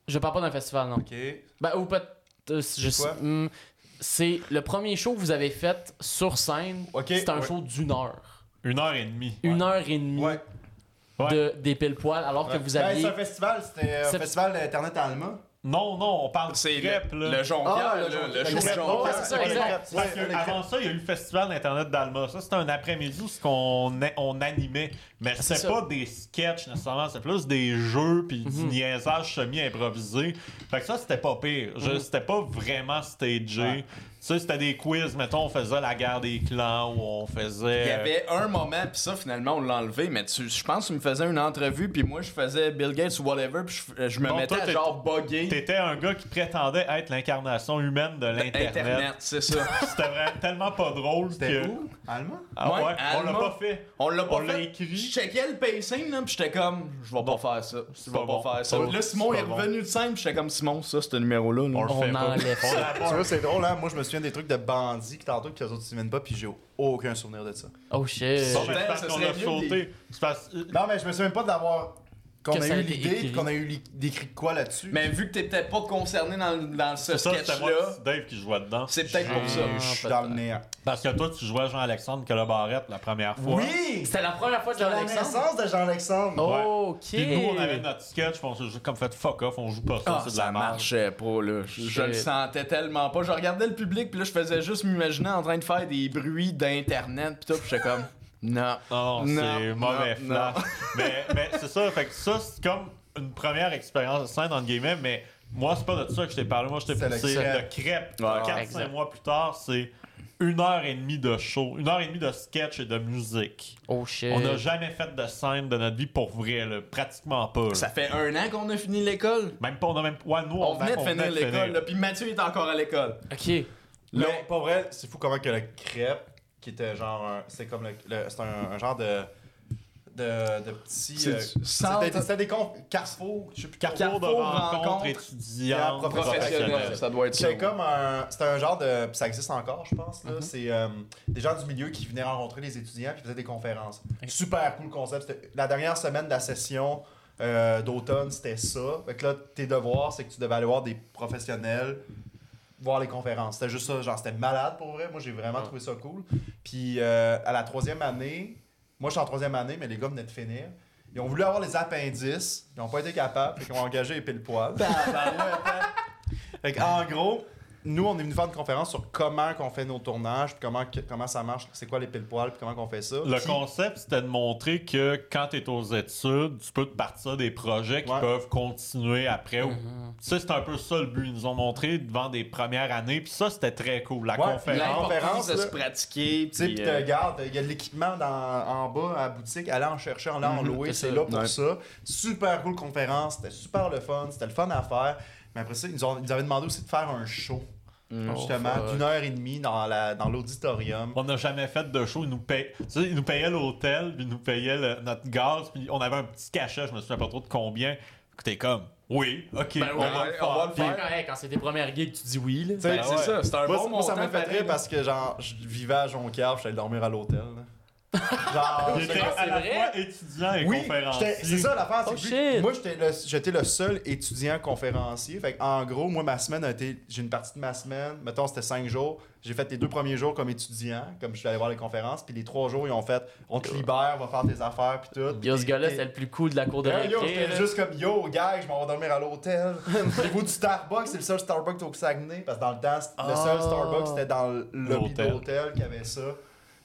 Je parle pas d'un festival, non.
Ok.
Ben, ou peut-être... euh, je sais-
Quoi?
hmm, c'est le premier show que vous avez fait sur scène.
Ok,
c'est un
ouais.
show d'une heure.
Une heure et demie.
Une heure et demie
Ouais.
de, des pile-poils, alors que
ouais.
vous aviez...
Ben, c'est un festival, c'était euh, un
C'est-
festival d'Internet Alma.
Non, non, on
(laughs)
parle
C'est
de crêpes,
le,
là.
le jonquière,
Ah, le
le,
jonquière.
le show
Le crêpe.
jonquière.
Ouais, c'est ça,
Ouais,
exact.
ouais,
Parce que
ouais,
avant ça, il y a eu le festival d'Internet d'Alma. Ça, c'était un après-midi où ce qu'on a- on animait. Mais
c'est
c'était
ça.
pas des sketchs nécessairement, c'est plus des jeux puis du niaisage semi-improvisé. Fait que ça, c'était pas pire. Je- C'était pas vraiment stagé. Ça, c'était des quiz. Mettons, on faisait la guerre des clans ou on faisait.
Il y avait un moment, puis ça, finalement, on l'a enlevé, mais tu, je pense que tu me faisais une entrevue, puis moi, je faisais Bill Gates ou whatever, puis je, je me
Non,
mettais
toi,
à
t'es-
genre bugger
euh, T'étais un gars qui prétendait être l'incarnation humaine de l'Internet.
Internet, c'est ça.
C'était vraiment tellement pas drôle
C'était
que.
où? Allemand?
Ah ouais,
Ouais,
on l'a
Allemand.
pas fait.
On l'a pas
On l'a
fait.
écrit.
Je checkais le pacing, là, pis j'étais comme, je vais pas faire ça. Je vais pas,
pas bon.
faire ça.
C'est pas-
Là, Simon
c'est
est
pas bon.
revenu de scène, pis j'étais comme, Simon, ça, ce numéro-là. là.
On le fait
On
pas.
enlève
On
ça.
l'a
Tu
pas.
vois, c'est drôle, hein? Moi, je me souviens des trucs de bandits que tantôt, que les autres, ils viennent pas, puis j'ai aucun souvenir de ça.
Oh shit.
Bon, ben, c'est
Putain,
parce
ça
qu'on
serait
a
mieux
sauté. C'est parce-
Non, mais je me souviens pas d'avoir. Qu'on
Que
a
ça a
eu
été
l'idée,
écrit.
puis qu'on a eu li- décrit de quoi là-dessus.
Mais vu que t'étais pas concerné dans, dans ce
C'est ça, c'était moi,
sketch-là,
c'est Dave qui jouait dedans.
c'est Ah, peut-être pour ça.
je suis dans le néant.
Parce que toi, tu jouais Jean-Alexandre Colabarette la première fois.
Oui! Oh,
C'était la première fois de
C'est la
Jean-Alexandre.
naissance de Jean-Alexandre.
Ouais.
Ok.
Puis nous, on avait notre sketch, puis on s'est juste comme fait fuck off, on joue pas ça,
Ah,
c'est de
ça
la marche.
marchait pas, là. Je, je le
Shit.
sentais tellement pas. Je regardais le public, puis là, je faisais juste m'imaginer en train de faire des bruits d'Internet, pis tout, pis j'étais comme, (laughs) non.
Non,
Non,
c'est mauvais
non,
flash. (laughs) mais mais c'est ça, fait que ça, c'est comme une première expérience de scène, entre guillemets, mais moi, c'est pas de ça que je t'ai parlé. Moi, je t'ai
C'est le
poussé
crêpe.
de crêpe.
Ouais.
Exact.
4-5 mois plus tard, c'est une heure et demie de show, une heure et demie de sketch et de musique.
Oh shit.
On n'a jamais fait de scène de notre vie pour vrai, là, pratiquement pas. là.
Ça fait un an qu'on a fini l'école.
Même pas, on a même ouais, nous,
On venait de
on
finir l'école, là, pis Mathieu est encore à l'école.
Ok.
Mais pas vrai, c'est fou comment que le crêpe, qui était genre un. C'est comme le. le- c'est un, un genre de. De, de petit.
C'est
euh,
du-
C'était
centre-
c'était des cons. Carrefour, je sais plus quoi.
Carrefour de
Carrefour,
rencontre
rencontre,
étudiante
Professionnel,
professionnelle.
ça doit être ça.
C'est comme un. C'était un genre de. puis Ça existe encore, je pense. là. C'est euh, des gens du milieu qui venaient rencontrer les étudiants qui faisaient des conférences. Super cool concept. C'était- La dernière semaine de la session euh, d'automne, c'était ça. Fait que là, tes devoirs, c'est que tu devais aller voir des professionnels voir les conférences. C'était juste ça. Genre, c'était malade pour vrai. Moi, j'ai vraiment trouvé ça cool. Puis euh, à la troisième année, moi, je suis en troisième année, mais les gars venaient de finir. Ils ont voulu avoir les appendices. Ils n'ont pas été capables. Fait qu'ils ont engagé les pile poil. Fait que, en gros, nous, on est venu faire une conférence sur comment qu'on fait nos tournages, puis comment, que- comment ça marche, c'est quoi les pile poils, puis comment qu'on fait ça.
Le
Puis-
concept, c'était de montrer que quand tu es aux études, tu peux te partir des projets qui
Ouais.
peuvent continuer après. ou-
Mhm.
Ça, c'est un peu ça le but. Ils nous ont montré devant des premières années. Puis ça, c'était très cool. La
Ouais,
conférence.
conférence,
L'importance de
là.
se pratiquer.
Tu sais,
puis,
puis
euh,
te garde, il y a de l'équipement dans- en bas à la boutique, aller en chercher, aller en louer,
c'est
c'est
ça.
là pour
Ouais.
ça. Super cool conférence, c'était super le fun, c'était le fun à faire. Mais après ça, ils nous, ont- ils nous avaient demandé aussi de faire un show, justement,
fuck.
d'une heure et demie dans la- dans l'auditorium.
On n'a jamais fait de show. Ils nous, payaient, tu sais, ils nous payaient l'hôtel, puis ils nous payaient le- notre gaz. Puis on avait un petit cachet, je me souviens pas trop de combien. Écoutez, comme, oui, ok,
Ben
on,
ouais,
va le
on va
faire.
le
Puis-
Ouais, ouais, quand c'est tes premières gigs, tu dis oui, là.
sais,
ben, c'est
ouais.
ça, c'est un
Moi,
bon
moi, ça
montant,
m'a fait
pareil,
rire
là.
parce que genre je vivais à Jonquière, puis j'allais dormir à
(laughs)
l'hôtel. là. Genre,
Il était
Ah,
à
c'est
la
vrai?
fois étudiant et
Oui,
conférencier.
j'étais- c'est ça l'affaire. c'est
Oh,
que
shit.
Moi, j'étais le, j'étais le seul étudiant conférencier. Fait en gros, moi, ma semaine a été. J'ai une partie de ma semaine. Mettons, c'était cinq jours. J'ai fait les deux premiers jours comme étudiant, comme je suis allé voir les conférences. Puis les trois jours, ils ont fait on te libère, on va faire tes affaires, puis tout.
Yo, ce
Puis-
gars-là,
puis-
c'était le plus cool de la cour de
Hey, Yo,
récré.
j'étais
là.
juste comme yo, gars, je m'en vais dormir
(laughs)
à l'hôtel. Au niveau du Starbucks, c'est le seul Starbucks au Saguenay. Parce que dans le temps, c- le seul
Ah.
Starbucks, c'était dans le lobby de
L'hôtel.
l'hôtel qui avait ça.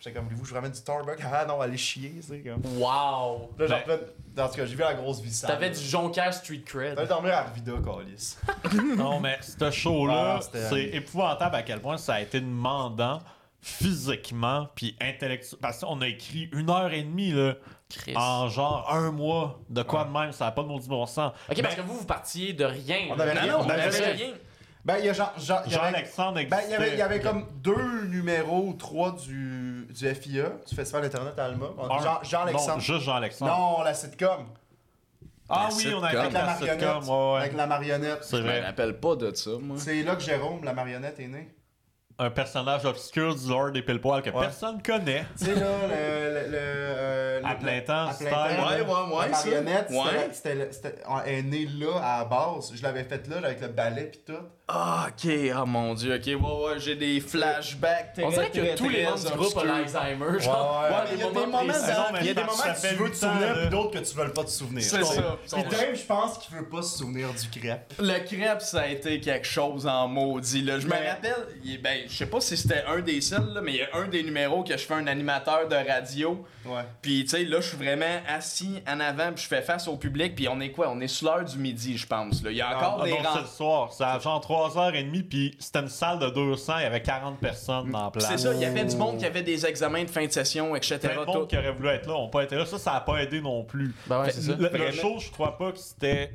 J'étais comme, voulez-vous, que je vous ramène du Starbucks. Ah non, allez chier, tu sais. Comme.
Wow.
Là, j'en
Ben,
revenais- dans tout cas, j'ai vu la grosse vie sale.
T'avais du Jonker Street
T'allais
Cred.
dormir à Arvida, Calis.
Non, mais ce show-là,
Ah, c'était-
c'est épouvantable à quel point ça a été demandant physiquement puis intellectuellement. Parce qu'on a écrit une heure et demie, là,
Chris.
Ah.
en genre un mois. De quoi de même, ça n'a pas de maudit bon sens.
Ok, parce que vous, vous partiez de rien.
On avait
là.
rien,
Non, non,
on avait
avait
rien.
rien.
Ben, il y a Jean. Jean, il y avait-
Jean-Alexandre
ben, il y avait, il y avait
existait.
comme deux numéros ou trois du, du FIA, du Festival Internet Alma.
Un-
Jean-
Non,
Jean-Alexandre.
juste Jean-Alexandre.
Non, la sitcom.
Ah
La
oui, on a
sitcom.
fait
Avec la
la
marionnette.
sitcom. ouais,
Avec
ouais.
la marionnette.
C'est
Je me
vrai.
rappelle pas de ça, moi.
C'est là que Jérôme, la marionnette, est né.
Un personnage obscur du Lord des Pile-Poils que
Ouais.
personne connaît.
Tu sais, là, le. le, le, euh, le-
À plein temps,
à
c'est
plein temps.
Ouais, ouais, ouais,
La
ça.
marionnette, c'était-
Ouais.
c'était le- c'était- ah, elle est née là, à la base. Je l'avais faite là, avec le ballet pis tout.
Ah, ok, ah mon dieu, ok, ouais, ouais, j'ai des flashbacks.
On dirait que tous les membres du groupe ont l'Alzheimer. Genre,
Ouais, ouais,
à
mais
des
il y a des
moments
euh, moments
précis.
Non, mais
Il y a des
ça
moments
fait
que tu veux te
huit ans,
souvenir,
là.
puis d'autres que tu veux pas te souvenir.
C'est ça.
Puis Dave, je pense qu'il veut pas se souvenir du crêpe.
Le crêpe, ça a été quelque chose en maudit. Là. Je me
Mais-
rappelle, il- ben, ben, je sais pas si c'était un des seuls, là, mais il y a un des numéros que je fais un animateur de radio.
Ouais.
Puis, tu sais, là, je suis vraiment assis en avant, puis je fais face au public, puis on est quoi? On est sur l'heure du midi, je pense. là. Il y a encore
Ah
des
non,
ren-
c'est le soir. C'est à genre 3h30, puis c'était une salle de 200, il y avait 40 personnes dans la
Puis
place.
C'est ça, il y avait du monde qui avait des examens de fin de session, etc.
Plein de
tout.
monde qui aurait voulu être là n'ont pas été là. Ça, ça n'a pas aidé non plus.
Ben ouais, c'est ça.
Le, le
Vraiment.
show, je crois pas que c'était. Tu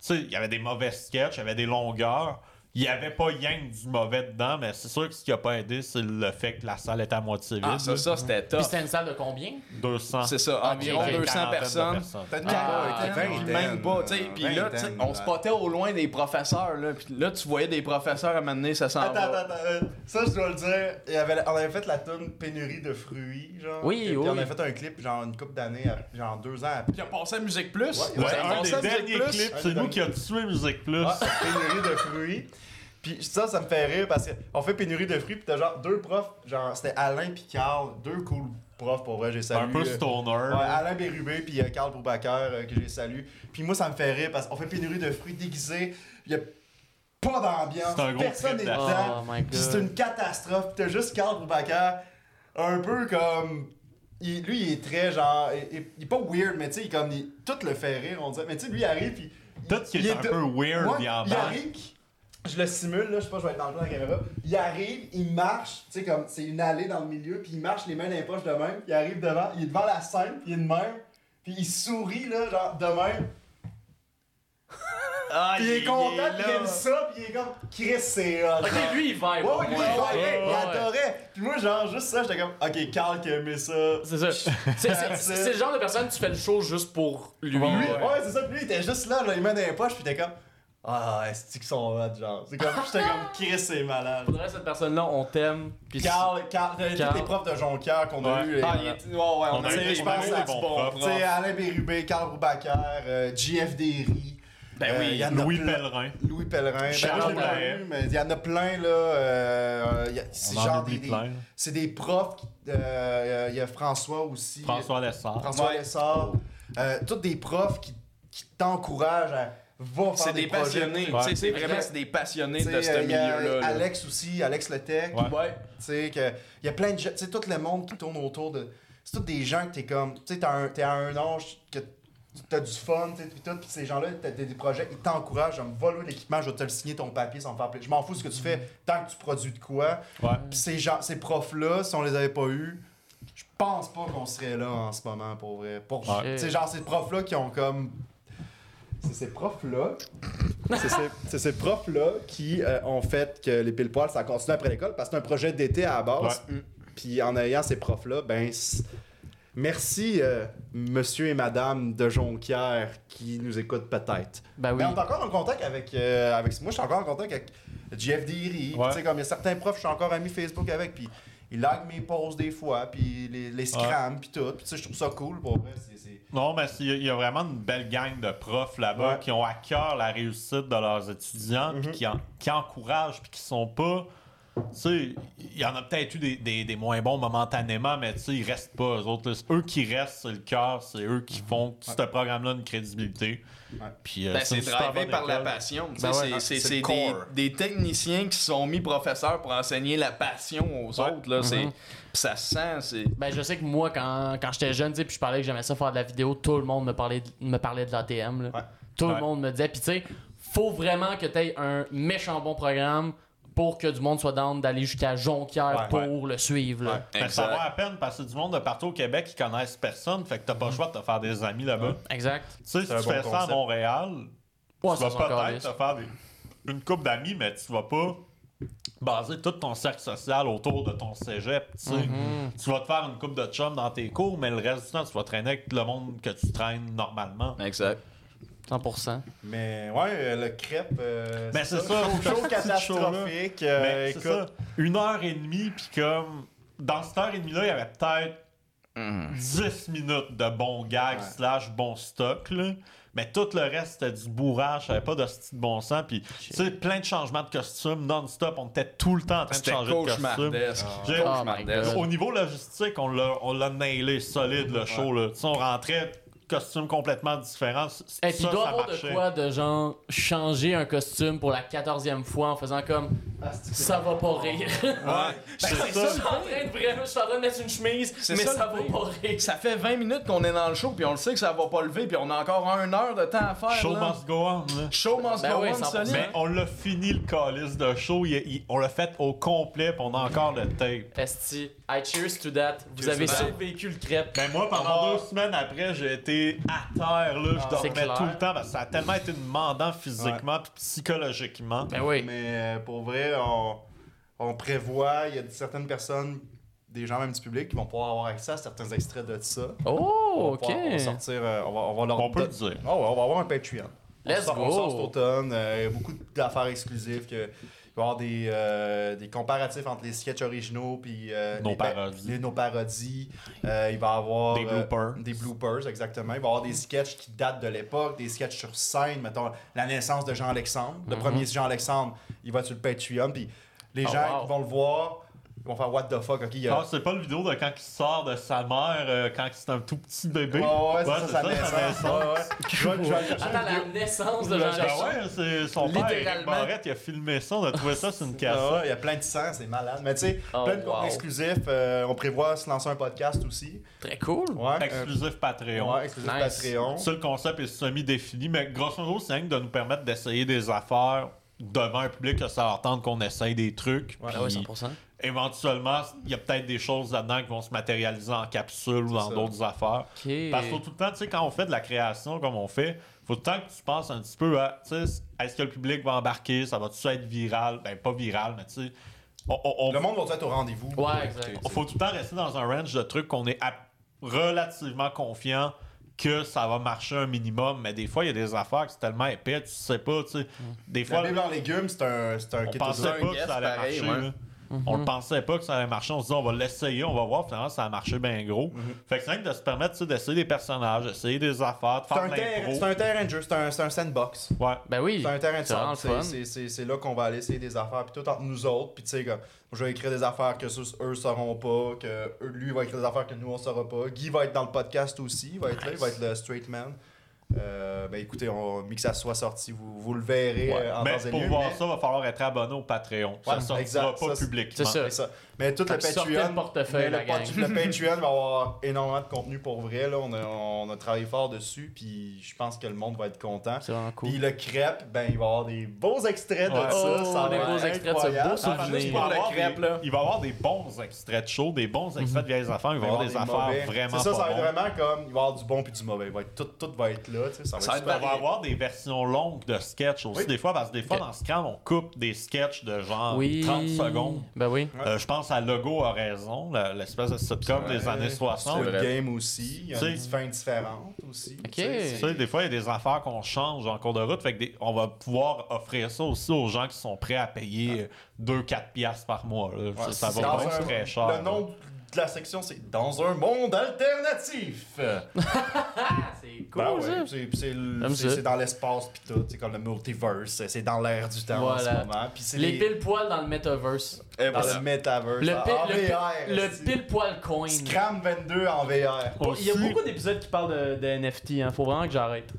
sais, il y avait des mauvais sketchs, il y avait des longueurs. Il y avait pas rien que du mauvais dedans, mais c'est sûr que ce qui a pas aidé, c'est le fait que la salle était à moitié vide.
Ah, ça,
là.
ça, c'était
Puis
top.
c'était une salle de combien
200.
C'est ça, environ
Une
200
quarantaine de
personnes.
T'as une
Ah,
quarantaine,
puis même pas, tu sais. Puis là, tu sais,
vingtaine,
on spottait au loin des professeurs, là. Puis là, tu voyais des professeurs à un moment donné, ça s'en
Attends,
va.
attends, attends, euh, ça je dois le dire, il y avait- on avait fait la tune pénurie de fruits, genre.
Oui,
et puis
oui.
on avait fait un clip, genre une couple d'années, à- genre deux ans après.
Puis on passait à Musique Plus.
Ouais,
Ouais,
On
un des
passait à Musique
derniers
Plus.
clips, c'est nous qui a tué Musique Plus.
Ah, pénurie de fruits. Puis ça, ça me fait rire parce qu'on fait pénurie de fruits, puis t'as genre deux profs, genre c'était Alain puis Carl, deux cool profs pour vrai, j'ai salué.
Ben,
euh,
un peu stoner.
Ouais, Alain Bérubé puis euh, Carl Boubacar euh, que j'ai salué. Puis moi, ça me fait rire parce qu'on fait pénurie de fruits déguisés. Il y a pas d'ambiance.
C'est un gros
Personne
trip
n'est
d'acide.
dedans.
Oh my
Puis c'est
God.
une catastrophe. Puis t'as juste Carl Boubacar un peu comme. il- lui, il est très genre. Il, il- il est pas weird, mais tu sais, il comme. il- tout le fait rire, on dirait. Mais tu sais, lui, il arrive. Puis, il-
Tout qui
il
est un
de-
peu weird,
Ouais,
il en
il
bas.
arrive, je le simule, là, je sais pas, je vais être dans le plan de la caméra. Il arrive, il marche, tu sais, comme c'est une allée dans le milieu, puis il marche les mains dans les poches de même. Il arrive devant, il est devant la scène, puis il est de même, puis il sourit, là, genre de même.
Ah,
Puis il est content,
là.
puis il aime ça, puis il est comme Chris, c'est hot. genre.
Ok, lui, il vibe.
Ouais, ouais, lui,
Ouais,
il
ouais,
adorait, il
ouais.
adorait. Puis moi, genre, juste ça, j'étais comme, ok, Carl qui a aimé ça.
C'est ça. C'est- c'est- C'est le genre de personne que tu fais le show juste pour lui.
Lui, ouais, c'est ça, puis lui, il était juste là, genre, les mains dans les poches, puis il était comme, ah, est-ce qu'ils sont hot, genre. C'est comme, j'étais comme, Chris, c'est malade.
Faudrait cette personne-là, on t'aime. Puis
Carl, Carl, t'as
Carl.
tous les profs de Jonquière qu'on a
Ouais.
eu.
Ah, il est... ouais, ouais, on,
On a
a
eu-
eu,
je
on a
pense
eu des
à
bons
Tu sais, Alain Bérubé, Carl Roubacaire, euh, JF Derry.
Ben
euh,
oui,
il y en a
Louis
plein-
Pellerin.
Louis Pellerin.
Charles
Ben, je l'ai pas
Blair.
vu, mais il y en a plein, là. euh, il y a- c'est
On en
genre
oublie
des, des-
plein.
C'est des profs. qui- euh, il y a François aussi.
François Lessard.
François
Ouais.
Lessard. Euh, tous des profs qui, qui t'encouragent à va
C'est
faire
des,
des, projets.
passionnés.
Ouais.
Tu sais, C'est vraiment c'est des passionnés
Tu sais,
de ce
euh, il y a
milieu-là. là.
Alex aussi, Alex Letec.
Ouais.
Ouais.
Tu sais, que- il y a plein de gens, tu sais, tout le monde qui tourne autour de. C'est tous des gens que t'es comme. Tu sais, t'as un- t'es à un âge que t'as du fun, tu sais, pis tout, pis ces gens-là, t'as des, des projets, ils t'encouragent, genre, va louer l'équipement, je vais te le signer ton papier sans me faire plaisir. Je m'en fous ce que tu fais tant que tu produis de quoi.
Ouais.
Pis ces gens, ces profs-là, si on les avait pas eus, je pense pas qu'on serait là en ce moment, pour vrai. Pour,
Ouais.
Tu sais, genre, ces profs-là qui ont comme. C'est ces profs-là c'est ces- c'est ces profs-là qui euh, ont fait que les pile poils ça continue après l'école parce que c'est un projet d'été à la base. Puis en ayant ces profs-là, ben. c- Merci, euh, monsieur et madame de Jonquière qui nous écoutent peut-être.
Ben oui.
Mais on est
bah-
encore en contact avec, euh, avec. Moi, je suis encore en contact avec Jeff Deary.
Ouais.
Tu sais, comme il y a certains profs, je suis encore ami Facebook avec. Puis il like mes posts des fois, puis les, les scrams, puis tout. Puis tu sais, je trouve ça cool pour vrai. c'est- c'est-
Non, mais c'est- il y a vraiment une belle gang de profs là-bas
Ouais.
qui ont à cœur la réussite de leurs étudiants, puis qui, en- qui encouragent, puis qui sont pas. Tu sais, il y en a peut-être eu des, des- des moins bons momentanément, mais tu sais, ils restent pas, eux autres. là. C'est eux qui restent, c'est le cœur, c'est eux qui font que ce programme-là une crédibilité. Puis, euh,
Ben,
une
c'est
super
drivé
bonne
par la
école.
passion. tu sais,
Ben ouais,
c'est-
hein,
c'est
c'est
c'est des,
le core.
des techniciens qui se sont mis professeurs pour enseigner la passion aux autres. Là, c'est-
Mhm.
pis ça se sent. c'est-
Ben, je sais que moi, quand, quand j'étais jeune, tu sais, puis je parlais que j'aimais ça faire de la vidéo, tout le monde me parlait de, me parlait de l'ATM. là. Tout
Ouais.
le monde me disait, puis tu sais, faut vraiment que tu aies un méchant bon programme pour que du monde soit down d'aller jusqu'à Jonquière
Ouais.
pour le suivre. là.
Mais Ben, ça va à peine parce que c'est du monde de partout au Québec qui connaissent personne, fait que t'as pas le choix de te faire des amis là-bas.
Exact.
Tu sais, si tu
C'est un bon
fais ça à
concept.
Montréal,
Ouais,
tu
ça,
vas
c'est encore
peut-être
lisse.
te faire des- une coupe d'amis, mais tu vas pas baser tout ton cercle social autour de ton cégep. tu sais.
Mm-hmm.
Tu vas te faire une coupe de chum dans tes cours, mais le reste du temps, tu vas traîner avec le monde que tu traînes normalement.
Exact.
100%.
Mais ouais, euh, le crêpe. euh,
Mais Ben, (laughs) c'est ça,
Show-
ce
Show
petit
catastrophique. euh,
Mais c'est
écoute,
ça, une heure et demie, puis comme dans cette heure et demie-là, il y avait peut-être
Mm-hmm.
10 minutes de bon gag
Ouais.
slash bon stock, là. Mais tout le reste, c'était du bourrage, j'avais pas de style de bon sens. Puis, tu sais, plein de changements de costumes non-stop. On était tout le temps en train de
C'était
changer de costume.
cauchemardesque.
Oh
J'ai-
my
Cauchemardesque.
God.
Au niveau logistique, on l'a, on l'a nailé solide, le show. Là. Tu sais, on rentrait costumes complètement différents. c-
Et puis,
ça,
il doit
ça
avoir
marchait.
de quoi de genre changer un costume pour la quatorzième fois en faisant comme ça va pas rire. (laughs)
Ah,
Ben,
Ouais, c'est
je
ça.
suis en train de vraiment, je suis en train de mettre une chemise,
C'est
mais
ça,
ça,
le
va
pire.
pas rire.
Ça fait 20 minutes qu'on est dans le show, puis on le sait que ça va pas lever, puis on a encore une heure de temps à faire.
Show
là.
must go on. là.
Show must
Ben
go
oui,
on,
100%.
solide.
Mais on l'a fini le calice de show, il- il- on l'a fait au complet, pis on a encore le tape.
Esti, I cheers to that. Vous
Cheers
avez
to that.
survécu le crêpe.
Ben moi,
On va-
pendant deux semaines après, j'ai été à terre, là, je
c'est
dormais
clair.
tout le temps, parce que ça a tellement été demandant physiquement pis psychologiquement.
Ben oui.
Mais euh, pour vrai, on, on prévoit, il y a certaines personnes, des gens même du public, qui vont pouvoir avoir accès à certains extraits de ça.
Oh, ok.
On va pouvoir sortir, euh, on, va, on va leur
On peut le
don-
dire.
Ah ouais, on va avoir un Patreon.
Let's
on sort, on
go.
sort cet automne. euh, Il y a beaucoup d'affaires exclusives. Que, il va y avoir des, euh, des comparatifs entre les sketchs originaux puis euh,
Nos
les pa-
parodies.
les- nos parodies. Euh, il va y avoir
Des
euh,
bloopers.
des bloopers, exactement. Il va y avoir des sketchs qui datent de l'époque, des sketchs sur scène. Mettons la naissance de Jean Alexandre, le premier Jean Alexandre. Il va être sur le Patreon puis les
Oh,
gens
wow.
qui vont le voir. Ils vont faire what the fuck, ok? il y a-
Ah, c'est pas le vidéo de quand il sort de sa mère, euh, quand c'est un tout petit bébé.
Ouais, ouais, ouais, c'est
Ouais,
ça, sa
sa
naissance.
naissance.
Ouais, ouais. Je vais- je vais aller
Attends,
chercher une vidéo. Ah,
la naissance de
Ben
Jean-Jacques.
ouais, c'est son père, Eric
Littéralement.
Barrette, il a filmé ça, on a trouvé ça sur une
Ah
cassette.
ouais, il y a plein de sang, c'est malade. Mais tu sais,
Oh,
plein de contenus
wow.
exclusifs. euh, on prévoit se lancer un podcast aussi.
Très cool.
Ouais, euh,
Exclusif Patreon.
ouais, exclusif
Nice.
Patreon.
Ça, le concept est semi-défini, mais grosso modo, c'est rien que de nous permettre d'essayer des affaires devant un public, que ça leur tente qu'on essaye des trucs.
Ah
puis
ouais, 100%.
éventuellement, il y a peut-être des choses là-dedans qui vont se matérialiser en capsule ou dans
ça.
d'autres affaires.
Ok.
Parce que faut tout le temps, tu sais, quand on fait de la création comme on fait, faut tout le temps que tu penses un petit peu à, tu sais, est-ce que le public va embarquer, ça va-tu être viral? Ben, pas viral, mais tu sais, on, on- on-
Le monde va être au rendez-vous.
Ouais, exact.
on- faut tout le temps rester dans un range de trucs qu'on est à- relativement confiant que ça va marcher un minimum, mais des fois, il y a des affaires qui sont tellement épais, tu sais pas, tu sais.
Mm.
Des
La
fois,
Bible en légumes, c'est un, c'est un
on
kit
pensait
aux
pas
yes,
que ça allait
pareil,
marcher.
ouais.
là. On le pensait pas que ça allait marcher. On se disait, on va l'essayer, on va voir. Finalement, ça a marché bien gros.
Mm-hmm.
Fait que c'est vrai que de se permettre tu sais, d'essayer des personnages, d'essayer des affaires, de
C'est
faire
un,
de
terrain-
l'impro.
c'est un terrain de jeu, c'est un, c'est un sandbox.
Ouais.
Ben oui.
C'est un terrain de
C'est vraiment
sable.
le
C'est-
fun.
c'est- C'est c'est là qu'on va aller essayer des affaires, puis tout entre nous autres. Puis tu sais, comme, je vais écrire des affaires que ceux- eux sauront pas, que eux- lui va écrire des affaires que nous on saura pas. Guy va être dans le podcast aussi, il va être là, il va être le straight man. Euh, ben écoutez, on mix ça soit sorti, vous, vous le verrez
Ouais.
euh, en
mais
temps et
pour
lieu,
voir
mais-
ça, va falloir être abonné au Patreon. Ça
Ouais,
sortira
exact,
pas
ça, c'est-
publiquement.
C'est ça.
C'est ça. Mais tout
Fait
le
que sortez
Patreon,
le portefeuille,
mais
la
le, pat-
gang. (laughs)
le Patreon va avoir énormément de contenu pour vrai. Là. On, a, on a travaillé fort dessus, puis je pense que le monde va être content.
C'est vraiment cool.
Puis le crêpe, ben, il va avoir des beaux extraits de
Ouais.
ça.
Oh,
ça va
des
être
beaux extraits de ce
incroyable.
beau
Ah,
Ah,
souvenir.
juste,
venez.
il, va
Pour la
avoir
crêpe,
des,
là.
il va avoir des bons extraits de show, des bons extraits de vieilles affaires, il va y avoir des, affaires
mauvais.
vraiment
Mhm. C'est ça,
pas
ça va être
bonnes.
vraiment comme. Il va y avoir du bon puis du mauvais. Il va être- tout, tout va être là. tu sais, Ça va
Ça va
être
être
super.
On va avoir des versions longues de sketch aussi,
Oui.
des fois, parce que des fois,
Ok.
dans Scram, on coupe des sketchs de genre
Oui.
30 secondes.
Ben oui.
Euh, je pense à Logo a raison, la- l'espèce de sitcom des années
C'est
60.
une
vrai.
game aussi. Il y a
Tu
une
sais.
fin différente aussi.
Ok.
tu sais,
Tu
c'est-
sais, des fois, il y a des affaires qu'on change en cours de route. Fait que des- on va pouvoir offrir ça aussi aux gens qui sont prêts à payer 2-4 piastres par mois. là. ça, ça va
Dans
pas être
un-
très cher.
Le nom de la section, c'est Dans un monde alternatif.
Ah, c'est cool.
Ben ouais,
ça.
c'est- c'est le-
J'aime
c'est-
ça.
c'est dans l'espace pis tout, c'est comme le multiverse, c'est dans l'air du temps en
Voilà.
ce moment. Puis c'est
Les pile poil dans le metaverse.
Et
dans
voilà.
le metaverse, Ah,
Le,
en
pi- le,
VR.
pi- le
c'est-
pile poil coin.
Scram 22 en VR.
Il y a
Aussi-
beaucoup d'épisodes qui parlent de, de NFT. Hein. Faut vraiment que j'arrête.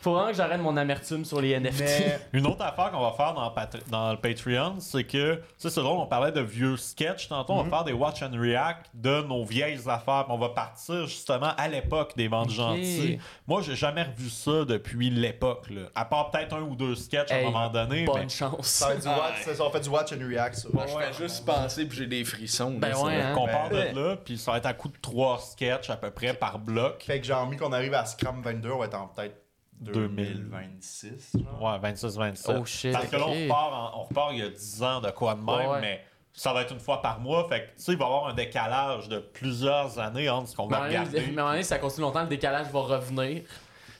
Faut vraiment que j'arrête mon amertume sur les NFT.
Mais
Une autre affaire qu'on va faire dans, Patr- dans le Patreon, c'est que, tu sais, c'est drôle, on parlait de vieux sketchs tantôt,
Mm-hmm.
on va faire des watch and react de nos vieilles affaires. puis On va partir justement à l'époque des ventes gentilles. Moi, j'ai jamais revu ça depuis l'époque, là. À part peut-être un ou deux sketchs
Hey,
à un moment
(laughs)
donné.
Bonne
mais-
chance.
ça va être du watch, c'est ça, on fait du watch and react. ça.
Moi, je fais juste penser, puis j'ai des frissons.
Ben
là, c'est
ouais,
vrai.
hein.
qu'on part
Ben.
de là, puis ça va être à coup de trois sketchs à peu près par bloc.
Fait que j'ai envie qu'on arrive à Scram 22, on va être en peut-être 2026. genre.
Ouais, 26-27.
Oh shit,
Parce que là,
ok.
on repart, en- on repart il y a 10 ans de quoi de même,
Ouais.
mais ça va être une fois par mois. Fait que, tu sais, il va y avoir un décalage de plusieurs années entre ce qu'on
Mais à
va
un moment donné,
regarder.
mais à un moment donné, si ça continue longtemps, le décalage va revenir.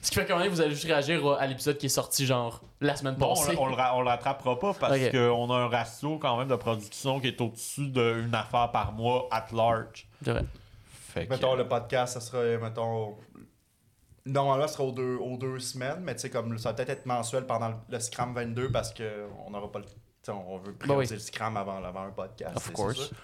Ce qui fait qu'à un moment donné, vous allez juste réagir à à l'épisode qui est sorti, genre, la semaine
Bon,
passée.
on, on le ra- on le rattrapera pas parce
Ok.
qu'on a un ratio quand même de production qui est au-dessus d'une affaire par mois at large.
C'est vrai.
Fait que-
Mettons, le podcast, ça sera, mettons... Normalement, ce sera aux deux, aux deux semaines, mais tu sais, comme ça va peut-être être mensuel pendant le, le Scram 22 parce qu'on n'aura pas le... tu sais, On veut prioriser
oui.
le Scram avant, avant un podcast.
Of
c'est- c'est
course.
sûr.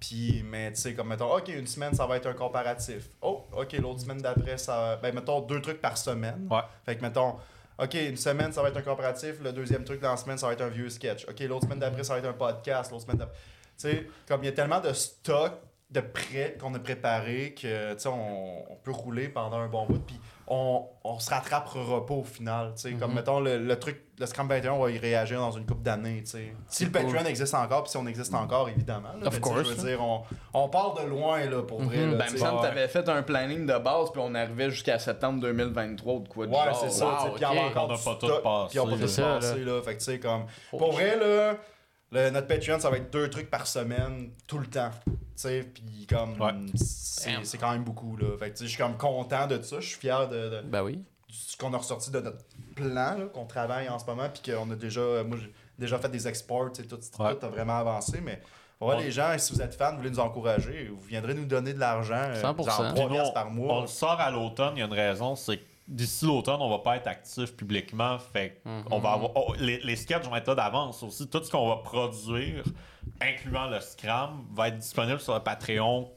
Puis, mais tu sais, comme mettons, OK, une semaine, ça va être un comparatif. Oh, OK, l'autre semaine d'après, ça. Ben, mettons, deux trucs par semaine.
Ouais.
Fait que, mettons, OK, une semaine, ça va être un comparatif. Le deuxième truc dans la semaine, ça va être un vieux sketch. OK, l'autre semaine d'après, ça va être un podcast. L'autre semaine d'après. Tu sais, comme il y a tellement de stock de prêt qu'on a préparé que, tu sais, on, on peut rouler pendant un bon bout. Puis, on, on se rattrapera pas au final. tu sais.
Mhm.
Comme, mettons, le, le truc, le Scrum 21, on va y réagir dans une coupe d'années. tu sais. Si le Patreon existe encore, puis si on existe encore, évidemment. là,
Mhm. Of
mais tu sais,
course, hein. Mhm.
Je veux dire, on, on part de loin, là, pour vrai. là,
Ben,
tu
il me
sais.
semble que t'avais fait un planning de base, puis on arrivait jusqu'à septembre 2023 ou de quoi de
Ouais,
genre.
c'est ça. tu sais,
wow,
Puis il y a
ok.
encore
On a
du
pas tout
stock,
passé,
Puis on a pas
là.
tout
C'est ça,
passé, là. Fait que, tu sais, comme. Pour vrai, là, le- notre Patreon, ça va être deux trucs par semaine, tout le temps. Tu sais, puis comme.
Ouais.
C'est c'est quand même beaucoup, là. Fait que, tu sais, je suis comme content de ça. Je suis fier de- de,
Ben oui.
ce qu'on a ressorti de notre plan, là, qu'on travaille en ce moment, puis qu'on a déjà, euh, moi, j'ai déjà fait des exports, tu sais, tout, tout
Ouais.
a vraiment avancé, mais ouais, les gens, si vous êtes fans, vous voulez nous encourager, vous viendrez nous donner de l'argent, euh,
100%.
genre
Puis
trois
nous,
piastres par
on
mois.
le sort à l'automne, il y a une raison, c'est que d'ici l'automne, on va pas être actif publiquement. Fait que on va avoir. oh, les, les sketchs vont être là d'avance aussi. Tout ce qu'on va produire, incluant le Scram, va être disponible sur le Patreon.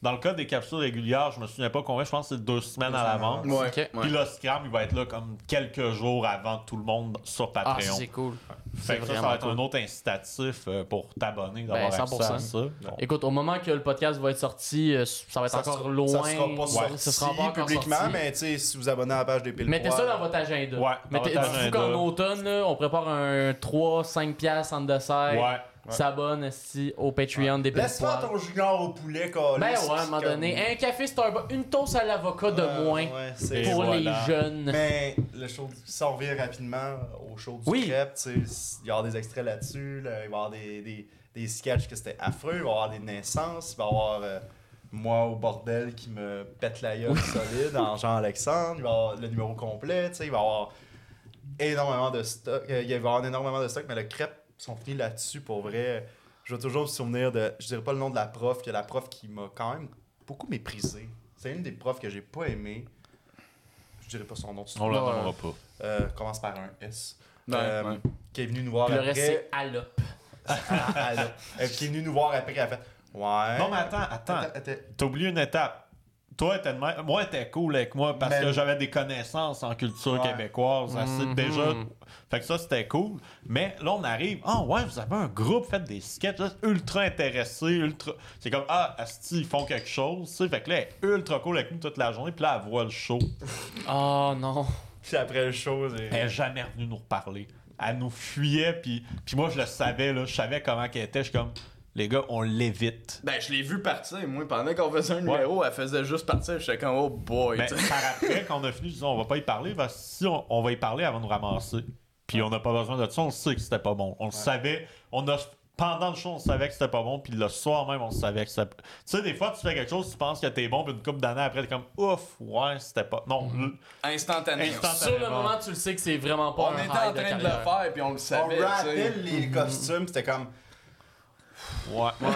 Dans le cas des capsules régulières, je me souviens pas combien, je pense que c'est deux semaines à l'avance.
Ouais,
Ok.
ouais.
Puis le Scram, il va être là comme quelques jours avant tout le monde sur
Ah,
Patreon.
c'est cool.
fait que ça, ça
vraiment
va être un autre incitatif euh, pour t'abonner, d'avoir
Ben,
accès à
100%.
ça. Bon.
Écoute, au moment que le podcast va être sorti, euh, ça va être
Ça
encore
sera-
loin.
Ça sera pas sorti
Ouais, ça sera pas encore
publiquement,
sorti.
mais tu sais, si vous abonnez à la page des piles
Mettez ça
poils,
dans votre agenda.
Ouais, dans
Mettez,
votre
dites-vous
agenda.
qu'en automne, là, on prépare un 3-5 piastres en dessert.
Ouais.
S'abonne esti, au Patreon des
Laisse
Petits
faire
Pois.
ton junior au poulet, quoi.
Ben ouais, à un moment donné, un café Starbucks, une toast à l'avocat de moins
Et
pour
voilà.
les jeunes.
Mais le show du- si on revient rapidement euh, au show du
Oui.
crêpe, tu sais, il va y avoir des extraits là-dessus, là, il va y avoir des, des, des sketchs que c'était affreux, il va y avoir des naissances, il va y avoir euh, moi au bordel qui me pète la gueule
(laughs)
solide en Jean-Alexandre, il va y avoir le numéro complet, tu sais, il va y avoir énormément de stock, euh, il va y avoir énormément de stock, mais le crêpe, ils sont finis là-dessus pour vrai. Je vais toujours me souvenir de, je dirais pas le nom de la prof, que la prof qui m'a quand même beaucoup méprisé. C'est une des profs que j'ai pas aimé. Je dirais pas son nom. tout de
On
suite.
le nommera pas.
Euh, commence par un S.
Ouais,
Euh,
ouais.
Qui est venu nous voir
Puis le reste,
après.
c'est Allop.
Ah, (laughs) elle a- elle- qui est venu nous voir après, elle a fait Ouais.
Non, mais attends, attends.
Attends, attends.
T'as oublié une étape. Toi, t'es de même- moi, t'es cool avec moi parce
Mais-
que j'avais des connaissances en culture
Ouais.
québécoise. assez- Déjà, fait que ça, c'était cool. Mais là, on arrive. Ah, ouais, vous avez un groupe, faites des sketchs, là, ultra intéressés, ultra. C'est comme, ah, Asti, ils font quelque chose. tu sais. Fait que là, elle est ultra cool avec nous toute la journée. Puis là, elle voit le show.
Oh non.
Puis après le show, c'est-
Elle est jamais revenue nous reparler. Elle nous fuyait. Puis, puis moi, je le savais, là. Je savais comment qu'elle était. Je suis comme, les gars, on l'évite.
Ben, je l'ai vu partir, moi. Pendant qu'on faisait un numéro, elle faisait juste partir. J'étais comme, oh boy. (laughs)
Mais
tu sais.
Ben, par après, quand on a fini, je disais, on va pas y parler, parce que si on, on va y parler, elle va nous ramasser. Puis on n'a pas besoin de ça, on le sait que c'était pas bon. On le savait, on a, pendant le show, on savait que c'était pas bon, puis le soir même, on savait que c'était... Tu sais, des fois, tu fais quelque chose, tu penses que t'es bon, puis une couple d'années après, t'es comme, ouf, ouais, c'était pas... Non, le-
Instantanément.
Instantanément.
Sur le moment, tu le sais que c'est vraiment pas
On
un
était en
high
train
de
de, le
carrière.
faire, puis on le
on
savait. tu sais.
rappelle les costumes, c'était comme
Ouais, ouais,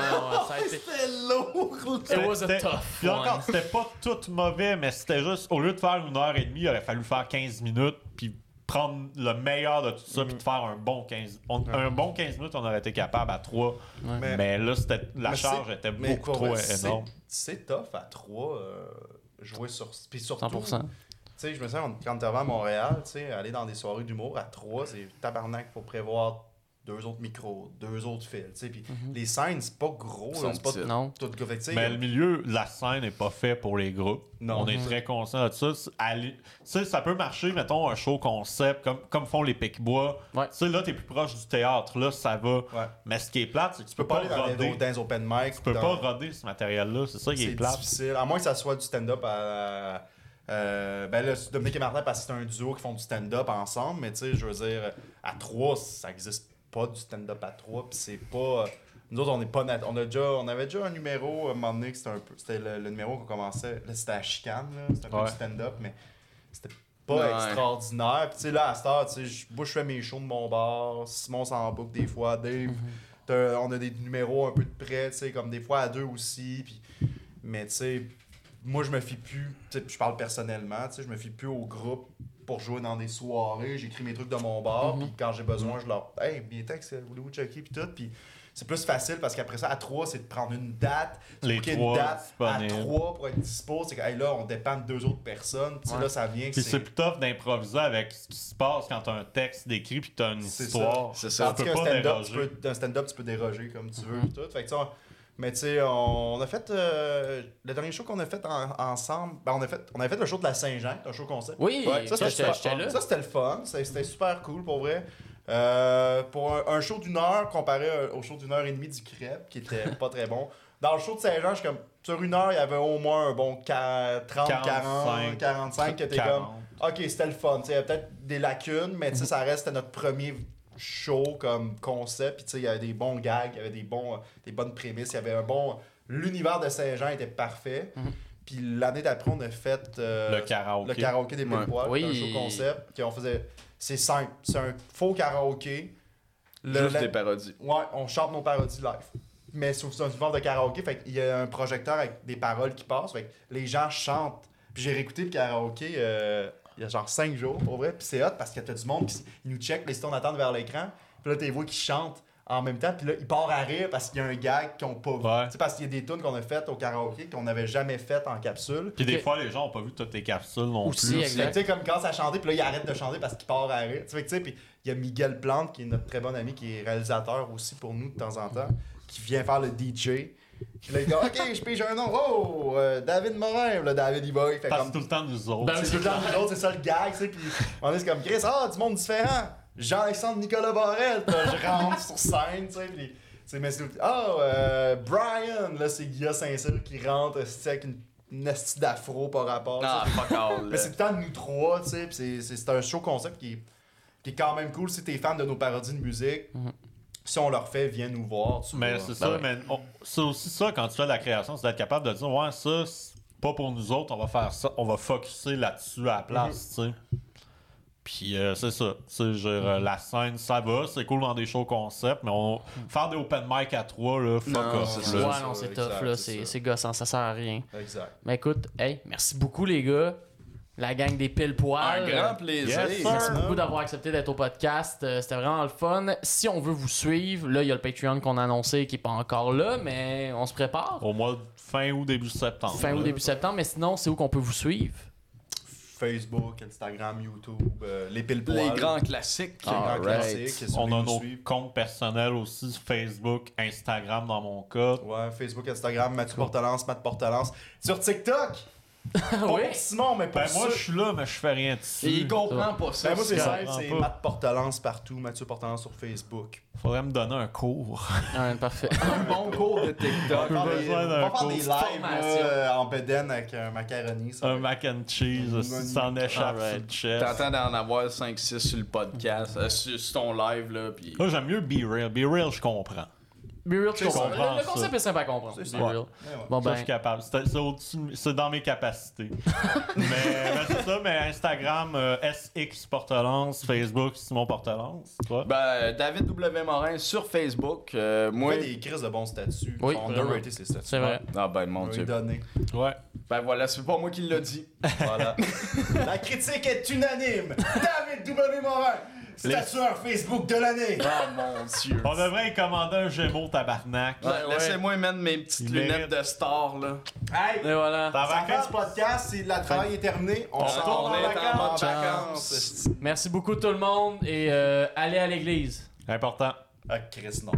ça a été...
(laughs) C'était lourd, là.
It was a
C'était-
tough
Puis encore,
one.
c'était pas tout mauvais, mais c'était juste, au lieu de faire une heure et demie, il aurait fallu faire 15 minutes, puis prendre le meilleur de tout ça, puis de faire un bon 15... on- un bon 15 minutes, on aurait été capable à 3. Mais, là, c'était la
Mais
charge
c'est-
était
mais
beaucoup
pour
trop
vrai, c'est-
énorme.
C'est tough à 3 jouer sur. Puis surtout,
100%.
Tu sais, je me souviens, on- quand on à Montréal, tu sais, aller dans des soirées d'humour à trois, c'est tabarnak pour prévoir deux autres micros, deux autres fils, tu sais. Puis les scènes, c'est pas gros,
Mhm. Ils
là,
sont
c'est pas
petites.
Non.
tout gros. Fait que, tu sais,
Mais le milieu de la scène n'est pas fait pour les groupes.
Non.
On est très conscient de ça. C'est- aller- Tu sais, ça peut marcher, mettons, un show concept, comme, comme font les Pic-Bois.
Ouais.
Tu sais, là, t'es plus proche du théâtre, là, ça va. Mais ce qui est plate, c'est que tu
tu peux pas aller dans
roder.
les, dans les open mic.
Tu peux pas roder ce matériel-là, c'est ça qui est,
C'est
plate.
difficile, à moins que ça soit du stand-up à. euh, ben là, c'est Dominique et Martin, parce que c'est un duo qui font du stand-up ensemble, mais tu sais, je veux dire, à trois, ça existe pas du stand-up à trois, puis c'est pas. Nous autres, on est pas nat- on, a déjà, on avait déjà un numéro à un moment donné que c'était un peu. C'était le, le numéro qu'on commençait. Là, c'était à chicane, là. C'était un peu
Ouais.
du stand-up, mais c'était pas
Ouais.
extraordinaire. Puis tu sais, là, à cette heure, tu sais, je- moi, je fais mes shows de mon bar. Simon s'en boucle des fois. Dave,
Mhm.
t'as- on a des numéros un peu de près, tu sais, comme des fois à deux aussi. Puis mais tu sais, moi je me fie plus, tu sais, je parle personnellement, tu sais, je me fie plus au groupe pour jouer dans des
Mhm.
soirées, j'écris mes trucs de mon bar, puis quand j'ai besoin, je leur hey, mes textes, voulez-vous checker puis tout, puis c'est plus facile parce qu'après ça, à 3, c'est de prendre une date, de
Les
booker une
trois
date à
disponibles.
3 pour être dispo. C'est que hey, là, on dépend de deux autres personnes. Puis là, ça vient que
Puis c'est
c'est.
plus tough d'improviser avec ce qui se passe quand t'as un texte d'écrit puis t'as une
C'est
histoire.
C'est ça.
On
Tandis
peut
qu'un
pas Mhm.
stand-up, tu
déroger.
peux- d'un stand-up, tu peux déroger comme tu veux. Tout. Fait que, tu sais, on- mais tu sais, on a fait euh, le dernier show qu'on a fait en- ensemble. ben, on, a fait, on avait fait le show de la Saint-Jean, un show concept.
Oui,
ça,
ça,
c'était
j'étais
super
j'étais
fun.
là.
Ça, c'était le fun. C'est- C'était super cool pour vrai. Euh, pour un, un show d'une heure comparé à- au show d'une heure et demie du crêpe,
(laughs)
qui était pas très bon. Dans le show de Saint-Jean, je suis comme. Sur une heure, il y avait au moins un bon qua- 30, 40,
45,
45 que t'es comme.
40.
Ok, c'était le fun. Tu sais, Il y a peut-être des lacunes, mais tu sais, ça reste notre premier show comme concept. Puis tu sais, il y avait des bons gags, il y avait des, bons, euh, des bonnes prémices, il y avait un bon. L'univers de Saint-Jean était parfait.
Mhm.
Puis l'année d'après, on a fait. euh,
Le karaoké.
le karaoké des
Ouais.
Mille Poils,
Oui.
c'est un show concept. Puis on faisait. C'est simple. C'est un faux karaoké. Le-
Juste
la-
des parodies.
Ouais, on chante nos parodies live. Mais sous sous une forme de karaoké, fait qu'il y a un projecteur avec des paroles qui passent, fait que les gens chantent. Puis j'ai réécouté le karaoké euh, il y a genre 5 jours, pour vrai. Puis c'est hot parce qu'il y a du monde qui s- ils nous check, les si on attend vers l'écran. Puis là, t'es voix qui chantent en même temps. Puis là, ils partent à rire parce qu'il y a un gag qu'on pas vu.
Ouais.
Tu sais, parce qu'il y a des tunes qu'on a faites au karaoké qu'on n'avait jamais faites en capsule.
Puis
Ok.
des fois, les gens ont pas vu toutes tes capsules non
Aussi,
plus.
Fait que,
exact.
tu sais, comme quand ça chantait, puis là, il arrête de chanter parce qu'il part à rire. Tu sais, fait que, tu sais, puis il y a Miguel Plante, qui est notre très bon ami, qui est réalisateur aussi pour nous de temps en temps, qui vient faire le DJ. Puis là, il dit Ok, je pige un nom. Oh, euh, David Morin, le David E-Boy. Fait
Parce
comme
que tout le temps nous autres.
Ben,
c'est tout le temps nous autres, c'est ça le gag, tu sais. Puis on est comme Chris, ah, du monde différent. Jean-Alexandre Nicolas Borel, puis là, je rentre sur scène, tu sais. Puis, tu sais, mais c'est tout- Ah, euh, Brian, là, c'est Guillaume Saint-Cyr qui rentre, c'est avec une, une esti d'afro par rapport. tu sais.
Ah, fuck all.
Mais c'est le temps de nous trois, tu sais. puis c'est- C'est c'est un show concept qui, est- qui est quand même cool si t'es fan de nos parodies de musique. Si on leur fait, viens nous voir. tu
Mais
vois.
c'est ça,
ouais.
mais on- c'est aussi ça quand tu fais de la création, c'est d'être capable de dire ouais ça c'est pas pour nous autres, on va faire ça, on va focuser là-dessus à la place, tu sais. Puis euh, c'est ça, tu sais, je veux dire, euh, la scène ça va, c'est cool dans des shows concept, mais on faire des open mic à trois là, fuck
Non,
off,
c'est
là.
Ouais,
ça,
non, c'est
exact,
tough, là.
c'est
C'est
ça.
c'est gossant, ça sert à rien.
Exact.
Mais écoute, hey, merci beaucoup, les gars. La gang des pile poils.
Un grand plaisir.
Yes,
Merci
sir.
beaucoup d'avoir accepté d'être au podcast. Euh, C'était vraiment le fun. Si on veut vous suivre, là, il y a le Patreon qu'on a annoncé qui n'est pas encore là, mais on se prépare.
Au mois de fin ou début septembre.
Fin ou
là.
début septembre, mais sinon, c'est où qu'on peut vous suivre?
Facebook, Instagram, YouTube, euh, les pile
Les grands Ah, classiques.
grands
Alright.
classiques. si
On
vous
a
voulez nous
nos
suivre.
comptes personnels aussi, Facebook, Instagram dans mon cas.
Ouais, Facebook, Instagram, Mathieu Portalance, Matt Portalance. Sur TikTok, pas
oui.
pour Simon, mais pour
Ben moi
ceux-
je suis là mais je fais rien
Et
dessus.
il comprend pas ça.
Ben, moi, c'est
je
simple,
comprends
c'est
pas.
Matt Portalance partout, Mathieu Portalance sur Facebook.
Faudrait me donner un cours.
Ah, parfait. (laughs)
un bon cours de TikTok.
On va faire des,
besoin
on
d'un
va faire
cours
des
de
lives
formation.
là, euh, en bedaine avec un macaroni. ça
Un
va
mac and cheese,
Un
aussi, s'en échappe
Alright.
sur le chest.
T'entends d'en avoir 5-6 sur le podcast, euh, sur, sur ton live, là, pis...
Là, j'aime mieux Be Real. Be Real, je comprends.
Be real, tu
C'est ça.
comprends. Le- Le,
Comprends
concept
ça.
est simple à comprendre.
C'est
Be
ça.
real.
Ouais, ouais.
Bon,
Ça, je
ben,
suis capable. C'est, c'est au-dessus de mes- c'est dans mes capacités. mais ben, c'est ça, mais Instagram, euh, SX Portelance, Facebook, Simon Portelance. Toi.
Ben, David W. Morin sur Facebook. euh,
On
moi.
fait des crises de bons statuts.
Oui,
on a
vraiment.
raté ces statuts.
c'est vrai.
Ah, ben, mon
On lui
Dieu.
donné.
ouais.
Ben voilà, c'est pas moi qui l'a dit.
Voilà. La critique est unanime. David W. Morin, statueur Facebook de l'année.
Ah, mon Dieu.
On devrait y commander un Gémeaux tabarnak.
Ouais,
Ouais, ouais.
Laissez-moi mettre mes petites
Il
lunettes
mérite.
de star, là.
Hey,
Et voilà.
T'es en
ça fin du
vacances?
podcast, c'est la travail est terminé. On,
On
s'en
retourne
va en
en
vacances.
vacances.
Merci beaucoup, tout le monde, et euh, allez à l'église.
Important.
Ah, Chris, non.